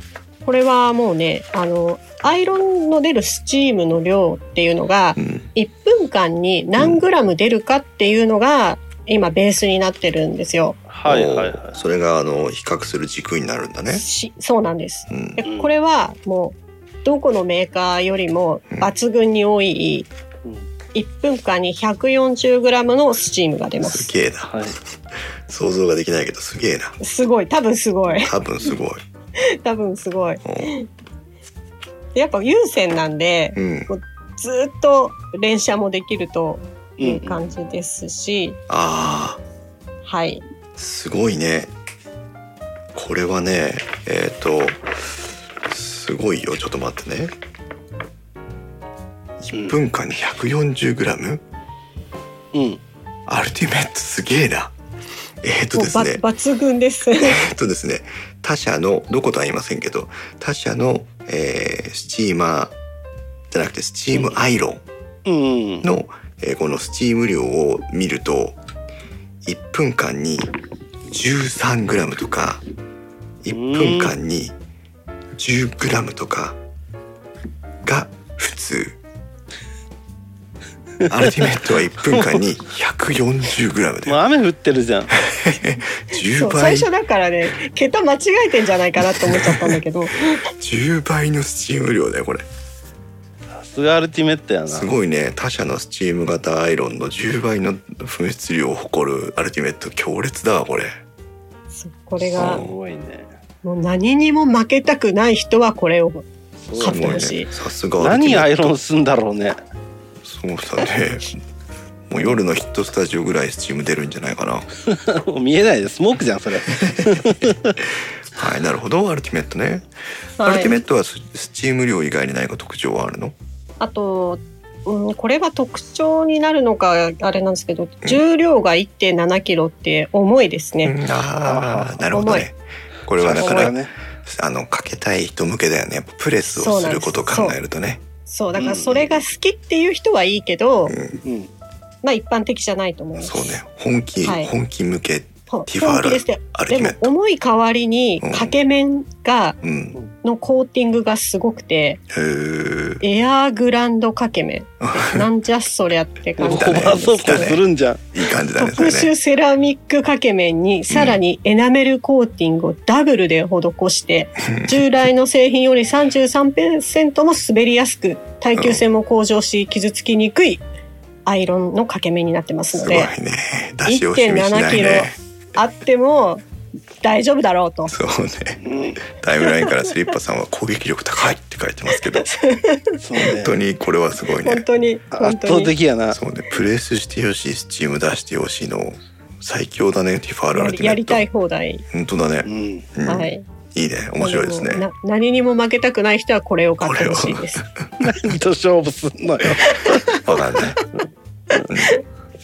[SPEAKER 2] これはもうね、あの、アイロンの出るスチームの量っていうのが
[SPEAKER 1] う、ん
[SPEAKER 2] 1分間に何グラム出るかっていうのが、今ベースになってるんですよ。
[SPEAKER 3] はいはい
[SPEAKER 1] お
[SPEAKER 3] は
[SPEAKER 1] ーそれがあの比較する軸になるんだね。
[SPEAKER 2] しそうなんです。
[SPEAKER 1] うん
[SPEAKER 2] でこれはもう、どこのメーカーよりも抜群に多い、
[SPEAKER 3] い。うん
[SPEAKER 2] 1分間に140グラムのスチームが出ますす。
[SPEAKER 1] げえな
[SPEAKER 3] はい。
[SPEAKER 1] 想像ができないけどすげえな
[SPEAKER 2] すごい、多分すごい、
[SPEAKER 1] 多分すごい。
[SPEAKER 2] 多分すごい。
[SPEAKER 1] うん
[SPEAKER 2] でやっぱ有線なんで、
[SPEAKER 1] うん
[SPEAKER 2] ずーっと連射もできると
[SPEAKER 3] うん
[SPEAKER 2] いう感じですし、
[SPEAKER 1] あ
[SPEAKER 2] はい。
[SPEAKER 1] ーすごいねこれはねえっ、とすごいよちょっと待ってね1分間に 140g
[SPEAKER 3] うん。
[SPEAKER 1] アルティメットすげえなえっ、と
[SPEAKER 2] もう
[SPEAKER 1] です
[SPEAKER 2] ば
[SPEAKER 1] ね
[SPEAKER 2] 抜群です。
[SPEAKER 1] えっとですね他社のどことは言いませんけど他社の、えースチーマーじゃなくてスチームアイロン
[SPEAKER 3] うん。
[SPEAKER 1] の、えーこのスチーム量を見ると1分間に 13g とか1分間に 10g とかが普通アルティメットは1分間に 140g で
[SPEAKER 3] もう雨降ってるじゃん。
[SPEAKER 2] そ
[SPEAKER 1] 10
[SPEAKER 2] う最
[SPEAKER 1] 倍
[SPEAKER 2] 初だからね、桁間違えてんじゃないかなと思っちゃったんだけど、
[SPEAKER 1] 10倍のスチーム量だよこれ
[SPEAKER 3] さすがアルティメットやな。
[SPEAKER 1] すごいね他社のスチーム型アイロンの10倍の噴出量を誇るアルティメット強烈だわこれ
[SPEAKER 2] そうこれ
[SPEAKER 1] な
[SPEAKER 2] が
[SPEAKER 3] すごいね。
[SPEAKER 2] もう何にも負けたくない人はこれを
[SPEAKER 1] す
[SPEAKER 2] 買って
[SPEAKER 1] ごい
[SPEAKER 2] ほしい
[SPEAKER 1] ね。さすがアルティメット
[SPEAKER 3] 何アイロンすんだろうね。
[SPEAKER 1] そうだね。もう夜のヒットスタジオぐらいスチーム出るんじゃないかな
[SPEAKER 3] もう見えないですスモークじゃんそれ
[SPEAKER 1] はいなるほどアルティメットね、ア
[SPEAKER 2] は
[SPEAKER 1] ルティメ
[SPEAKER 2] い、
[SPEAKER 1] ットはススチーム量以外に何か特徴はあるの
[SPEAKER 2] あと、うん、これは特徴になるのかあれなんですけど重量が1 7キロって重いですね。
[SPEAKER 1] ああなるほど
[SPEAKER 2] 重い
[SPEAKER 1] ねこれはだか
[SPEAKER 3] そうだ
[SPEAKER 1] ら、
[SPEAKER 3] ね
[SPEAKER 1] あのかけたい人向けだよねやっぱプレスをすることを考えるとね
[SPEAKER 2] そうだからそれが好きっていう人はいいけど、
[SPEAKER 1] う
[SPEAKER 3] うん
[SPEAKER 2] まあ一般的じゃないと思い
[SPEAKER 1] ん
[SPEAKER 2] ます。
[SPEAKER 1] そうね本気、
[SPEAKER 2] はい
[SPEAKER 1] 本気向け
[SPEAKER 2] ほ
[SPEAKER 1] ティファール
[SPEAKER 2] 本気ですね
[SPEAKER 1] アルテ
[SPEAKER 2] で
[SPEAKER 1] ィメ
[SPEAKER 2] も
[SPEAKER 1] ット
[SPEAKER 2] 重い代わりに掛け面が、
[SPEAKER 1] うん
[SPEAKER 2] のコーティングがすごくて
[SPEAKER 1] へー
[SPEAKER 2] エアーグランド掛け面ってなんじゃそりゃって
[SPEAKER 3] ホ
[SPEAKER 2] 感
[SPEAKER 3] バ
[SPEAKER 2] じ
[SPEAKER 1] 来たね
[SPEAKER 3] ーソフトするんじゃん
[SPEAKER 1] いい感じだねそ
[SPEAKER 2] 特
[SPEAKER 1] れね
[SPEAKER 2] 殊セラミック掛け面にさらにエナメルコーティングをダブルで施して、従来の製品より33%も滑りやすく耐久性も向上し傷つきにくいアイロンの掛け面になってます
[SPEAKER 1] す
[SPEAKER 2] の
[SPEAKER 1] ごい
[SPEAKER 2] で
[SPEAKER 1] ね出し惜しみしないね
[SPEAKER 2] あっても大丈夫だろうと。
[SPEAKER 1] そうね
[SPEAKER 3] うん
[SPEAKER 1] タイムラインからスリッパさんは攻撃力高いって書いてます けど
[SPEAKER 3] そうね
[SPEAKER 1] 本当にこれはすごい
[SPEAKER 2] 本
[SPEAKER 1] ね
[SPEAKER 2] 当に本
[SPEAKER 3] 圧
[SPEAKER 2] 当
[SPEAKER 3] 倒
[SPEAKER 2] に
[SPEAKER 3] 的やな
[SPEAKER 1] そうねプレスしてよしスチーム出してよしの最強だねティファールア
[SPEAKER 2] や
[SPEAKER 1] ルティ
[SPEAKER 2] り
[SPEAKER 1] メット
[SPEAKER 2] やりたい放題、
[SPEAKER 1] 本当だ
[SPEAKER 3] う
[SPEAKER 1] ね、
[SPEAKER 3] ん
[SPEAKER 1] うん、
[SPEAKER 2] はいい
[SPEAKER 1] いね面白いですね
[SPEAKER 2] な何にも負けたくない人はこれを買ってほしい です
[SPEAKER 3] 何と勝負すんのよ
[SPEAKER 1] わかんない、うん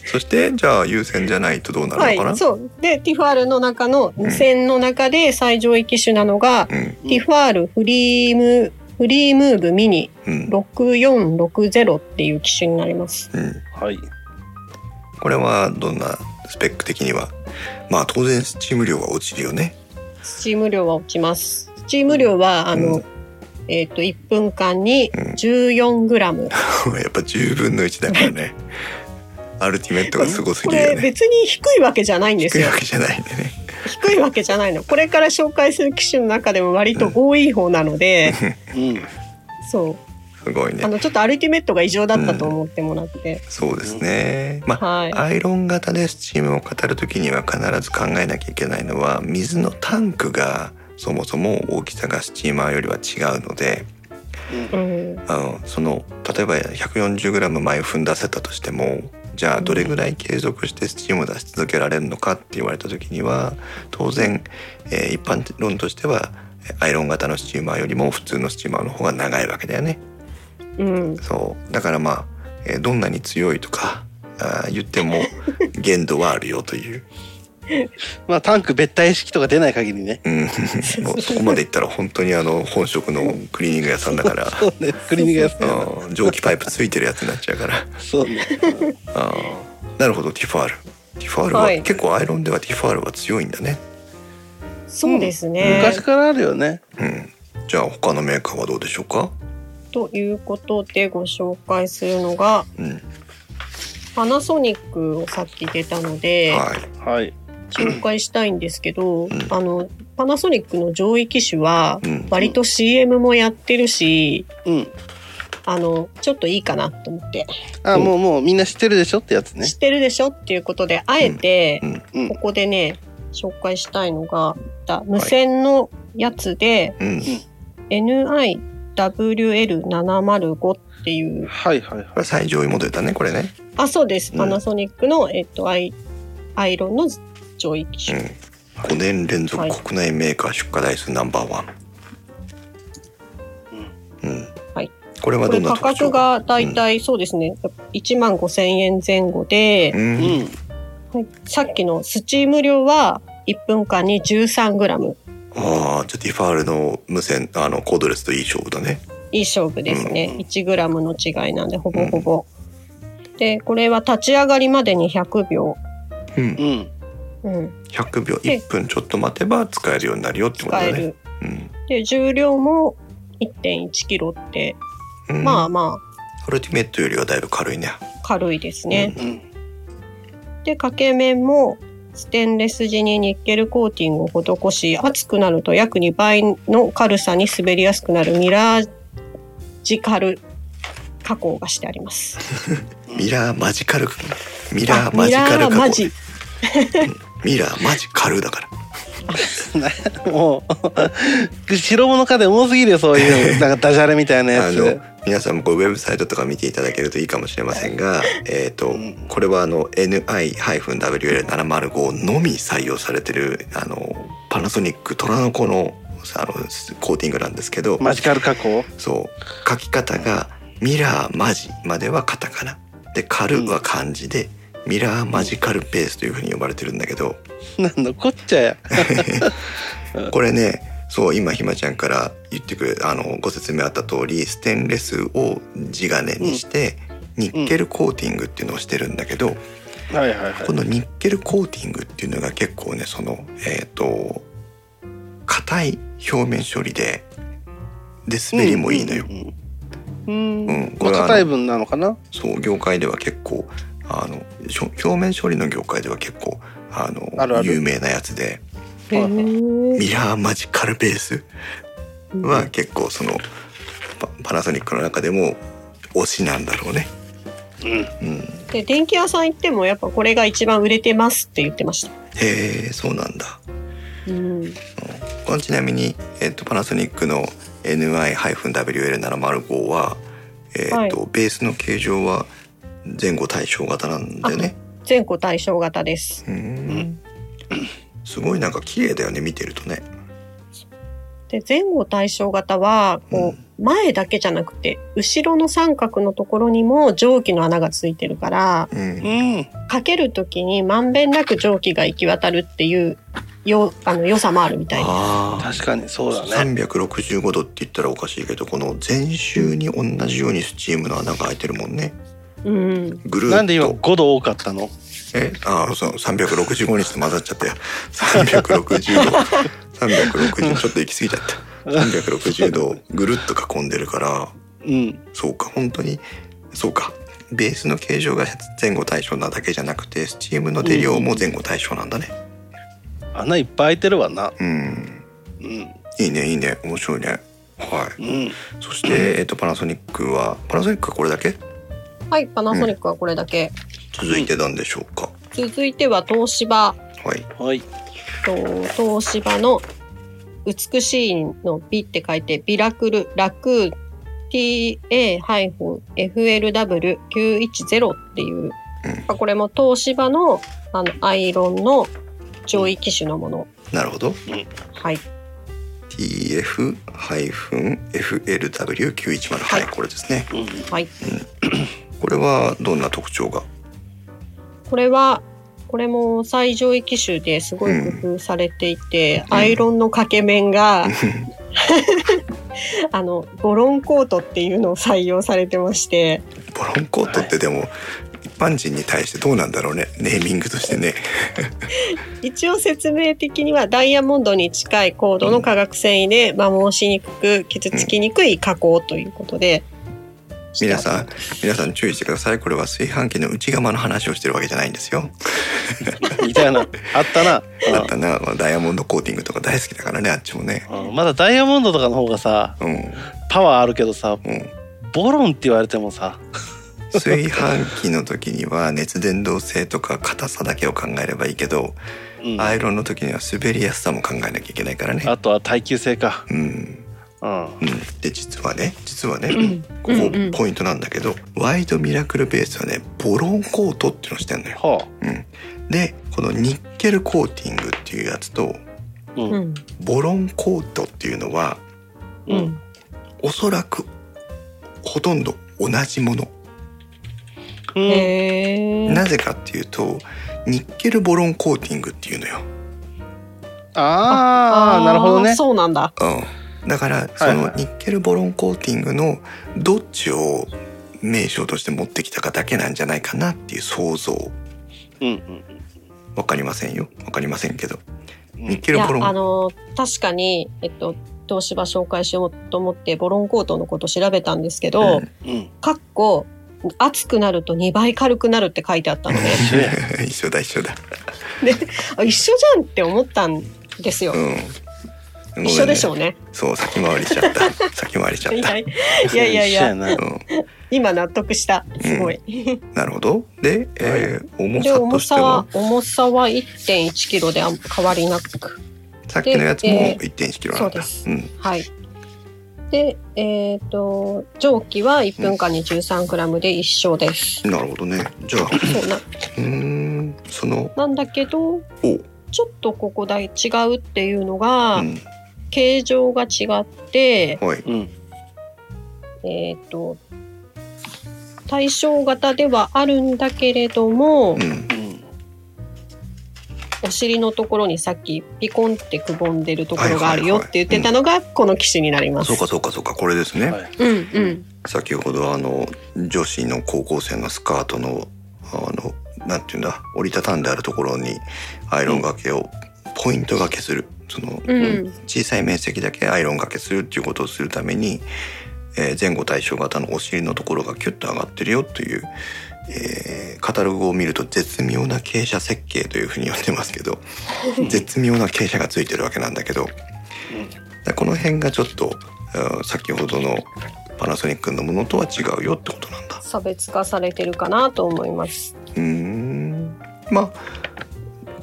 [SPEAKER 1] そしてじゃあ優先じゃないとどうな
[SPEAKER 2] は
[SPEAKER 1] るのかな、
[SPEAKER 2] いそうでティファールの中の線の中で最上位機種なのが、
[SPEAKER 1] うん
[SPEAKER 2] ティファールフリームフリームーブミニ
[SPEAKER 1] うん
[SPEAKER 2] 6460っていう機種になります
[SPEAKER 1] うん、
[SPEAKER 3] はい
[SPEAKER 1] これはどんなスペック的にはまあ当然スチーム量は落ちるよね
[SPEAKER 2] スチーム量は落ちますスチーム量はあの、
[SPEAKER 1] うん
[SPEAKER 2] えっ、と1分間に
[SPEAKER 1] うん
[SPEAKER 2] 14g
[SPEAKER 1] やっぱ10分の1だから ねアルティメットがす ごす
[SPEAKER 2] こ
[SPEAKER 1] ぎる
[SPEAKER 2] れ
[SPEAKER 1] よね
[SPEAKER 2] 別に低いわけじゃないんです
[SPEAKER 1] 低 い
[SPEAKER 2] よ
[SPEAKER 1] わけじゃないんでね
[SPEAKER 2] 低いわけじゃないのこれから紹介する機種の中でも割と多い方なので、
[SPEAKER 3] うん
[SPEAKER 2] そう
[SPEAKER 1] すごい
[SPEAKER 2] あ
[SPEAKER 1] ね
[SPEAKER 2] のちょっとアルティメットが異常だったと思ってもらって、
[SPEAKER 1] そうですねまあ
[SPEAKER 2] はい
[SPEAKER 1] アイロン型でスチームを語る時には必ず考えなきゃいけないのは水のタンクがそもそも大きさがスチーマーよりは違うので
[SPEAKER 2] うん、
[SPEAKER 1] あのその例えば 140g 前踏んだせたとしてもじゃあどれぐらい継続してスチームを出し続けられるのかって言われた時には当然、えー一般論としてはえーアイロン型のスチーマーよりも普通のスチーマーの方が長いわけだよね。
[SPEAKER 2] うん、
[SPEAKER 1] そうだからまあ、えーどんなに強いとかあー言っても限度はあるよという、
[SPEAKER 3] まあタンク別体式とか出ない限りね
[SPEAKER 1] うん、もうそこまでいったら本当にあの本職のクリーニング屋さんだから
[SPEAKER 3] そうねクリーニング屋さんや
[SPEAKER 1] あー蒸気パイプついてるやつになっちゃうから
[SPEAKER 3] なそうね
[SPEAKER 1] あーなるほどティファールティファールは、
[SPEAKER 2] はい
[SPEAKER 1] 結構アイロンではティファールは強いんだね、
[SPEAKER 2] そうですね、
[SPEAKER 3] 昔からあるよね
[SPEAKER 1] うん、じゃあ他のメーカーはどうでしょうか、
[SPEAKER 2] ということでご紹介するのが
[SPEAKER 1] うん
[SPEAKER 2] パナソニックをさっき出たので
[SPEAKER 1] はい
[SPEAKER 3] はい
[SPEAKER 2] 紹介したいんですけど、
[SPEAKER 1] ん
[SPEAKER 2] あのパナソニックの上位機種は
[SPEAKER 1] うん
[SPEAKER 2] 割と CM もやってるし
[SPEAKER 3] うん
[SPEAKER 2] あのちょっといいかなと思って、
[SPEAKER 3] あもうもうみんな知ってるでしょってやつね
[SPEAKER 2] 知ってるでしょっていうことであえて、
[SPEAKER 1] うん
[SPEAKER 3] うん
[SPEAKER 2] ここでね紹介したいのがだ無線のやつで、
[SPEAKER 1] うん
[SPEAKER 2] NIWL705 っていう
[SPEAKER 3] はいはいはい
[SPEAKER 1] これ最上位モデルだねこれね、
[SPEAKER 2] あそうです
[SPEAKER 1] うん
[SPEAKER 2] パナソニックの、えっとアイアイロンの上位機
[SPEAKER 1] うん5
[SPEAKER 2] 種、、
[SPEAKER 1] 年連続国内メーカー出荷台数ナンバーワン、うん
[SPEAKER 2] はい
[SPEAKER 1] これはど
[SPEAKER 2] これ
[SPEAKER 1] んな
[SPEAKER 2] 価
[SPEAKER 1] 特徴
[SPEAKER 2] 格がだいたいそうですね、1万5000円前後で
[SPEAKER 1] う、ん、
[SPEAKER 3] うん
[SPEAKER 2] はいさっきのスチーム量は1分間に 13g
[SPEAKER 1] ああじゃあディファールの無線あのコードレスといい勝負だね
[SPEAKER 2] いい勝負ですね
[SPEAKER 3] うん。
[SPEAKER 2] 1g の違いなんで、ほぼほぼ。で、これは立ち上がりまでに100秒。
[SPEAKER 1] うん
[SPEAKER 3] うん
[SPEAKER 2] うん、
[SPEAKER 1] 100秒
[SPEAKER 2] で
[SPEAKER 1] 1分ちょっと待てば使えるようになるよってこと
[SPEAKER 2] 使
[SPEAKER 1] だ
[SPEAKER 2] え
[SPEAKER 1] ね
[SPEAKER 2] る。
[SPEAKER 1] うん
[SPEAKER 2] で、重量も 1.1kg って、
[SPEAKER 1] うん
[SPEAKER 2] まあま
[SPEAKER 1] アルティメットよりはだいぶ軽いね
[SPEAKER 2] あ軽いですね。
[SPEAKER 3] うん
[SPEAKER 2] で、掛け面もステンレス地にニッケルコーティングを施し、熱くなると約2倍の軽さに滑りやすくなるミラージカル加工がしてあります。
[SPEAKER 1] ミラーマジカルミラー
[SPEAKER 2] あ
[SPEAKER 1] マジカル
[SPEAKER 2] ミラー
[SPEAKER 1] 加
[SPEAKER 2] マ
[SPEAKER 1] 工
[SPEAKER 2] ジ。
[SPEAKER 1] ミラーマジカルだから
[SPEAKER 3] もう白物家電多すぎるよそういうなんかダジャレみたいなや
[SPEAKER 1] あ
[SPEAKER 3] つ
[SPEAKER 1] の皆さんもこうウェブサイトとか見ていただけるといいかもしれませんが、えっと
[SPEAKER 3] ん
[SPEAKER 1] これはあの NI-WL705 のみ採用されてるあのパナソニック虎の子のあのコーティングなんですけど、
[SPEAKER 3] マジカル加工
[SPEAKER 1] そう書き方が「ミラーマジ」まではカタカナで「カル」は漢字で「ミラーマジカルベース」というふうに呼ばれてるんだけど
[SPEAKER 3] なんのこっちゃや。
[SPEAKER 1] これねそう今ひまちゃんから言ってくれあのご説明あった通りステンレスを地金にして、ニッケルコーティングっていうのをしてるんだけど、
[SPEAKER 3] はいはいはい。
[SPEAKER 1] このニッケルコーティングっていうのが結構ねそのえっ、と硬い表面処理でで滑りもいいのよ。
[SPEAKER 3] うん。う。
[SPEAKER 1] うんんこ
[SPEAKER 3] まあ
[SPEAKER 1] れはあの
[SPEAKER 3] 硬い分なのかな。
[SPEAKER 1] そう業界では結構あのしょ表面処理の業界では結構あの
[SPEAKER 3] あるある
[SPEAKER 1] 有名なやつで
[SPEAKER 2] へー
[SPEAKER 1] ミラーマジカルベースは結構そのパパナソニックの中でも推しなんだろうね。
[SPEAKER 3] うん。
[SPEAKER 1] うん、
[SPEAKER 2] で電気屋さん行ってもやっぱこれが一番売れてますって言ってました。
[SPEAKER 1] へえそうなんだ。
[SPEAKER 2] うん、
[SPEAKER 1] このちなみに、えっとパナソニックの NI-WL705 は、えっと
[SPEAKER 2] はい
[SPEAKER 1] ベースの形状は前後対称型なんだよね。
[SPEAKER 2] 全個対象型です。
[SPEAKER 1] うんすごいなんか綺麗だよね見てるとね。
[SPEAKER 2] で前後対称型はこう前だけじゃなくて後ろの三角のところにも蒸気の穴がついてるから
[SPEAKER 1] うん
[SPEAKER 3] うん。
[SPEAKER 2] かけるときにまんべんなく蒸気が行き渡るっていうよあの良さもあるみたいな。
[SPEAKER 1] ああ
[SPEAKER 3] 確かにそうだね。
[SPEAKER 1] 365度って言ったらおかしいけどこの全周に同じようにスチームの穴が開いてるもんね
[SPEAKER 2] うん、
[SPEAKER 1] ぐる
[SPEAKER 3] なんで
[SPEAKER 1] ー
[SPEAKER 3] 今
[SPEAKER 1] っと
[SPEAKER 3] 5度多かったの
[SPEAKER 1] えああそう365にして混ざっちゃったよ360360ちょっと行き過ぎちゃった360度ぐるっと囲んでるから
[SPEAKER 3] うん。
[SPEAKER 1] そうか本当にそうかベースの形状が前後対称なだけじゃなくてスチームの出量も前後対称なんだね
[SPEAKER 3] 穴いっぱい開いてるわな。
[SPEAKER 1] うん
[SPEAKER 3] うん。
[SPEAKER 1] いいねいいね面白いねはい
[SPEAKER 3] うん。
[SPEAKER 1] そして、えっと、パナソニックはパナソニックはこれだけ
[SPEAKER 2] はいパナソニックはこれだけ、
[SPEAKER 1] 続いてなんでしょうか、
[SPEAKER 2] 続いては東芝
[SPEAKER 1] はい
[SPEAKER 3] はい。
[SPEAKER 2] と東芝の美しいの美って書いてビラクルラクー TA-FLW910 っていう、まあこれも東芝のあのアイロンの上位機種のもの、
[SPEAKER 1] なるほど
[SPEAKER 2] はい
[SPEAKER 1] TF-FLW910 は、
[SPEAKER 2] はいい
[SPEAKER 1] これですね
[SPEAKER 3] うん。
[SPEAKER 2] はい
[SPEAKER 1] これはどんな特徴が
[SPEAKER 2] これはこれも最上位機種ですごい工夫されていて、
[SPEAKER 1] うん
[SPEAKER 2] アイロンの掛け面が、あのゴロンコートっていうのを採用されてまして
[SPEAKER 1] ボロンコートってでも、一般人に対してどうなんだろうねネーミングとして ね
[SPEAKER 2] 一応説明的にはダイヤモンドに近い高度の化学繊維で摩耗しにくく傷つきにくい加工ということで、
[SPEAKER 1] 皆さん皆さん注意してくださいこれは炊飯器の内釜の話をしてるわけじゃないんですよ
[SPEAKER 3] みたいな。あったな。
[SPEAKER 1] だったなダイヤモンドコーティングとか大好きだからねあっちもね
[SPEAKER 3] うんうんまだダイヤモンドとかの方がさ、
[SPEAKER 1] うん
[SPEAKER 3] パワーあるけどさ、
[SPEAKER 1] うん
[SPEAKER 3] ボロンって言われてもさ、
[SPEAKER 1] 炊飯器の時には熱伝導性とか硬さだけを考えればいいけど
[SPEAKER 3] うん。
[SPEAKER 1] アイロンの時には滑りやすさも考えなきゃいけないからね。
[SPEAKER 3] あとは耐久性か。
[SPEAKER 1] うん、
[SPEAKER 3] うん。
[SPEAKER 1] うん、で実はね実はね、
[SPEAKER 2] ん
[SPEAKER 1] ここ
[SPEAKER 2] うんうん
[SPEAKER 1] ポイントなんだけど、ワイドミラクルベースはねボロンコートっていうのをしてんのよ。
[SPEAKER 3] は
[SPEAKER 1] うん、でこのニッケルコーティングっていうやつと
[SPEAKER 3] あ。う。
[SPEAKER 2] うんん
[SPEAKER 1] ボロンコートっていうのは
[SPEAKER 2] う
[SPEAKER 3] うん。
[SPEAKER 2] ん
[SPEAKER 1] おそらくほとんど同じもの。
[SPEAKER 3] うん。
[SPEAKER 2] へー
[SPEAKER 1] なぜかっていうとニッケルボロンコーティングっていうのよ。
[SPEAKER 3] ああ、なるほどね。
[SPEAKER 2] そうなんだ
[SPEAKER 1] うん、だからそのニッケルボロンコーティングのどっちを名称として持ってきたかだけなんじゃないかなっていう想像
[SPEAKER 3] うんうん
[SPEAKER 1] わかりませんよわかりませんけど
[SPEAKER 3] うん。
[SPEAKER 1] ニッ
[SPEAKER 2] い
[SPEAKER 1] ケル
[SPEAKER 2] や
[SPEAKER 1] ボロン
[SPEAKER 2] あの確かにえっと東芝紹介しようと思ってボロンコートのこと調べたんですけど、
[SPEAKER 1] うん
[SPEAKER 3] うん。
[SPEAKER 2] かっこ熱くなると2倍軽くなるって書いてあったので、
[SPEAKER 3] 一緒や
[SPEAKER 1] 一緒だ一緒だ
[SPEAKER 2] あ一緒じゃんって思ったんですよ。
[SPEAKER 1] うんごめんね
[SPEAKER 2] 一緒でしょうね。
[SPEAKER 1] そう先回りしちゃ った先回りしちゃっ
[SPEAKER 2] い
[SPEAKER 1] た、
[SPEAKER 2] やいやいやい
[SPEAKER 3] 一緒
[SPEAKER 2] や、
[SPEAKER 3] な
[SPEAKER 1] う
[SPEAKER 2] 今納得した。すごい。
[SPEAKER 1] ん、なるほどで、えー重
[SPEAKER 2] で
[SPEAKER 1] さと
[SPEAKER 2] 重
[SPEAKER 1] して
[SPEAKER 2] さ
[SPEAKER 1] は
[SPEAKER 2] は重さは1.1キロであん変わりなく
[SPEAKER 1] さっきのやつも
[SPEAKER 2] でえ
[SPEAKER 1] 1 1キロな
[SPEAKER 2] そ
[SPEAKER 1] ん
[SPEAKER 2] う
[SPEAKER 1] だ
[SPEAKER 2] です
[SPEAKER 1] うん
[SPEAKER 2] はいで、えっ、と、蒸気は1分間に 13g で一緒です。
[SPEAKER 1] なるほどねじ ゃあ
[SPEAKER 2] そうな
[SPEAKER 1] うーんその
[SPEAKER 2] なんだけど、
[SPEAKER 1] おう
[SPEAKER 2] ちょっとここだい違うっていうのが、
[SPEAKER 1] ん
[SPEAKER 2] 形状が違って、
[SPEAKER 1] はい
[SPEAKER 3] うん。
[SPEAKER 2] えっ、と、対象型ではあるんだけれども、
[SPEAKER 1] うん
[SPEAKER 3] うん。
[SPEAKER 2] お尻のところにさっきピコンってくぼんでるところがあるよ
[SPEAKER 1] は
[SPEAKER 2] っ
[SPEAKER 1] いはいはい
[SPEAKER 2] て言ってたのが、この機種になります。
[SPEAKER 1] そうかそうかそうかこれですね、
[SPEAKER 3] はい
[SPEAKER 2] うんうん。
[SPEAKER 1] 先ほどあの女子の高校生のスカートのあのなんていうんだ折りたたんであるところにアイロンがけをポイントがけするその、
[SPEAKER 2] うん。
[SPEAKER 1] 小さい面積だけアイロンがけするっていうことをするために、えー前後対称型のお尻のところがキュッと上がってるよという、えーカタログを見ると絶妙な傾斜設計というふうに呼んでますけど絶妙な傾斜がついてるわけなんだけどでこの辺がちょっと、うん先ほどのパナソニックのものとは違うよってことなんだ。
[SPEAKER 2] 差別化されてるかなと思います。
[SPEAKER 1] うーんまあ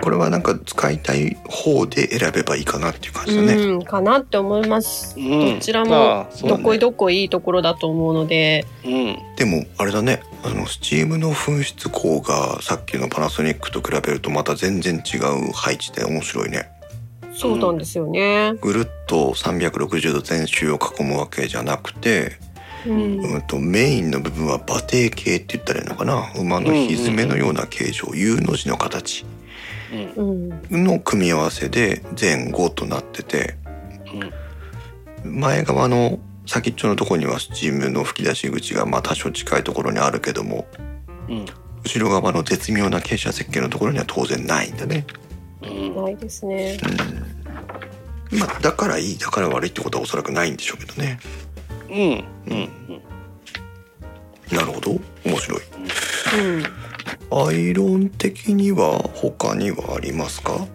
[SPEAKER 1] これはなんか使いたい方で選べばいいかなっていう感じだね。
[SPEAKER 2] うん、かなって思います。
[SPEAKER 3] うん
[SPEAKER 2] どちら
[SPEAKER 3] ま
[SPEAKER 2] も
[SPEAKER 3] あ、そうだ
[SPEAKER 2] ど
[SPEAKER 3] ね
[SPEAKER 2] こいどこいいところだと思うので、
[SPEAKER 3] うん。
[SPEAKER 1] でもあれだねあのスチームの噴出口がさっきのパナソニックと比べるとまた全然違う配置で面白いね
[SPEAKER 2] そうなんですよね。
[SPEAKER 1] ぐるっと360度全周を囲むわけじゃなくて、
[SPEAKER 2] うん。
[SPEAKER 1] うん、とメインの部分は馬蹄形って言ったらいいのかな馬のひづめのような形状、U の字の形
[SPEAKER 3] うん。
[SPEAKER 2] うん。
[SPEAKER 1] の組み合わせで前後となってて
[SPEAKER 3] うん。
[SPEAKER 1] 前側の先っちょのところにはスチームの吹き出し口がまあ多少近いところにあるけども
[SPEAKER 3] うん。
[SPEAKER 1] 後ろ側の絶妙な傾斜設計のところには当然ないんだね。
[SPEAKER 3] うん。
[SPEAKER 2] ないですね。
[SPEAKER 1] まあ、だからいいだから悪いってことはおそらくないんでしょうけどね
[SPEAKER 3] うん。うん。
[SPEAKER 1] なるほど面白い
[SPEAKER 2] うん。い
[SPEAKER 1] アイロン的には他にはありますか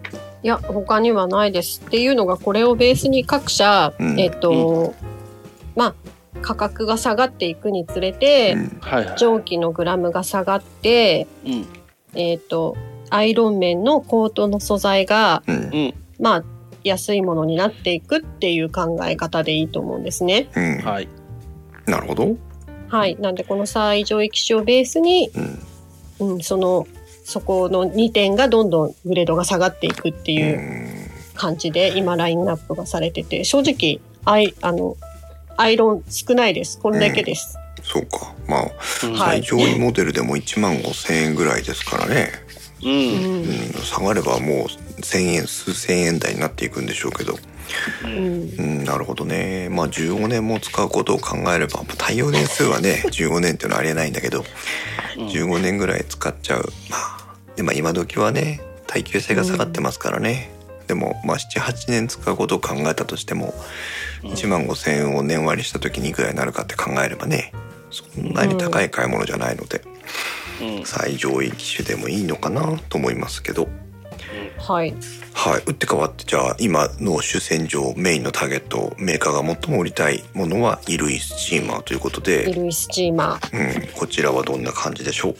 [SPEAKER 2] や、他にはないです。っていうのが、これをベースに各社、
[SPEAKER 1] うん
[SPEAKER 2] えっと、まあ、価格が下がっていくにつれて、
[SPEAKER 1] うん
[SPEAKER 3] はいはい。
[SPEAKER 2] 蒸気のグラムが下がって、
[SPEAKER 3] うん。
[SPEAKER 2] えっと、アイロン面のコートの素材が、
[SPEAKER 1] うん
[SPEAKER 3] うん。
[SPEAKER 2] まあ、安いものになっていくっていう考え方でいいと思うんですね。
[SPEAKER 1] うん
[SPEAKER 3] はい。
[SPEAKER 1] なるほど、
[SPEAKER 2] はい。なんで、この最上位機種をベースに、
[SPEAKER 1] うん
[SPEAKER 2] うん、その、そこの2点がどんどんグレードが下がっていくっていう感じで今ラインナップがされてて正直アイあのアイロン少ないですこれだけです、
[SPEAKER 1] そうかまあ
[SPEAKER 2] はい
[SPEAKER 1] 最上位モデルでも1万5,000円ぐらいですからね、
[SPEAKER 3] う。
[SPEAKER 2] うん
[SPEAKER 1] うん
[SPEAKER 2] ん
[SPEAKER 1] 下がればもう1,000円数千円台になっていくんでしょうけど、
[SPEAKER 2] う
[SPEAKER 3] うん。
[SPEAKER 2] ん
[SPEAKER 1] うん、なるほどねまあ15年も使うことを考えればまあ耐用年数はね 15年っていうのはありえないんだけど15年ぐらい使っちゃうまあでも今時はね耐久性が下がってますからね、でもまあ78年使うことを考えたとしても
[SPEAKER 3] うん
[SPEAKER 1] 1万5,000円を年割りした時にいくらになるかって考えればねそんなに高い買い物じゃないので、
[SPEAKER 3] うん。
[SPEAKER 1] 最上位機種でもいいのかなと思いますけど
[SPEAKER 2] はい
[SPEAKER 1] はい打って変わってじゃあ今の主戦場メインのターゲットメーカーが最も売りたいものは衣類スチーマーということ
[SPEAKER 2] 衣
[SPEAKER 1] で、
[SPEAKER 2] 類スチーマー
[SPEAKER 1] うん、こちらはどんな感じでしょう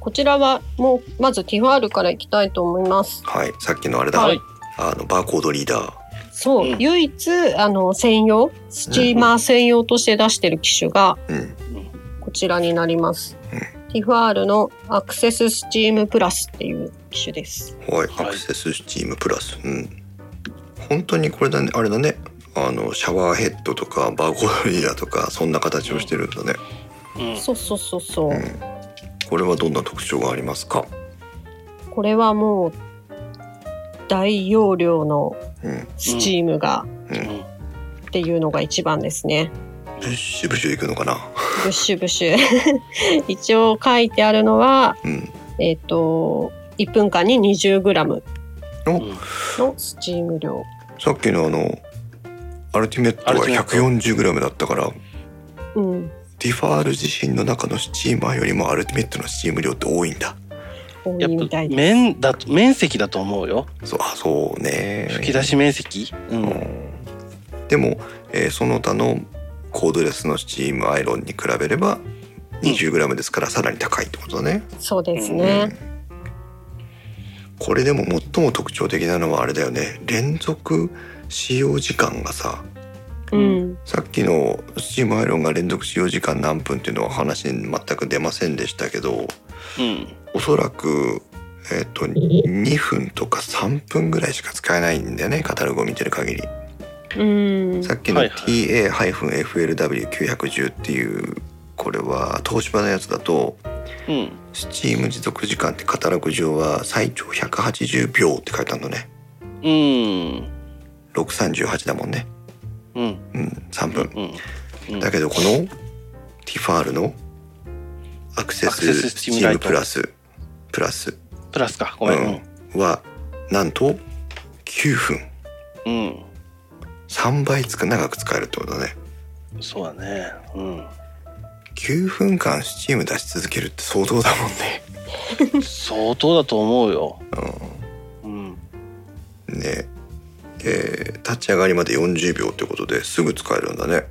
[SPEAKER 2] こちらはもうまずティファールからいきたいと思います
[SPEAKER 1] はいさっきのあれだ、
[SPEAKER 3] はい。
[SPEAKER 1] あのバーコードリーダー
[SPEAKER 2] そう、
[SPEAKER 3] うん
[SPEAKER 2] 唯一あの専用スチーマー専用として出してる機種が
[SPEAKER 1] うん
[SPEAKER 2] こちらになります、
[SPEAKER 1] うん
[SPEAKER 2] ティファールのアクセススチームプラスっていう機種です
[SPEAKER 1] はい、
[SPEAKER 3] はい
[SPEAKER 1] アクセススチームプラス、うん、本当にこれだねあれだねあのシャワーヘッドとかバーコードリーダーとかそんな形をしてるんだね、
[SPEAKER 3] うん。
[SPEAKER 2] そうそうそうそう、
[SPEAKER 1] うん、これはどんな特徴がありますか、
[SPEAKER 2] これはもう大容量の
[SPEAKER 1] うん、
[SPEAKER 2] スチームが、
[SPEAKER 3] うん。
[SPEAKER 2] っていうのが一番ですね。
[SPEAKER 1] ブッシュブッシュいくのかな
[SPEAKER 2] ブッシュブッシュ。 一応書いてあるのは、
[SPEAKER 1] うん
[SPEAKER 2] えっ、と、1分間に 20g
[SPEAKER 1] お
[SPEAKER 3] うん
[SPEAKER 2] のスチーム量。
[SPEAKER 1] さっきのあのアルティメット
[SPEAKER 3] アル
[SPEAKER 1] は
[SPEAKER 3] ティメット
[SPEAKER 1] 140g だったから
[SPEAKER 2] うん、
[SPEAKER 1] ディファール自身の中のスチーマーよりもアルティメットのスチーム量って多いんだ
[SPEAKER 2] 多い
[SPEAKER 3] や
[SPEAKER 2] み
[SPEAKER 3] ったぱ
[SPEAKER 2] いです。
[SPEAKER 3] 面だと面積だと思うよ。
[SPEAKER 1] そうあそうね
[SPEAKER 3] 吹き出し面積。うん。
[SPEAKER 1] でも、えーその他のコードレスのスチームアイロンに比べれば 20g ですからさらに高いってことだね、
[SPEAKER 2] そうです
[SPEAKER 1] うん
[SPEAKER 2] ね。
[SPEAKER 1] これでも最も特徴的なのはあれだよね連続使用時間がさ
[SPEAKER 2] うん。
[SPEAKER 1] さっきのスチームアイロンが連続使用時間何分っていうのは話に全く出ませんでしたけど
[SPEAKER 3] うん。
[SPEAKER 1] おそらく、えっと2分とか3分ぐらいしか使えないんだよねカタログを見てる限り
[SPEAKER 2] うん。
[SPEAKER 1] さっきの
[SPEAKER 3] はいは
[SPEAKER 1] TA-FLW910 っていうこれは東芝のやつだと
[SPEAKER 3] うん。
[SPEAKER 1] Steam 持続時間ってカタログ上は最長180秒って書いてあるのね
[SPEAKER 3] うん。
[SPEAKER 1] 638だもんね
[SPEAKER 3] うん。
[SPEAKER 1] うん3分
[SPEAKER 3] うん。うん
[SPEAKER 1] だけどこのティファールのアクセ
[SPEAKER 3] アクセ
[SPEAKER 1] スス
[SPEAKER 3] スス
[SPEAKER 1] チ
[SPEAKER 3] チ
[SPEAKER 1] ーム
[SPEAKER 3] ームライト
[SPEAKER 1] プラスプラス、
[SPEAKER 3] プラスか。ご
[SPEAKER 1] う
[SPEAKER 3] めん
[SPEAKER 1] ん。、はなんと9分
[SPEAKER 3] うん。
[SPEAKER 1] 3倍つく長く使えるってことだね
[SPEAKER 3] うんそうだね。う
[SPEAKER 1] 9分間スチーム出し続けるって相当だもんね
[SPEAKER 3] ん。 相当だと思うよ。
[SPEAKER 1] う
[SPEAKER 3] うん。
[SPEAKER 1] んねえー立ち上がりまで40秒ってことですぐ使えるんだね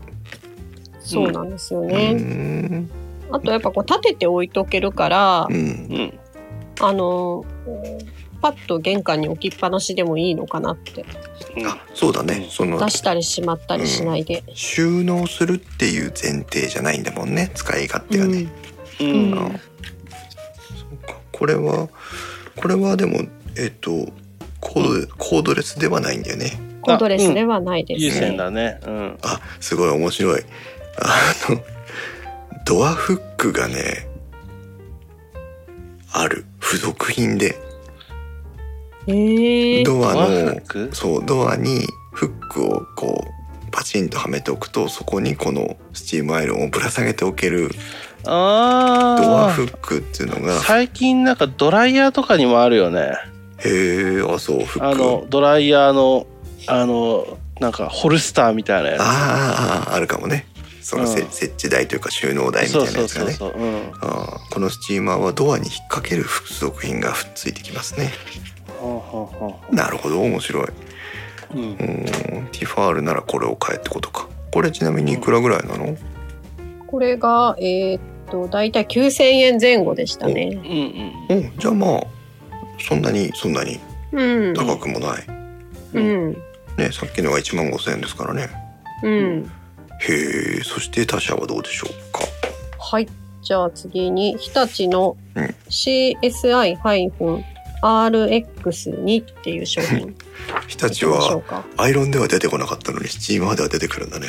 [SPEAKER 2] そうなんですよ
[SPEAKER 1] う
[SPEAKER 2] ね。
[SPEAKER 1] ーん
[SPEAKER 2] あとやっぱこう立てて置いとけるから
[SPEAKER 1] う、ん
[SPEAKER 3] うん。
[SPEAKER 2] あの、パッと玄関に置きっぱなしでもいいのかなって。
[SPEAKER 1] あそうだねその
[SPEAKER 2] 出したりしまったりしないで。
[SPEAKER 1] 収納するっていう前提じゃないんだもんね使い勝手がね、
[SPEAKER 3] うん。
[SPEAKER 2] う
[SPEAKER 3] うん
[SPEAKER 1] あ
[SPEAKER 3] ん。
[SPEAKER 1] そうかこれはこれはでもえっ、とコードコードレスではないんだよね
[SPEAKER 2] コードレスではないです、ね。
[SPEAKER 3] 優先だね。うん。
[SPEAKER 1] あすごい面白いあのドアフックがねある付属品で
[SPEAKER 2] へえ。
[SPEAKER 1] ドア
[SPEAKER 3] ワンフ
[SPEAKER 1] の
[SPEAKER 3] ック
[SPEAKER 1] そうドアにフックをこうパチンとはめておくとそこにこのスチームアイロンをぶら下げておけるドア
[SPEAKER 3] あ
[SPEAKER 1] フックっていうの
[SPEAKER 3] あ。
[SPEAKER 1] が
[SPEAKER 3] 最近なんかドライヤーとかにもあるよね。
[SPEAKER 1] へえあそうフッ
[SPEAKER 3] あ
[SPEAKER 1] ク
[SPEAKER 3] の、ドライヤーの、あの、なんかホルスターみたいなやつ。
[SPEAKER 1] あーあーあるかもねそのせ、
[SPEAKER 3] うん
[SPEAKER 1] 設置台というか収納台みた
[SPEAKER 3] そ
[SPEAKER 1] いうな
[SPEAKER 3] そ
[SPEAKER 1] や
[SPEAKER 3] う
[SPEAKER 1] つが
[SPEAKER 3] そう
[SPEAKER 1] ね
[SPEAKER 3] そう。うん。
[SPEAKER 1] あーこのスチーマーはドアに引っ掛ける付属品がついてきますね
[SPEAKER 3] ほうほうほうほ
[SPEAKER 1] なるほど面白いう
[SPEAKER 3] うん
[SPEAKER 1] うーんティファールならこれを買えってことかこれちなみにいくらぐらいなの
[SPEAKER 2] これが、えーっと、だいたい9000円前後でしたね。
[SPEAKER 3] うんうん
[SPEAKER 1] うんじゃあまあそんなにそんなに
[SPEAKER 2] うん。
[SPEAKER 1] 高くもない、
[SPEAKER 2] うん。
[SPEAKER 1] ねさっきのが1万5,000円ですからね
[SPEAKER 2] うん。
[SPEAKER 1] へえそして他社はどうでしょうか
[SPEAKER 2] はい。じゃあ次に、日立の
[SPEAKER 1] うん
[SPEAKER 2] CSI-RX2 っていう商品。
[SPEAKER 1] 日立
[SPEAKER 2] いきましょう
[SPEAKER 1] は
[SPEAKER 2] か。
[SPEAKER 1] アイロンでは出てこなかったのにスチーマーでは出てくるんだね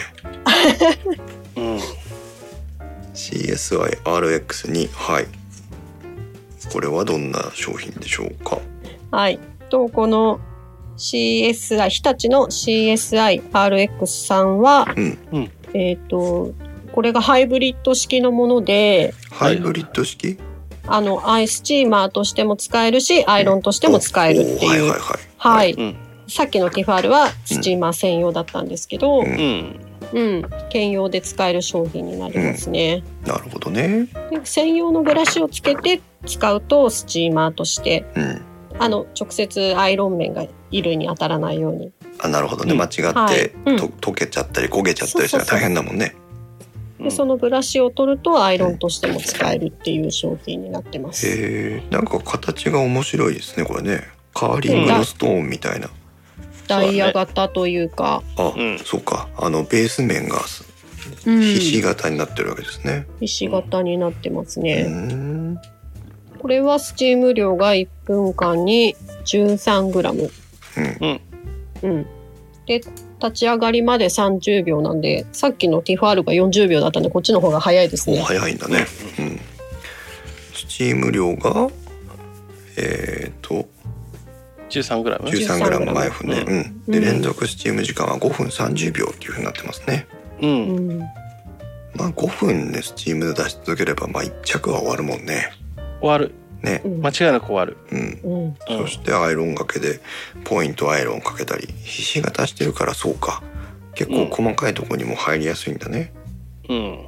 [SPEAKER 3] うん。
[SPEAKER 1] CSIRX2 はいこれはどんな商品でしょうか
[SPEAKER 2] はい。と、この CSI、日立の CSI-RX さんは、
[SPEAKER 1] うん
[SPEAKER 3] うん
[SPEAKER 2] えっ、と、これがハイブリッド式のもので、
[SPEAKER 1] ハイブリッド式、
[SPEAKER 2] あの、アイスチーマーとしても使えるし、アイロンとしても使えるっていう。
[SPEAKER 1] おーはいはい
[SPEAKER 2] はい、
[SPEAKER 1] はいはい
[SPEAKER 3] うん。
[SPEAKER 2] さっきのティファールはスチーマー専用だったんですけど、
[SPEAKER 1] う
[SPEAKER 2] うんん、
[SPEAKER 3] うん。
[SPEAKER 2] 兼用で使える商品になりますね、
[SPEAKER 1] なるほどね
[SPEAKER 2] で専用のブラシをつけて使うとスチーマーとして、
[SPEAKER 1] うん
[SPEAKER 2] あの、直接アイロン面が衣類に当たらないように
[SPEAKER 1] あなるほどね、
[SPEAKER 3] うん
[SPEAKER 1] 間違って、
[SPEAKER 2] はいうん
[SPEAKER 1] と溶けちゃったり焦げちゃったりしたら
[SPEAKER 2] そうそうそう
[SPEAKER 1] 大変だもんね
[SPEAKER 2] でそのブラシを取るとアイロンとしても使えるっていう商品になってます。
[SPEAKER 1] へえなんか形が面白いですねこれねカーリングのストーンみたいな、
[SPEAKER 2] ダイヤ型というか、
[SPEAKER 1] あ、
[SPEAKER 3] うん
[SPEAKER 1] そうかあのベース面が
[SPEAKER 2] うん
[SPEAKER 1] ひし形になってるわけですね、
[SPEAKER 2] ひし形になってます
[SPEAKER 1] う
[SPEAKER 2] ね。
[SPEAKER 1] ん、うん
[SPEAKER 2] これはスチーム量が1分間に 13g。うん。で、立ち上がりまで30秒なんで、さっきのティファールが40秒だったんで、こっちの方が早いです
[SPEAKER 1] お
[SPEAKER 2] ね。
[SPEAKER 1] 早いんだね、うん、スチーム量がえっ、と
[SPEAKER 3] 13グラム。
[SPEAKER 1] 13g 毎分ね、
[SPEAKER 3] う
[SPEAKER 1] うん
[SPEAKER 2] う
[SPEAKER 1] で
[SPEAKER 2] ん
[SPEAKER 1] 連続スチーム時間は5分30秒っていうふうになってますね
[SPEAKER 3] う。
[SPEAKER 2] うんん。
[SPEAKER 1] まあ5分でスチームで出し続ければまあ1着は終わるもんね
[SPEAKER 3] 終わる。
[SPEAKER 1] ね
[SPEAKER 2] うん
[SPEAKER 3] 間違いなく終わる。
[SPEAKER 1] うん
[SPEAKER 2] うん。
[SPEAKER 3] うん
[SPEAKER 1] そしてアイロンがけでポイントアイロンかけたりひし形してるからそうか結構細かいとこにも入りやすいんだね、
[SPEAKER 3] うん。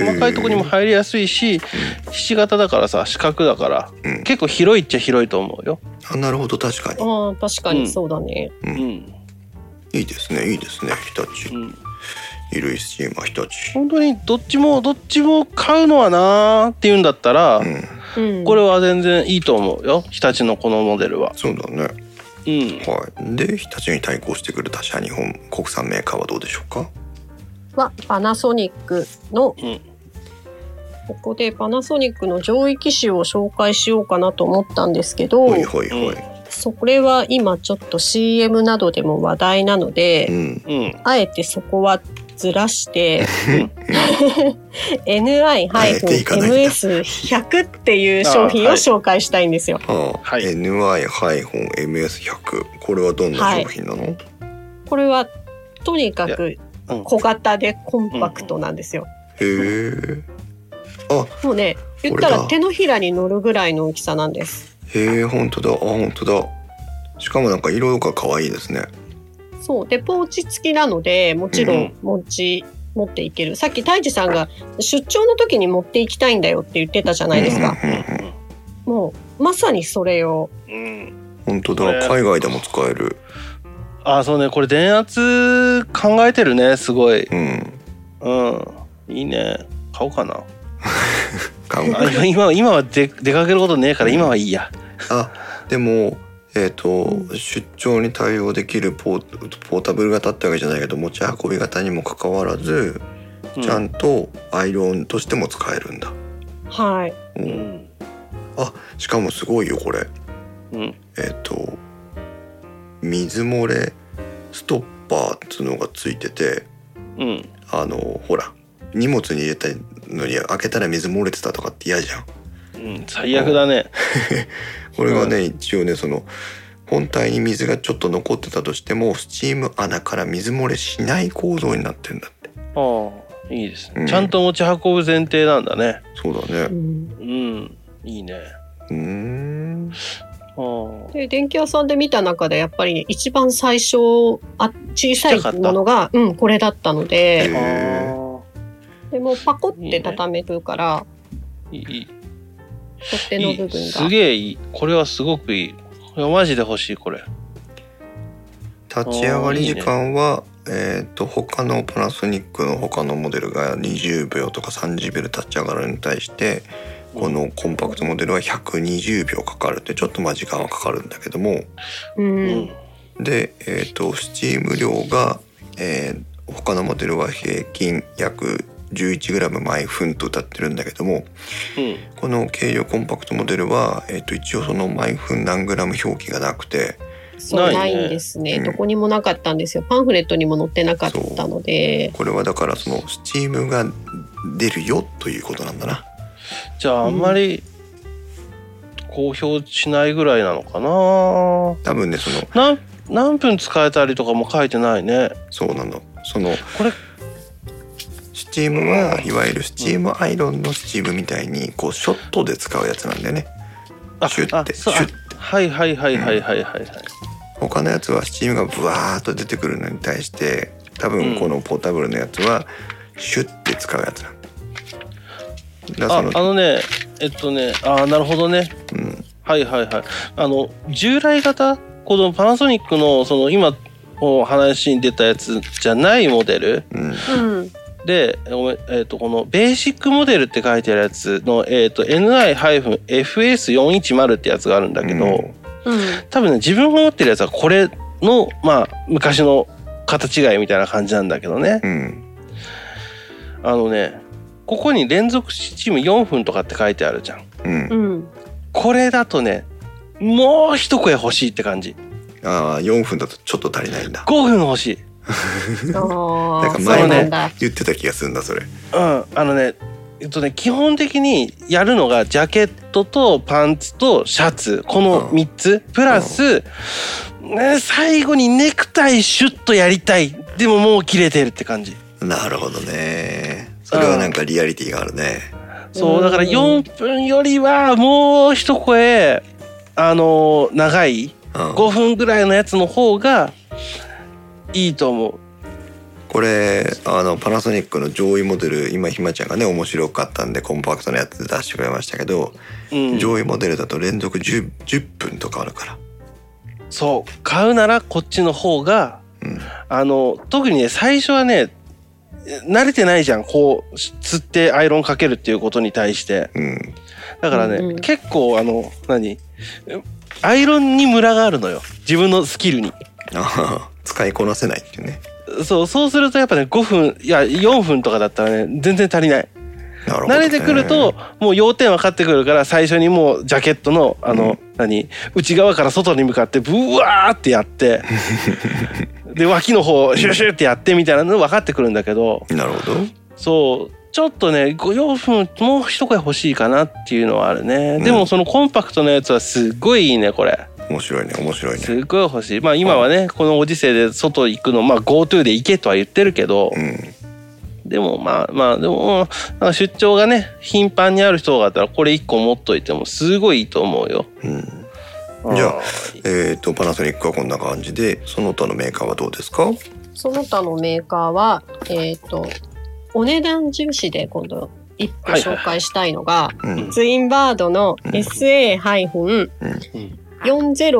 [SPEAKER 1] へー
[SPEAKER 3] 細かいとこにも入りやすいし、ひし形だからさ、四角だから、
[SPEAKER 1] うん
[SPEAKER 3] 結構広いっちゃ広いと思うよ。
[SPEAKER 1] あなるほど確かに
[SPEAKER 2] ああ、確かにそうだね。
[SPEAKER 3] うん。
[SPEAKER 1] いいですねいいですね日立
[SPEAKER 3] うん。
[SPEAKER 1] 衣類スチーマー日立
[SPEAKER 3] 本当にどっちも、どっちも買うのはなーって言うんだったら、
[SPEAKER 1] うん
[SPEAKER 2] うん。
[SPEAKER 3] これは全然いいと思うよ。日立のこのモデルは。
[SPEAKER 1] そうだね
[SPEAKER 3] うん。
[SPEAKER 1] はい、で日立に対抗してくる他社日本国産メーカーはどうでしょうか
[SPEAKER 2] はパナソニックの、
[SPEAKER 3] うん
[SPEAKER 2] ここでパナソニックの上位機種を紹介しようかなと思ったんですけど、
[SPEAKER 1] はいはいはい、
[SPEAKER 2] それは今ちょっと CM などでも話題なの
[SPEAKER 1] う
[SPEAKER 2] で、
[SPEAKER 1] ん、
[SPEAKER 3] うん。
[SPEAKER 2] あえてそこはず らして、NI-MS100 っていう商品を紹介したいんですよ。
[SPEAKER 1] はあ、
[SPEAKER 3] はい
[SPEAKER 1] NI-MS100 これはどんな商品なの、
[SPEAKER 2] これはとにかく
[SPEAKER 3] うん
[SPEAKER 2] 小型でコンパクトなんですよ。
[SPEAKER 1] へえ
[SPEAKER 2] もうね、言ったら手のひらに乗るぐらいの大きさなんです。
[SPEAKER 1] へえ本当だあ本当だしかもなんか色が可愛いですね
[SPEAKER 2] そう。で、ポーチ付きなので、もちろ
[SPEAKER 1] うん
[SPEAKER 2] 持ち、持っていける。さっき太一さんが出張の時に持っていきたいんだよって言ってたじゃないですか。
[SPEAKER 1] うんうん
[SPEAKER 2] もう、まさにそれを。
[SPEAKER 3] うん。うん。
[SPEAKER 1] 本当
[SPEAKER 3] これ
[SPEAKER 1] だ海外でも使える
[SPEAKER 3] あ、そうね。これ電圧考えてるね。すごい。
[SPEAKER 1] うん
[SPEAKER 3] うん。いいね。買おうかな。
[SPEAKER 1] 買う
[SPEAKER 3] あ今今今は出出かけることねえから今はいいや。
[SPEAKER 1] あでもえっ、と、
[SPEAKER 2] う
[SPEAKER 1] 出張に対応できるポーポータブル型ってわけじゃないけど持ち運び型にもかかわらず、
[SPEAKER 3] うん
[SPEAKER 1] ちゃんとアイロンとしても使えるんだ
[SPEAKER 2] はい。
[SPEAKER 1] う
[SPEAKER 3] うんん。
[SPEAKER 1] あしかもすごいよこれ
[SPEAKER 3] うん。
[SPEAKER 1] えっ、と水漏れストッパーっつうのがついてて
[SPEAKER 3] うん。
[SPEAKER 1] あのほら荷物に入れたのに開けたら水漏れてたとかって嫌じゃん
[SPEAKER 3] うん。最悪だね。
[SPEAKER 1] これがね、一応ねその本体に水がちょっと残ってたとしてもスチーム穴から水漏れしない構造になってんだって
[SPEAKER 3] ああ、いいです
[SPEAKER 1] うん
[SPEAKER 3] ね。ちゃんと持ち運ぶ前提なんだね。
[SPEAKER 1] そうだ
[SPEAKER 2] う
[SPEAKER 1] ね
[SPEAKER 2] ん
[SPEAKER 3] うん。いいね。
[SPEAKER 1] うーん
[SPEAKER 3] ああ。
[SPEAKER 2] で電気屋さんで見た中でやっぱりね一番最初あ小さいものがうんこれだったので
[SPEAKER 1] へえ
[SPEAKER 3] あ
[SPEAKER 2] でもうパコっ
[SPEAKER 3] いい
[SPEAKER 2] て
[SPEAKER 3] ね
[SPEAKER 2] 畳めるから
[SPEAKER 3] あ。いいいい。
[SPEAKER 2] 取っ手の部分が
[SPEAKER 3] いいすげえいい。これはすごくいい。いやマジで欲しいこれ。
[SPEAKER 1] 立ち上がり時間はえっ、と他のパナソニックの他のモデルが20秒とか30秒で立ち上がるのに対してこのコンパクトモデルは120秒かかるってちょっとまあ時間はかかるんだけども
[SPEAKER 2] う
[SPEAKER 3] うんん。
[SPEAKER 1] で、えー、とスチーム量が、えー他のモデルは平均約 11g 毎分と歌ってるんだけども
[SPEAKER 3] うん。
[SPEAKER 1] この軽量コンパクトモデルは、えー、と一応その毎分何 g 表記がなくて
[SPEAKER 2] そう
[SPEAKER 3] な
[SPEAKER 2] ないい
[SPEAKER 3] ね
[SPEAKER 2] んですね
[SPEAKER 1] うん
[SPEAKER 2] どこにもなかったんですよパンフレットにも載ってなかったので
[SPEAKER 1] これはだからそのスチームが出るよということなんだな。
[SPEAKER 3] じゃああんまり公表しないぐらいなのかな。
[SPEAKER 1] 多分ねその
[SPEAKER 3] なん何分使えたりとかも書いてないね。
[SPEAKER 1] そうなのその
[SPEAKER 3] これ
[SPEAKER 1] スチームはいわゆるスチームアイロンのスチームみたいにこうショットで使うやつなんだよね。
[SPEAKER 3] あ
[SPEAKER 1] シュッて
[SPEAKER 3] あそうあ
[SPEAKER 1] シュッて
[SPEAKER 3] はいはいはいはいはいはいはい。
[SPEAKER 1] 他のやつはスチームがブワーッと出てくるのに対して多分このポータブルのやつはシュッて使うやつなんだだ
[SPEAKER 3] ああ
[SPEAKER 1] からその
[SPEAKER 3] のねえっとねああなるほどね。
[SPEAKER 1] うん
[SPEAKER 3] はいはいはい。あの、従来型、このパナソニックの、その今、お話に出たやつじゃないモデル
[SPEAKER 1] うん
[SPEAKER 2] うん
[SPEAKER 3] で、おめえっ、と、このベーシックモデルって書いてあるやつの、えっ、と、NI-FS410 ってやつがあるんだけど、
[SPEAKER 1] うん
[SPEAKER 2] うん
[SPEAKER 3] 多分ね、自分が持ってるやつはこれの、まあ、昔の形違いみたいな感じなんだけどね。
[SPEAKER 1] うん
[SPEAKER 3] あのね、ここに連続チーム4分とかって書いてあるじゃん。
[SPEAKER 1] うん
[SPEAKER 2] うん
[SPEAKER 3] これだとね、もう一声欲しいって感じ。
[SPEAKER 1] ああ4分だとちょっと足りないんだ
[SPEAKER 3] 5分欲しい。
[SPEAKER 1] なん
[SPEAKER 2] ああ
[SPEAKER 1] か
[SPEAKER 2] そう
[SPEAKER 1] 前
[SPEAKER 3] も
[SPEAKER 2] なんだ
[SPEAKER 1] 言ってた気がするんだそれ
[SPEAKER 3] うん、あのね、えっとね、基本的にやるのがジャケットとパンツとシャツ、この
[SPEAKER 1] うん
[SPEAKER 3] 3つ、プラス、ね、最後にネクタイシュッとやりたい。でももう切れてるって感じ。
[SPEAKER 1] なるほどねそれはなんかリアリティがあるね
[SPEAKER 3] そう、だから
[SPEAKER 2] うん
[SPEAKER 3] 4分よりはもう一声、あのー長い、
[SPEAKER 1] うん
[SPEAKER 3] 5分ぐらいのやつの方がいいと思う。
[SPEAKER 1] これあのパナソニックの上位モデル今ひまちゃんがね面白かったんでコンパクトなやつ出してくれましたけど
[SPEAKER 3] うん、
[SPEAKER 1] 上位モデルだと連続 10, 10分とかあるから
[SPEAKER 3] そう買うならこっちの方が、
[SPEAKER 1] うん
[SPEAKER 3] あの特にね最初はね慣れてないじゃんこうつってアイロンかけるっていうことに対して
[SPEAKER 1] うん
[SPEAKER 3] だからね、
[SPEAKER 2] うんうん
[SPEAKER 3] 結構あの何アイロンにムラがあるのよ自分のスキルに
[SPEAKER 1] あー使いこなせないっていうね
[SPEAKER 3] そうそうするとやっぱね5分いや4分とかだったらね全然足りない
[SPEAKER 1] なるほど、ね、
[SPEAKER 3] 慣れてくるともう要点分かってくるから最初にもうジャケットのあの、何内側から外に向かってブワーってやってで脇の方シュシュってやってみたいなの分かってくるんだけど
[SPEAKER 1] なるほど
[SPEAKER 3] そうちょっとね4分もう一声欲しいかなっていうのはあるねで
[SPEAKER 1] う
[SPEAKER 3] も
[SPEAKER 1] ん
[SPEAKER 3] そのコンパクトなやつはすっごいいいねこれ
[SPEAKER 1] 面白いね面白いね
[SPEAKER 3] すっごい欲しいまあ今はねこのご時世で外行くのまあ GoTo で行けとは言ってるけど
[SPEAKER 1] うん
[SPEAKER 3] でもまあまあでもなんか出張がね頻繁にある人があったらこれ1個持っといてもすごいいいと思うよ。
[SPEAKER 1] うんじゃあ
[SPEAKER 3] うん
[SPEAKER 1] えー、とパナソニックはこんな感じでその他のメーカーはどうですか
[SPEAKER 2] その他のメーカーは、えっ、と、お値段重視で今度一個
[SPEAKER 3] はいはい
[SPEAKER 2] 紹介したいのが、
[SPEAKER 1] うん
[SPEAKER 2] ツインバードの
[SPEAKER 1] うん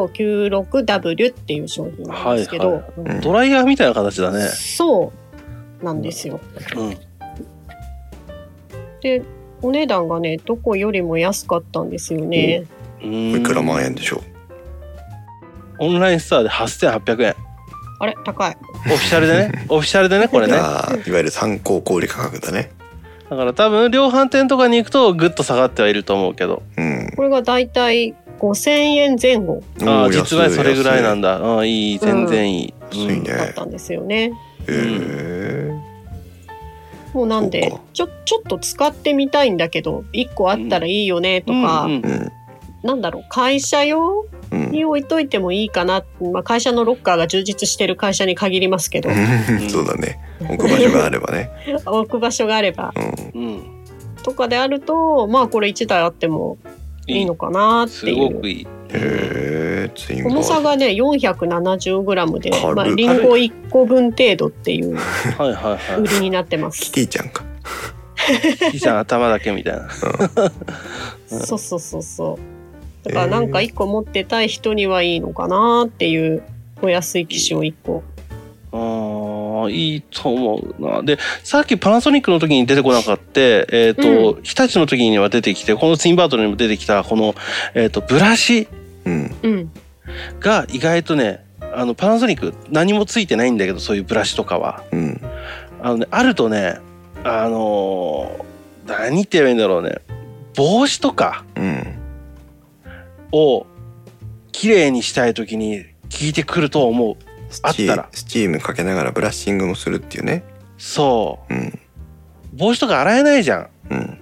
[SPEAKER 2] SA-4096W っていう商品なんですけど、
[SPEAKER 3] はい
[SPEAKER 1] い
[SPEAKER 3] ドライヤーみたいな形だね。
[SPEAKER 2] そうなんですよ。
[SPEAKER 3] うん
[SPEAKER 2] で、お値段がね、どこよりも安かったんですよね。
[SPEAKER 3] うん
[SPEAKER 1] いくら万円でしょ
[SPEAKER 3] オンラインストアで8800円。
[SPEAKER 2] あれ高い。
[SPEAKER 3] オフィシャルで ね。オフィシャルでね、こ
[SPEAKER 1] う
[SPEAKER 3] れ
[SPEAKER 1] い
[SPEAKER 3] ね。だ
[SPEAKER 1] やーいわゆる参考小売価格だね
[SPEAKER 3] から多分、量販店とかに行くとぐっと下がってはいると思うけど。
[SPEAKER 1] うん
[SPEAKER 2] これがだいたい5000円前後
[SPEAKER 3] ああ、
[SPEAKER 1] おー
[SPEAKER 3] 実はそれぐらいなん
[SPEAKER 1] 安
[SPEAKER 3] だ。ああ、いい、全然いい。
[SPEAKER 1] 安い
[SPEAKER 3] うん
[SPEAKER 1] ね
[SPEAKER 2] だったんですよね。
[SPEAKER 1] いへ
[SPEAKER 2] もうなんで
[SPEAKER 1] そうか、
[SPEAKER 2] ちょ、ちょっと使ってみたいんだけど、1個あったらいいよねとか、
[SPEAKER 3] うんうん
[SPEAKER 1] えうん
[SPEAKER 2] なんだろう、会社用
[SPEAKER 1] うん
[SPEAKER 2] に置いといてもいいかな。まあ、会社のロッカーが充実してる会社に限りますけど、
[SPEAKER 1] うんそうだね置く場所があればね、
[SPEAKER 2] 置く場所があれば
[SPEAKER 1] うん、
[SPEAKER 3] うん。
[SPEAKER 2] とかであると、まあこれ1台あってもいいのかなっ
[SPEAKER 3] す
[SPEAKER 2] てい
[SPEAKER 3] ご
[SPEAKER 2] う。
[SPEAKER 3] くいい。
[SPEAKER 1] へえツインバード
[SPEAKER 2] 重さがね 470g で、
[SPEAKER 1] 軽い
[SPEAKER 2] まあ、リンゴ1個分程度っていう
[SPEAKER 3] はいはい
[SPEAKER 2] 売
[SPEAKER 3] は
[SPEAKER 2] りになってま
[SPEAKER 1] キ
[SPEAKER 2] す。
[SPEAKER 1] ティちゃんか
[SPEAKER 3] い。いいじゃん、頭だけみたいな。うん
[SPEAKER 2] そうそうそうそう。だからなんか1個持ってたい人にはいいのかなっていうお安い機種を1個。
[SPEAKER 3] ああ、いいと思うな。で、さっきパナソニックの時に出てこなかった、えっ、と、日立の時には出てきて、このツインバートルにも出てきた、この、えっ、と、ブラシ
[SPEAKER 1] うん
[SPEAKER 2] うん。
[SPEAKER 3] が意外とね、あの、パナソニック何もついてないんだけど、そういうブラシとかは。
[SPEAKER 1] うん
[SPEAKER 3] あのね、あるとね、あのー何って言えばいいんだろうね。帽子とか
[SPEAKER 1] うん
[SPEAKER 3] を綺麗にしたい時に効いてくると思う。
[SPEAKER 1] ス
[SPEAKER 3] あっ
[SPEAKER 1] チ
[SPEAKER 3] たら
[SPEAKER 1] スチームかけながらブラッシングもするっていうね
[SPEAKER 3] そ
[SPEAKER 1] うん
[SPEAKER 3] う。帽子とか洗えないじゃん。
[SPEAKER 1] うん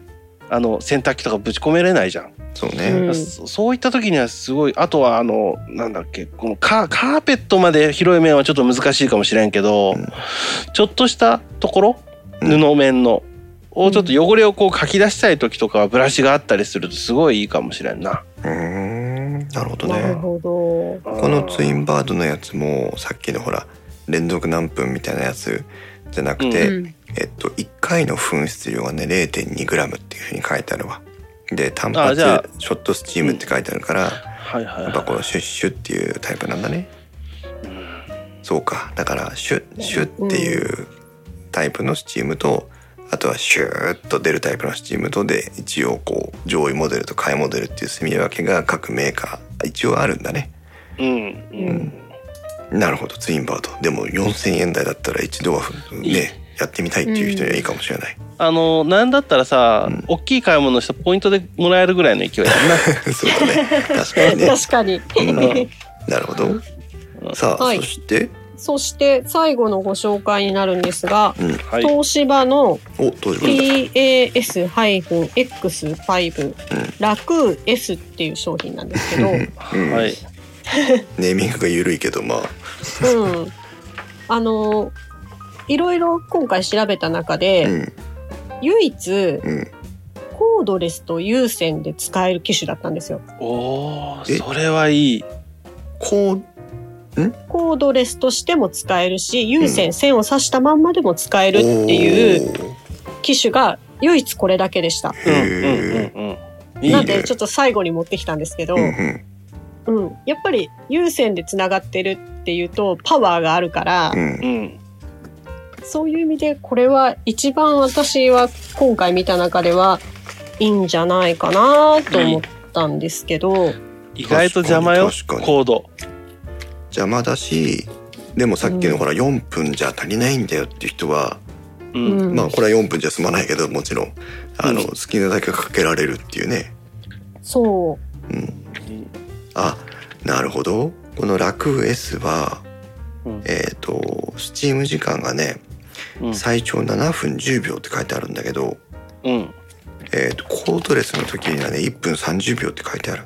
[SPEAKER 3] あの、洗濯機とかぶち込めれないじゃん。
[SPEAKER 1] そう
[SPEAKER 2] う
[SPEAKER 1] ね
[SPEAKER 2] ん
[SPEAKER 3] そそういった時にはすごいあとはあのなんだっけこのカーカーペットまで広い面はちょっと難しいかもしれんけど、
[SPEAKER 1] うん
[SPEAKER 3] ちょっとしたところ
[SPEAKER 1] うん
[SPEAKER 3] 布面の、をちょっと汚れをこうかき出したい時とかはブラシがあったりするとすごいいいかもしれんな。
[SPEAKER 1] うーんなるほど
[SPEAKER 2] なる
[SPEAKER 1] ね
[SPEAKER 2] ほど。
[SPEAKER 1] このツイ
[SPEAKER 3] ン
[SPEAKER 1] ンバードのやつもさっきのほら連続何分みたいなやつじゃなくて、
[SPEAKER 2] うん
[SPEAKER 1] えっと、1回の噴出量がね 0.2g っていうふうに書いてあるわで単
[SPEAKER 3] あ
[SPEAKER 1] 発
[SPEAKER 3] じゃあ
[SPEAKER 1] ショットスチームって書いてあるから、
[SPEAKER 3] はいはい
[SPEAKER 1] やっ
[SPEAKER 3] は
[SPEAKER 1] ぱこのシュッシュっていうタイプなんだね
[SPEAKER 3] い、
[SPEAKER 1] そうかだからシュッシュッっていうタイプのスチームとあとはシューッと出るタイプのスチームとで一応こう上位モデルと下位モデルっていう住み分けが各メーカー一応あるんだね
[SPEAKER 3] うんうん
[SPEAKER 1] なるほどツインバードでも4,000円台だったら一度は
[SPEAKER 3] いい
[SPEAKER 1] ねやってみたいっていう人にはいいかもしれない、
[SPEAKER 3] あのなんだったらさ、
[SPEAKER 1] うん
[SPEAKER 3] 大きい買い物したらポイントでもらえるぐらいの勢いだ
[SPEAKER 1] そうだね確かにね
[SPEAKER 2] 確かに。
[SPEAKER 1] うんなるほど。さあ、
[SPEAKER 2] はい
[SPEAKER 1] そして、
[SPEAKER 2] そして最後のご紹介になるんですが、
[SPEAKER 1] うん、
[SPEAKER 3] な。はい、
[SPEAKER 2] 東芝の
[SPEAKER 1] お、どうしまし
[SPEAKER 2] PAS-X5 楽 S っていう商品なんですけど、うん、
[SPEAKER 1] た。うん
[SPEAKER 3] はい、
[SPEAKER 1] ネーミングが緩いけど、まあ、
[SPEAKER 2] あのいろいろ今回調べた中
[SPEAKER 1] う
[SPEAKER 2] で、
[SPEAKER 1] ん、
[SPEAKER 2] 唯一
[SPEAKER 1] うん、
[SPEAKER 2] コードレスと有線で使える機種だったんですよ。
[SPEAKER 3] おお
[SPEAKER 1] え
[SPEAKER 3] それはいい。
[SPEAKER 1] こう、
[SPEAKER 2] コードレスとしても使えるし、有線、線を刺したまんまでも使えるっていう
[SPEAKER 1] う。
[SPEAKER 2] 機種が唯一これだけでした。
[SPEAKER 3] うん
[SPEAKER 1] へえ。
[SPEAKER 3] うんうんうん。いい
[SPEAKER 2] なん
[SPEAKER 3] ね
[SPEAKER 2] でちょっと最後に持ってきたんですけど、
[SPEAKER 1] うん、うん、
[SPEAKER 2] うん、やっぱり有線でつながってるっていうとパワーがあるから、
[SPEAKER 1] うん、
[SPEAKER 3] うん。
[SPEAKER 2] そういう意味でこれは一番私は今回見た中ではいいんじゃないかなと思ったんですけど、
[SPEAKER 3] 意外と邪魔よ
[SPEAKER 1] 確かに確かに
[SPEAKER 3] コード
[SPEAKER 1] 邪魔だしでもさっきのほら4分じゃ足りないんだよっていう人は、
[SPEAKER 3] う、
[SPEAKER 2] うんん
[SPEAKER 1] まあこれは4分じゃ済まないけどもちろんあの
[SPEAKER 3] うん
[SPEAKER 1] 好きなだけかけられるっていうね、
[SPEAKER 2] そ
[SPEAKER 1] うん、あなるほどこの楽 S は
[SPEAKER 3] うん
[SPEAKER 1] えっ、とスチーム時間がね
[SPEAKER 3] うん
[SPEAKER 1] 最長7分10秒って書いてあるんだけど、
[SPEAKER 3] うん、
[SPEAKER 1] えー、とコードレスの時にはね1分30秒って書いてある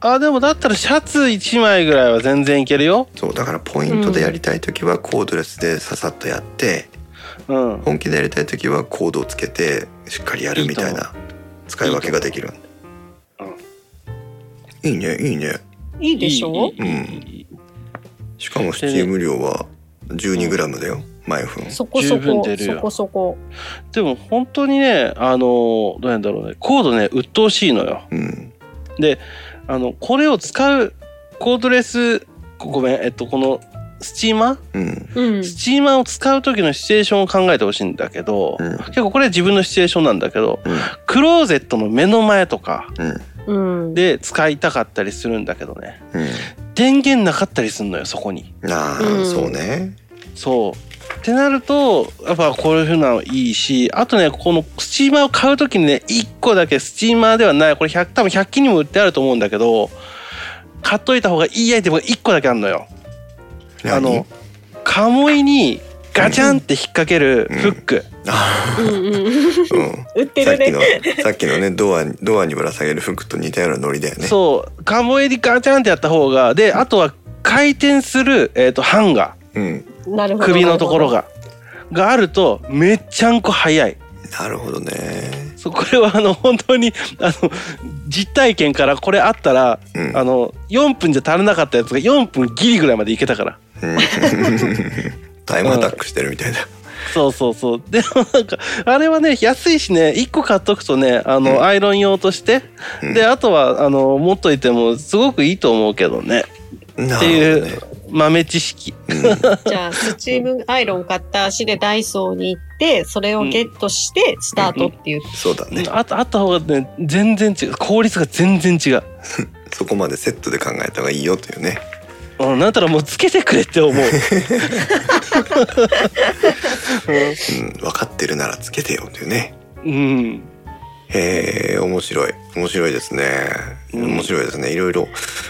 [SPEAKER 3] あでもだったらシャツ1枚ぐらいは全然いけるよ
[SPEAKER 1] そうだからポイントでやりたい時はコードレスでささっとやって、
[SPEAKER 3] うん
[SPEAKER 1] 本気でやりたい時はコードをつけてしっかりやるみたいな使い分けができるいいねいいね
[SPEAKER 2] う。いいでしょ
[SPEAKER 3] いいいいいい
[SPEAKER 1] しかもスチーム量は 12g だよ毎分
[SPEAKER 2] そこそ
[SPEAKER 3] 十分
[SPEAKER 2] こ
[SPEAKER 3] 出、るよ
[SPEAKER 2] そこそこ。
[SPEAKER 3] でも本当にねあのどうやんだろうねコードね鬱陶しいのよ
[SPEAKER 1] うん
[SPEAKER 3] あのこれを使うコードレスごごめんえっとこのスチーマー
[SPEAKER 1] うん
[SPEAKER 2] うん。
[SPEAKER 3] スチーマーを使う時のシチュエーションを考えてほしいんだけど、
[SPEAKER 1] うん
[SPEAKER 3] 結構これ自分のシチュエーションなんだけど
[SPEAKER 1] うん
[SPEAKER 3] クローゼットの目の前とか
[SPEAKER 1] うん
[SPEAKER 2] うん。
[SPEAKER 3] で使いたかったりするんだけどね
[SPEAKER 1] う
[SPEAKER 3] 電源なかったりすんのよそこに。
[SPEAKER 1] んああ、
[SPEAKER 2] うん
[SPEAKER 1] そうね
[SPEAKER 3] そうってなるとやっぱこういうふうなのいいしあとねこのスチーマーを買う時にね1個だけスチーマーではないこれ100多分100均にも売ってあると思うんだけど買っといた方がいいアイテムが1個だけあるのよ。あのカモイにガチャンって引っ掛けるフック、
[SPEAKER 1] あ
[SPEAKER 2] うんうん。
[SPEAKER 1] ーうん
[SPEAKER 2] 売って
[SPEAKER 1] さっ
[SPEAKER 2] る
[SPEAKER 1] き
[SPEAKER 2] ね
[SPEAKER 1] の。さっきのねドアドアにぶら下げる服と似たようなノリだよね
[SPEAKER 3] そうカモイにガチャンってやった方がであとは回転する、えー、とハンガ
[SPEAKER 1] うん
[SPEAKER 2] なる
[SPEAKER 3] ー
[SPEAKER 2] ほど。
[SPEAKER 3] 首のところ。ががあるとめっちゃんこ早い
[SPEAKER 1] なるほどね
[SPEAKER 3] そうこれはあの本当にあの実体験からこれあったら、
[SPEAKER 1] うん
[SPEAKER 3] あの4分じゃ足らなかったやつが4分ギリぐらいまでいけたから
[SPEAKER 1] うんタイムアタックしてるみたいだ
[SPEAKER 3] そうそうそうでもなんかあれはね安いしね1個買っとくとねあ
[SPEAKER 1] う
[SPEAKER 3] の、
[SPEAKER 1] ん
[SPEAKER 3] アイロン用として、
[SPEAKER 1] うん
[SPEAKER 3] であとはあの持っといてもすごくいいと思うけどね
[SPEAKER 1] な
[SPEAKER 3] ってい
[SPEAKER 1] る
[SPEAKER 3] う豆知識
[SPEAKER 1] ほどね
[SPEAKER 2] じゃあ、スチームアイロン買った足でダイソーに行って、それをゲットして、スタートっていう。
[SPEAKER 1] うんそうだね
[SPEAKER 3] あとあった方がね全然違う効率が全然違う
[SPEAKER 1] そこまでセットで考えた方がいいよというね
[SPEAKER 3] うんなんたらもうつけてくれって思う
[SPEAKER 1] うん分かってるならつけてよというね
[SPEAKER 3] うん
[SPEAKER 1] へえ面白い面白いですね
[SPEAKER 3] うん
[SPEAKER 1] 面白いですねいろいろ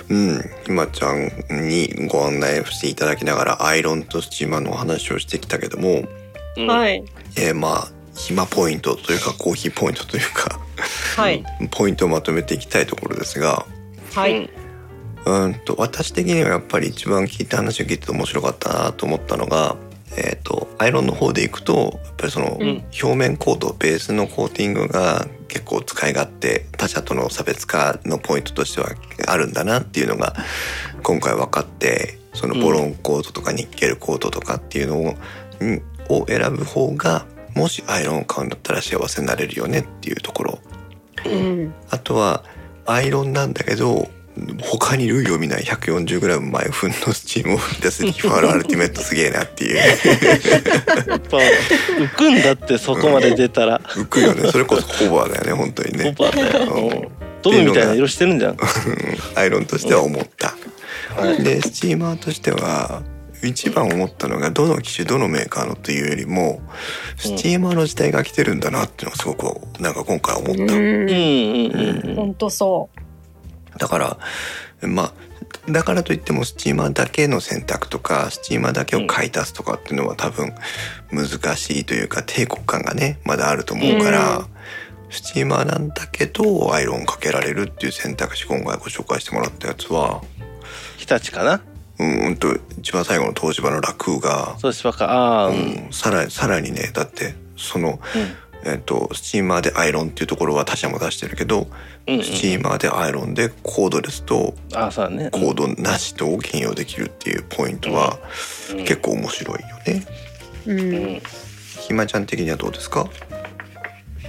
[SPEAKER 1] うんひまちゃんにご案内していただきながらアイロンとスチーマーのお話をしてきたけども
[SPEAKER 3] うん
[SPEAKER 2] はい。
[SPEAKER 1] えーまあ暇ポイントというかコーヒーポイントというか
[SPEAKER 2] はい。
[SPEAKER 1] ポイントをまとめていきたいところですが
[SPEAKER 2] は
[SPEAKER 3] うん
[SPEAKER 2] い。
[SPEAKER 1] うーんと私的にはやっぱり一番聞いた話を聞いてて面白かったなと思ったのが、えー、とアイロンの方でいくとやっぱりその
[SPEAKER 2] うん
[SPEAKER 1] 表面コードベースのコーティングが結構使い勝手他者との差別化のポイントとしてはあるんだなっていうのが今回分かってそのボロンコードとかニッケルコードとかっていうのを,、うん、を選ぶ方がもしアイロンを買うんだったら幸せになれるよねっていうところ
[SPEAKER 2] うん。
[SPEAKER 1] あとはアイロンなんだけど他に類を見ない 140g 毎分のスチームを生み出 すリファールアルティメットすげえなっていう
[SPEAKER 3] そう浮くんだってそこまで出たら
[SPEAKER 1] 浮くよねそれこそホバーだよね本当に
[SPEAKER 3] オ
[SPEAKER 1] ね
[SPEAKER 3] パだよドムみたいな色してるんじゃん
[SPEAKER 1] うんアイロンとしては思った、
[SPEAKER 3] はい
[SPEAKER 1] でスチーマーとしては一番思ったのがどの機種どのメーカーのというよりもスチーマーの時代が来てるんだなっていうのがすごくなんか今回思った、
[SPEAKER 3] うん
[SPEAKER 2] うん。
[SPEAKER 3] うんうん
[SPEAKER 2] ほんとそ
[SPEAKER 1] だからまあだからといってもスチーマーだけの選択とかスチーマーだけを買い足すとかっていうのは多分難しいというか抵抗感がねまだあると思うから、
[SPEAKER 2] うん
[SPEAKER 1] スチーマーなんだけどアイロンかけられるっていう選択肢今回ご紹介してもらったやつは
[SPEAKER 3] 日立かな
[SPEAKER 1] うんうんと一番最後の東芝の楽が、
[SPEAKER 3] そうしばかああうん
[SPEAKER 1] うんさらさらにねだってその、えっとスチーマーでアイロンっていうところは他社も出してるけど、
[SPEAKER 3] うんうん
[SPEAKER 1] スチーマーでアイロンでコードレスと
[SPEAKER 3] ああそうだね
[SPEAKER 1] コードなしと兼用できるっていうポイントは結構面白いよね。
[SPEAKER 2] う。う。
[SPEAKER 3] うんん
[SPEAKER 1] ひまちゃん的にはどうですか？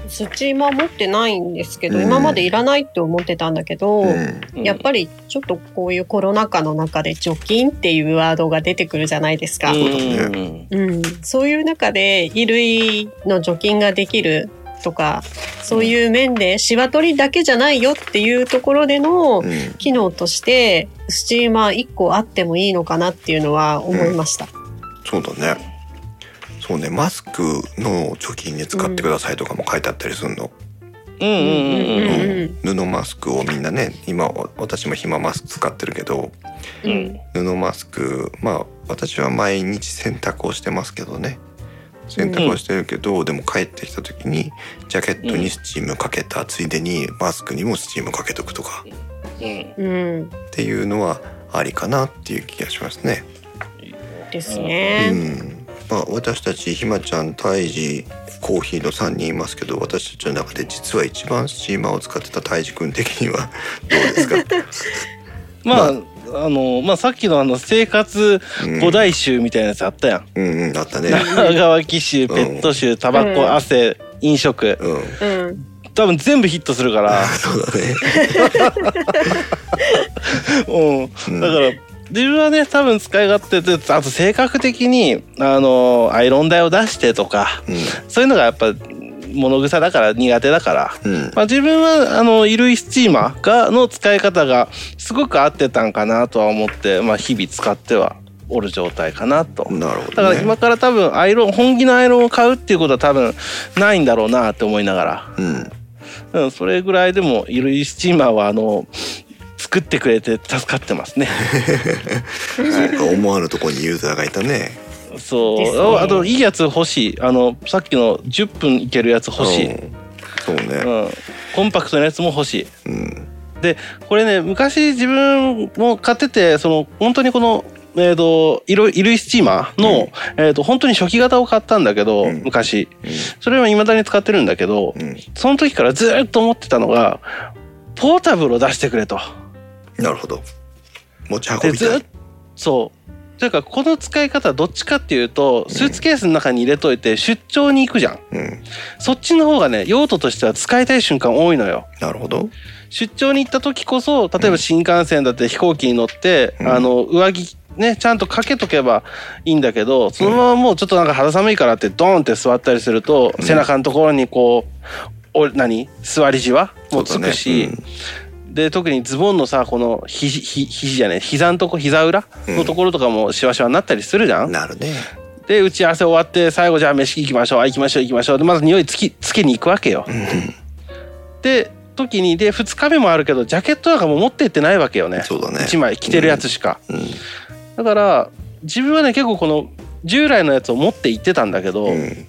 [SPEAKER 2] スチーマー持ってないんですけど、
[SPEAKER 1] うん
[SPEAKER 2] 今までいらないって思ってたんだけど、
[SPEAKER 1] うん、
[SPEAKER 3] うん
[SPEAKER 2] やっぱりちょっとこういうコロナ禍の中で除菌っていうワードが出てくるじゃないですか。
[SPEAKER 3] う
[SPEAKER 2] うん
[SPEAKER 1] そ
[SPEAKER 2] ん
[SPEAKER 1] うだね
[SPEAKER 2] そういう中で衣類の除菌ができるとか、そういう面で、しわ取りだけじゃないよっていうところでの
[SPEAKER 1] うん
[SPEAKER 2] 機能として、スチーマー1個あってもいいのかなっていうのは思いました。
[SPEAKER 1] そうだねそうねマスクの貯金に使ってくださいとかも書いてあったりするの、
[SPEAKER 3] うんうんうんうん
[SPEAKER 1] 布マスクをみんなね今私も暇マスク使ってるけど
[SPEAKER 3] うん
[SPEAKER 1] 布マスクまあ私は毎日洗濯をしてますけどね洗濯をしてるけど、でも帰ってきた時にジャケットにスチームかけた、ついでにマスクにもスチームかけとくとか
[SPEAKER 3] うん
[SPEAKER 2] うん。
[SPEAKER 1] っていうのはありかなっていう気がしますね。
[SPEAKER 2] です
[SPEAKER 1] う
[SPEAKER 2] ね。
[SPEAKER 1] んまあ、私たちひまちゃん胎児コーヒーの3人いますけど私たちの中で実は一番スチーマーを使ってた胎児くん的には どうです か、
[SPEAKER 3] まああのまあさっきのあの生活
[SPEAKER 1] うん、
[SPEAKER 3] 五大臭みたいなやつあったやん。
[SPEAKER 1] うんうんあったね。
[SPEAKER 3] 長乾臭、ペット臭、タバ
[SPEAKER 2] うん
[SPEAKER 3] コ、汗、飲食。
[SPEAKER 1] うん、
[SPEAKER 2] うん。
[SPEAKER 3] 多分全部ヒットするから。
[SPEAKER 1] そうだね。
[SPEAKER 3] う
[SPEAKER 1] うん
[SPEAKER 3] ん。だから。自分はね多分使い勝手であと性格的にあのアイロン台を出してとかそういうのがやっぱ物臭だから苦手だから、
[SPEAKER 1] うん、うん、
[SPEAKER 3] まあ、自分はあの衣類スチーマーがの使い方がすごく合ってたんかなとは思って、まあ、日々使ってはおる状態かなと。
[SPEAKER 1] なるほ
[SPEAKER 3] だか
[SPEAKER 1] ど
[SPEAKER 3] ら
[SPEAKER 1] ね。
[SPEAKER 3] 今から多分アイロン本気のアイロンを買うっていうことは多分ないんだろうなって思いなが
[SPEAKER 1] うん、
[SPEAKER 3] ら、うん、それぐらいでも衣類スチーマーはあの作ってくれて助かってますね。
[SPEAKER 1] そうか思わぬところにユーザーがいたね。
[SPEAKER 3] そう、
[SPEAKER 2] ですね
[SPEAKER 3] ああといいやつ欲しいあのさっきの10分いけるやつ欲しい、う
[SPEAKER 1] うんんそうね。
[SPEAKER 3] コンパクトなやつも欲しい。
[SPEAKER 1] うん、
[SPEAKER 3] でこれね昔自分も買っててその本当にこのえー、と衣類衣類スチーマーの、えー、と本当に初期型を買ったんだけど、
[SPEAKER 1] うん
[SPEAKER 3] 昔それは未だに使ってるんだけど、
[SPEAKER 1] うん、うん
[SPEAKER 3] その時からずーっと思ってたのがポータブルを出してくれと。
[SPEAKER 1] なるほど。持ち運
[SPEAKER 3] で
[SPEAKER 1] び
[SPEAKER 3] ず
[SPEAKER 1] た
[SPEAKER 3] ーっ
[SPEAKER 1] い。
[SPEAKER 3] そうというかこの使い方どっちかっていうとスーツケースの中に入れといて出張に行くじゃん
[SPEAKER 1] うん、
[SPEAKER 3] そっちの方がね用途としては使いたい瞬間多いのよ。
[SPEAKER 1] なるほど。
[SPEAKER 3] 出張に行った時こそ例えば新幹線だって飛行機に乗って、
[SPEAKER 1] うん
[SPEAKER 3] あの上着ねちゃんとかけとけばいいんだけどそのままもうちょっとなんか肌寒いからってドーンって座ったりすると、
[SPEAKER 1] うん
[SPEAKER 3] 背中のところにこうお何座りじわもう
[SPEAKER 1] そ
[SPEAKER 3] つ
[SPEAKER 1] うだね
[SPEAKER 3] くし、で特にズボンのさこの肘肘肘じゃねえ膝のとこ膝裏
[SPEAKER 1] うん
[SPEAKER 3] のところとかもしわしわになったりするじゃ
[SPEAKER 1] うん
[SPEAKER 3] ん、
[SPEAKER 1] なるね。
[SPEAKER 3] で打ち合わせ終わって最後じゃあ飯行きましょうあ行きましょう行きましょうでまず匂いつきつけに行くわけよ、
[SPEAKER 1] うん、
[SPEAKER 3] で時にで2日目もあるけどジャケットなんかもう持ってってないわけよね
[SPEAKER 1] そうだね。
[SPEAKER 3] 1枚着てるやつしか、
[SPEAKER 1] う
[SPEAKER 3] だから自分はね結構この従来のやつを持って行ってたんだけ
[SPEAKER 1] ん、
[SPEAKER 3] ど、
[SPEAKER 1] うん、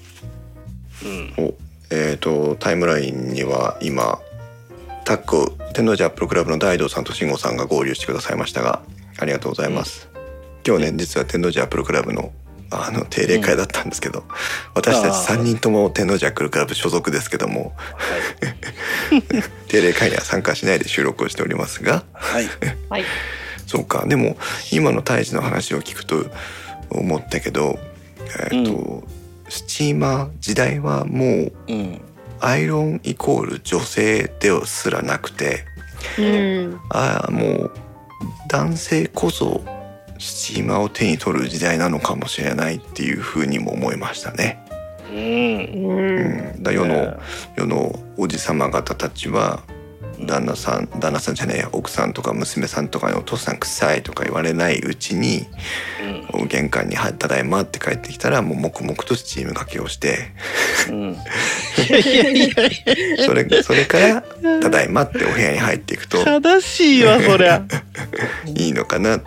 [SPEAKER 1] おえっ、とタイムラインには今タッグ天王寺アップルクラブの大道さんと慎吾さんが合流してくださいましたがありがとうございます。今日ね実は天王寺アップルクラブのあの定例会だったんですけど、私たち三人とも天王寺アップルクラブ所属ですけども 定例会には参加しないで収録をしておりますが
[SPEAKER 3] はい、
[SPEAKER 2] はい。
[SPEAKER 1] そうかでも今の胎児の話を聞くと思ったけど、えーとスチーマー時代はもう
[SPEAKER 3] うん
[SPEAKER 1] アイロンイコール女性ですらなくて
[SPEAKER 2] うん。
[SPEAKER 1] あーもう男性こそスチーマーを手に取る時代なのかもしれないっていうふうにも思いましたね。
[SPEAKER 3] うん
[SPEAKER 1] う
[SPEAKER 2] うん。
[SPEAKER 1] ん、だ世の、
[SPEAKER 3] ね
[SPEAKER 1] 世のおじ様方たちは旦那さん旦那さんじゃねえや奥さんとか娘さんとかに「お父さん臭い」とか言われないうちに
[SPEAKER 3] うん
[SPEAKER 1] 玄関に「はいただいま」って帰ってきたらもう黙々とスチームがけを して
[SPEAKER 3] うんいやいやいや
[SPEAKER 1] それそれから「ただいま」ってお部屋に入っていくと
[SPEAKER 3] 正しいわそりゃ、
[SPEAKER 1] いいのかなって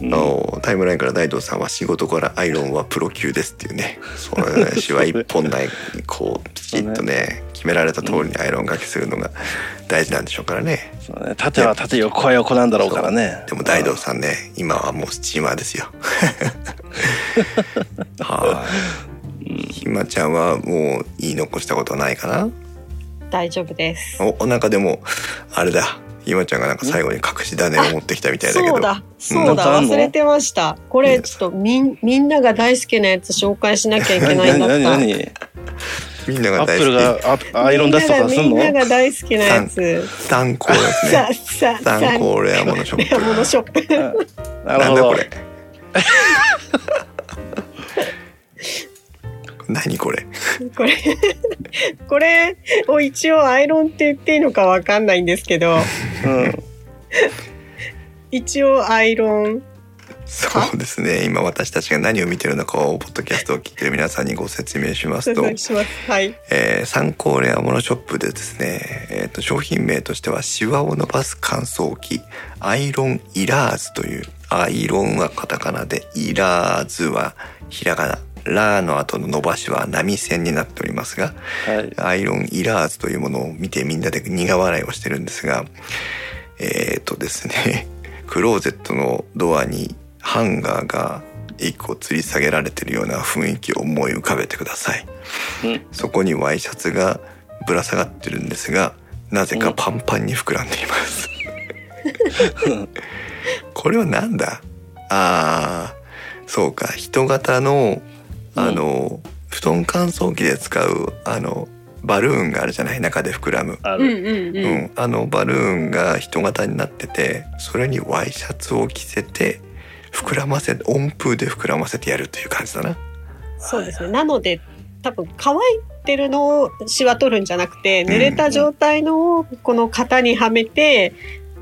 [SPEAKER 3] うん
[SPEAKER 1] あのタイムラインから大道さんは仕事からアイロンはプロ級ですっていうねその話は一本ないこうピチ ッとね決められた通りにアイロンがけするのが大事なんでしょうからね。
[SPEAKER 3] そうね縦は縦横は横なんだろうからね
[SPEAKER 1] でも大道さんね、今はもうスチーマーです よ。はい。ひまちゃんはもう言い残したことはないかな
[SPEAKER 2] 大丈夫です。
[SPEAKER 1] お、なんかでも、あれだ。ひまちゃんがなんか最後に隠し種を持ってきたみたいだけど。
[SPEAKER 2] そうだ、
[SPEAKER 1] な
[SPEAKER 2] そうん
[SPEAKER 3] かあ
[SPEAKER 2] だ、
[SPEAKER 3] んの
[SPEAKER 2] 忘れてました。こ
[SPEAKER 1] う
[SPEAKER 2] れ
[SPEAKER 1] ん
[SPEAKER 2] ちょっとみんみんなが大好きなやつ紹介しなきゃいけ
[SPEAKER 3] 何
[SPEAKER 2] ないんだっ
[SPEAKER 3] 何
[SPEAKER 2] た。
[SPEAKER 3] 何
[SPEAKER 1] みんな
[SPEAKER 3] ア
[SPEAKER 1] が
[SPEAKER 3] ッ
[SPEAKER 1] 大
[SPEAKER 3] プル
[SPEAKER 1] 好
[SPEAKER 3] がアアイロン出すとかすん
[SPEAKER 2] みん
[SPEAKER 3] の
[SPEAKER 2] ながみんなが大好きなやつ。
[SPEAKER 1] き。サンコーです
[SPEAKER 2] さ
[SPEAKER 1] ね。
[SPEAKER 2] あさあさあ。
[SPEAKER 1] サンコーレアモノショ
[SPEAKER 2] レアモノ
[SPEAKER 1] ッ
[SPEAKER 2] ショ ップ。
[SPEAKER 3] な
[SPEAKER 1] プ。
[SPEAKER 3] る
[SPEAKER 1] な
[SPEAKER 3] ほ
[SPEAKER 1] んだ
[SPEAKER 3] ど
[SPEAKER 1] これ。 何これ
[SPEAKER 2] これこれを一応アイロンって言っていいのかわかんないんですけど
[SPEAKER 3] うん
[SPEAKER 2] 一応アイロン
[SPEAKER 1] そうですね今私たちが何を見てるのかをポッドキャストを聞いてる皆さんにご説明します
[SPEAKER 2] 説
[SPEAKER 1] と、
[SPEAKER 2] 明しますはい
[SPEAKER 1] えー参考レアモノショップでですね、えーと商品名としてはシワを伸ばす乾燥機アイロンイラーズというアイロンはカタカナでイラーズはひらがなラーの後の伸ばしは波線になっておりますが
[SPEAKER 3] はい
[SPEAKER 1] アイロンイラーズというものを見てみんなで苦笑いをしてるんですがえっ、とですね クローゼットのドアにハンガーが一個吊り下げられてるような雰囲気を思い浮かべてください、
[SPEAKER 3] うん
[SPEAKER 1] そこにワイシャツがぶら下がってるんですがなぜかパンパンに膨らんでいます、 これはなんだあーそうか人型のあの、布団乾燥機で使うあのバルーンがあるじゃない中で膨らむ、
[SPEAKER 3] あ
[SPEAKER 2] うんう
[SPEAKER 3] る
[SPEAKER 2] ん
[SPEAKER 1] う
[SPEAKER 2] うんん
[SPEAKER 1] あのバルーンが人型になっててそれにワイシャツを着せて膨らませ温風で膨らませてやるという感じだな。
[SPEAKER 2] そうですねなので多分乾いてるのをシワ取るんじゃなくて
[SPEAKER 1] ん
[SPEAKER 2] 濡れた状態のをこの型にはめて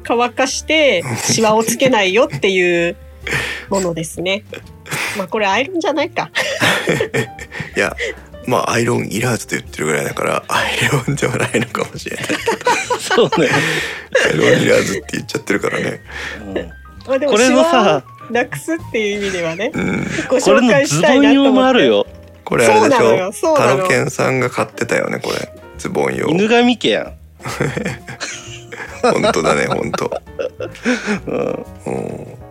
[SPEAKER 2] 乾か してシワをつけないよっていうものです ね。まあこれアイロンじゃないか。
[SPEAKER 1] いやまあアイロンいらずと言ってるぐらいだからアイロンじゃないのかもしれ ない
[SPEAKER 3] そうね、
[SPEAKER 1] アイロンいらずって言っちゃってるからね。
[SPEAKER 2] まあで
[SPEAKER 3] うん
[SPEAKER 2] も
[SPEAKER 3] これ
[SPEAKER 2] シ
[SPEAKER 3] のさ
[SPEAKER 2] ワをなくすっていう意味ではね
[SPEAKER 1] うん、
[SPEAKER 2] ご
[SPEAKER 3] こ れ
[SPEAKER 2] 紹
[SPEAKER 3] の
[SPEAKER 2] 介
[SPEAKER 3] ズ
[SPEAKER 2] し
[SPEAKER 3] ボ
[SPEAKER 2] たい
[SPEAKER 3] ン
[SPEAKER 2] なと思って。
[SPEAKER 3] 用もある。よ
[SPEAKER 1] これあれでし
[SPEAKER 2] そうなのよ
[SPEAKER 1] ょ
[SPEAKER 2] そうな
[SPEAKER 1] タ
[SPEAKER 2] の
[SPEAKER 1] ロケンさんが買ってたよねこれズボン用
[SPEAKER 3] 犬神家やん
[SPEAKER 1] 本当だ ね本当
[SPEAKER 3] うん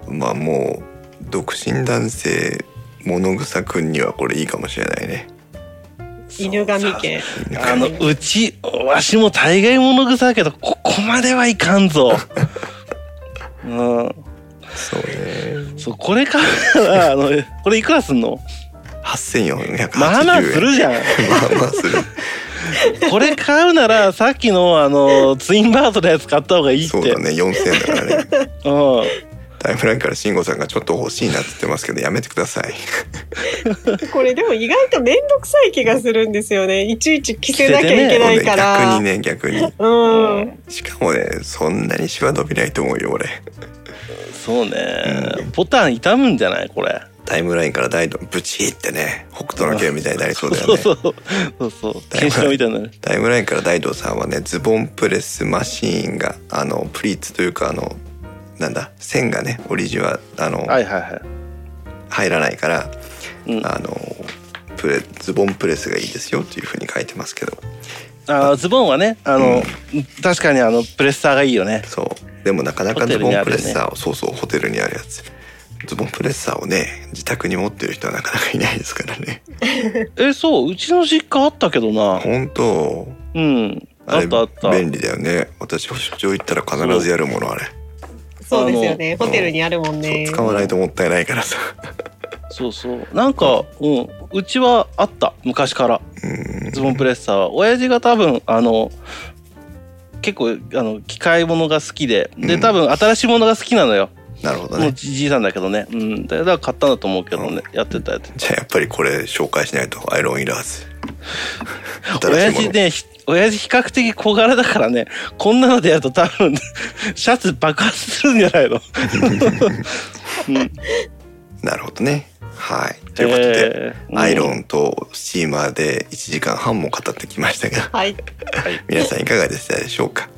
[SPEAKER 1] うんまあもう独身男性物草くんにはこれいいかもしれないね
[SPEAKER 2] 犬神家。
[SPEAKER 3] あのうちわしも大概物臭いけどここまではいかんぞ うん
[SPEAKER 1] そうね
[SPEAKER 3] そうこ れからあのこれいくらすんの
[SPEAKER 1] 8480円
[SPEAKER 3] まあまあす るじゃん
[SPEAKER 1] まあまあする
[SPEAKER 3] これ買うならさっきのあのツインバートのやつ買った方がいいって
[SPEAKER 1] そうだね4000円だからね
[SPEAKER 3] うん
[SPEAKER 1] タイムラインから慎吾さんがちょっと欲しいなって言ってますけどやめてください
[SPEAKER 2] これでも意外と面倒くさい気がするんですよね。いちいち着せなきゃいけ
[SPEAKER 3] 着
[SPEAKER 2] な
[SPEAKER 1] もう
[SPEAKER 2] い
[SPEAKER 1] ね
[SPEAKER 2] から。
[SPEAKER 1] 逆にね逆に
[SPEAKER 2] うん。
[SPEAKER 1] しかもねそんなにシワ伸びないと思うよ俺
[SPEAKER 3] そうねボタン傷むんじゃないこれ
[SPEAKER 1] タイムラインから大ドブチってね北斗の拳みたいになりそうだよね
[SPEAKER 3] そうそうそ うそう検証みたいになる
[SPEAKER 1] タイムラインから大道さんはねズボンプレスマシーンがあのプリーツというかあのなんだ線がねオリジンはあの、
[SPEAKER 3] はいはいは
[SPEAKER 1] 入らないから、
[SPEAKER 3] い、うん、あ
[SPEAKER 1] あのプレズボンプレスがいいですよというふうに書いてますけど
[SPEAKER 3] ーズボンはねあの、確かにあのプレッサーがいいよね
[SPEAKER 1] そうでもなかなか
[SPEAKER 3] ホテ
[SPEAKER 1] ズ
[SPEAKER 3] ル
[SPEAKER 1] ボ
[SPEAKER 3] に
[SPEAKER 1] ン
[SPEAKER 3] あ
[SPEAKER 1] プ
[SPEAKER 3] るよ
[SPEAKER 1] レ
[SPEAKER 3] ね
[SPEAKER 1] ッサーを、そうそうホテルにあるやつズボンプレッサーをね自宅に持ってる人はなかなかいないですからね
[SPEAKER 3] えそううちの実家あったけどな
[SPEAKER 1] 本当
[SPEAKER 3] うんあ
[SPEAKER 1] あ
[SPEAKER 3] っ
[SPEAKER 1] れ
[SPEAKER 3] たあった
[SPEAKER 1] 便利だよね私出張行ったら必ずやるものあれ
[SPEAKER 2] そうですよね。
[SPEAKER 1] あの
[SPEAKER 2] ホテルにあるもんね。
[SPEAKER 1] そう使わないともったいないからさ
[SPEAKER 3] そうそうなんかうんうちはあった昔から
[SPEAKER 1] うん
[SPEAKER 3] ズボンプレッサーは親父が多分あの結構あの機械物が好きで
[SPEAKER 1] う
[SPEAKER 3] で
[SPEAKER 1] ん
[SPEAKER 3] 多分新しいものが好きなのよ、
[SPEAKER 1] なるほど
[SPEAKER 3] も
[SPEAKER 1] ね
[SPEAKER 3] うじじいさんだけどねうんでだから買ったんだと思うけどね、やってたやって
[SPEAKER 1] じゃあやっぱりこれ紹介しないとアイロンいらず。
[SPEAKER 3] た 親父ねひ親父比較的小柄だからねこんなのでやると多分 シャツ爆発するんじゃないの、うん、
[SPEAKER 1] なるほどね。はい。 ということで、
[SPEAKER 3] え ーうん
[SPEAKER 1] アイロンとスチーマーで1時間半も語ってきました が、
[SPEAKER 2] はい。
[SPEAKER 1] 皆さんいかがでしたでしょうか。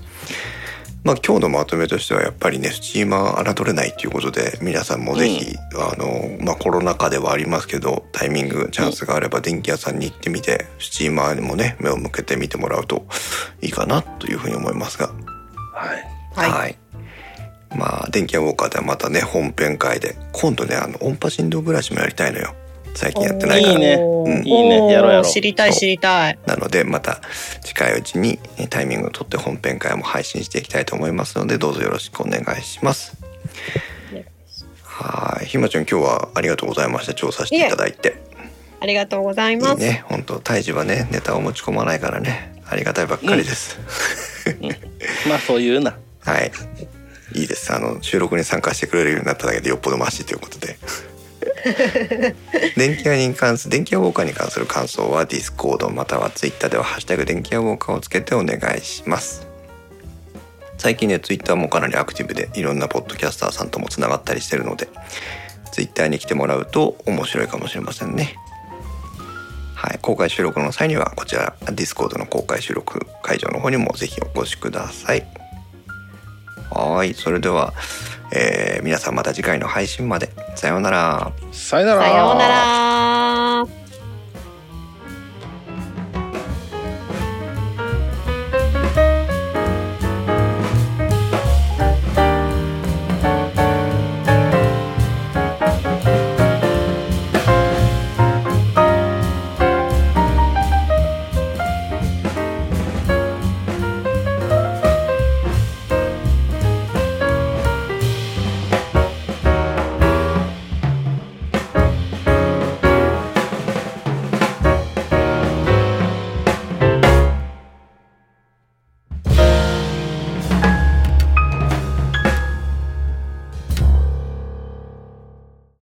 [SPEAKER 1] まあ今日のまとめとしてはやっぱりねスチーマー侮れないということで皆さんもぜひ、あのまあコロナ禍ではありますけどタイミングチャンスがあれば電気屋さんに行ってみてスチーマーにもね目を向けてみてもらうといいかなというふうに思いますが
[SPEAKER 3] はい
[SPEAKER 1] はい、
[SPEAKER 2] は
[SPEAKER 1] まあ電気屋ウォーカーではまたね本編会で今度ねあの音波振動ブラシもやりたいのよ最
[SPEAKER 2] い。
[SPEAKER 1] 近やってないから
[SPEAKER 3] いいね
[SPEAKER 1] うん
[SPEAKER 3] いいねやろうやろう
[SPEAKER 2] おー知りたい知りたい。
[SPEAKER 1] なのでまた近いうちにえタイミングを取って本編会も配信していきたいと思いますのでどうぞよろしくお願いしますはいひまちゃん今日はありがとうございました調査していただいて
[SPEAKER 2] ありがとうござ
[SPEAKER 1] い
[SPEAKER 2] い
[SPEAKER 1] い
[SPEAKER 2] ます。
[SPEAKER 1] ね本当胎児はねネタを持ち込まないからねありがたいばっかりです、
[SPEAKER 3] まあそういうな
[SPEAKER 1] はいいいですあの収録に参加してくれるようになっただけでよっぽどマシということで電気屋に関す電気屋ウォーカーに関する感想はディスコードまたはツイッターでは「ハッシュタグ電気屋ウォーカー」をつけてお願いします最近ねツイッターもかなりアクティブでいろんなポッドキャスターさんともつながったりしてるのでツイッターに来てもらうと面白いかもしれませんねはい公開収録の際にはこちらディスコードの公開収録会場の方にもぜひお越しくださいはいそれでは、えー皆さんまた次回の配信までさようなら
[SPEAKER 3] さよなら
[SPEAKER 2] さようなら。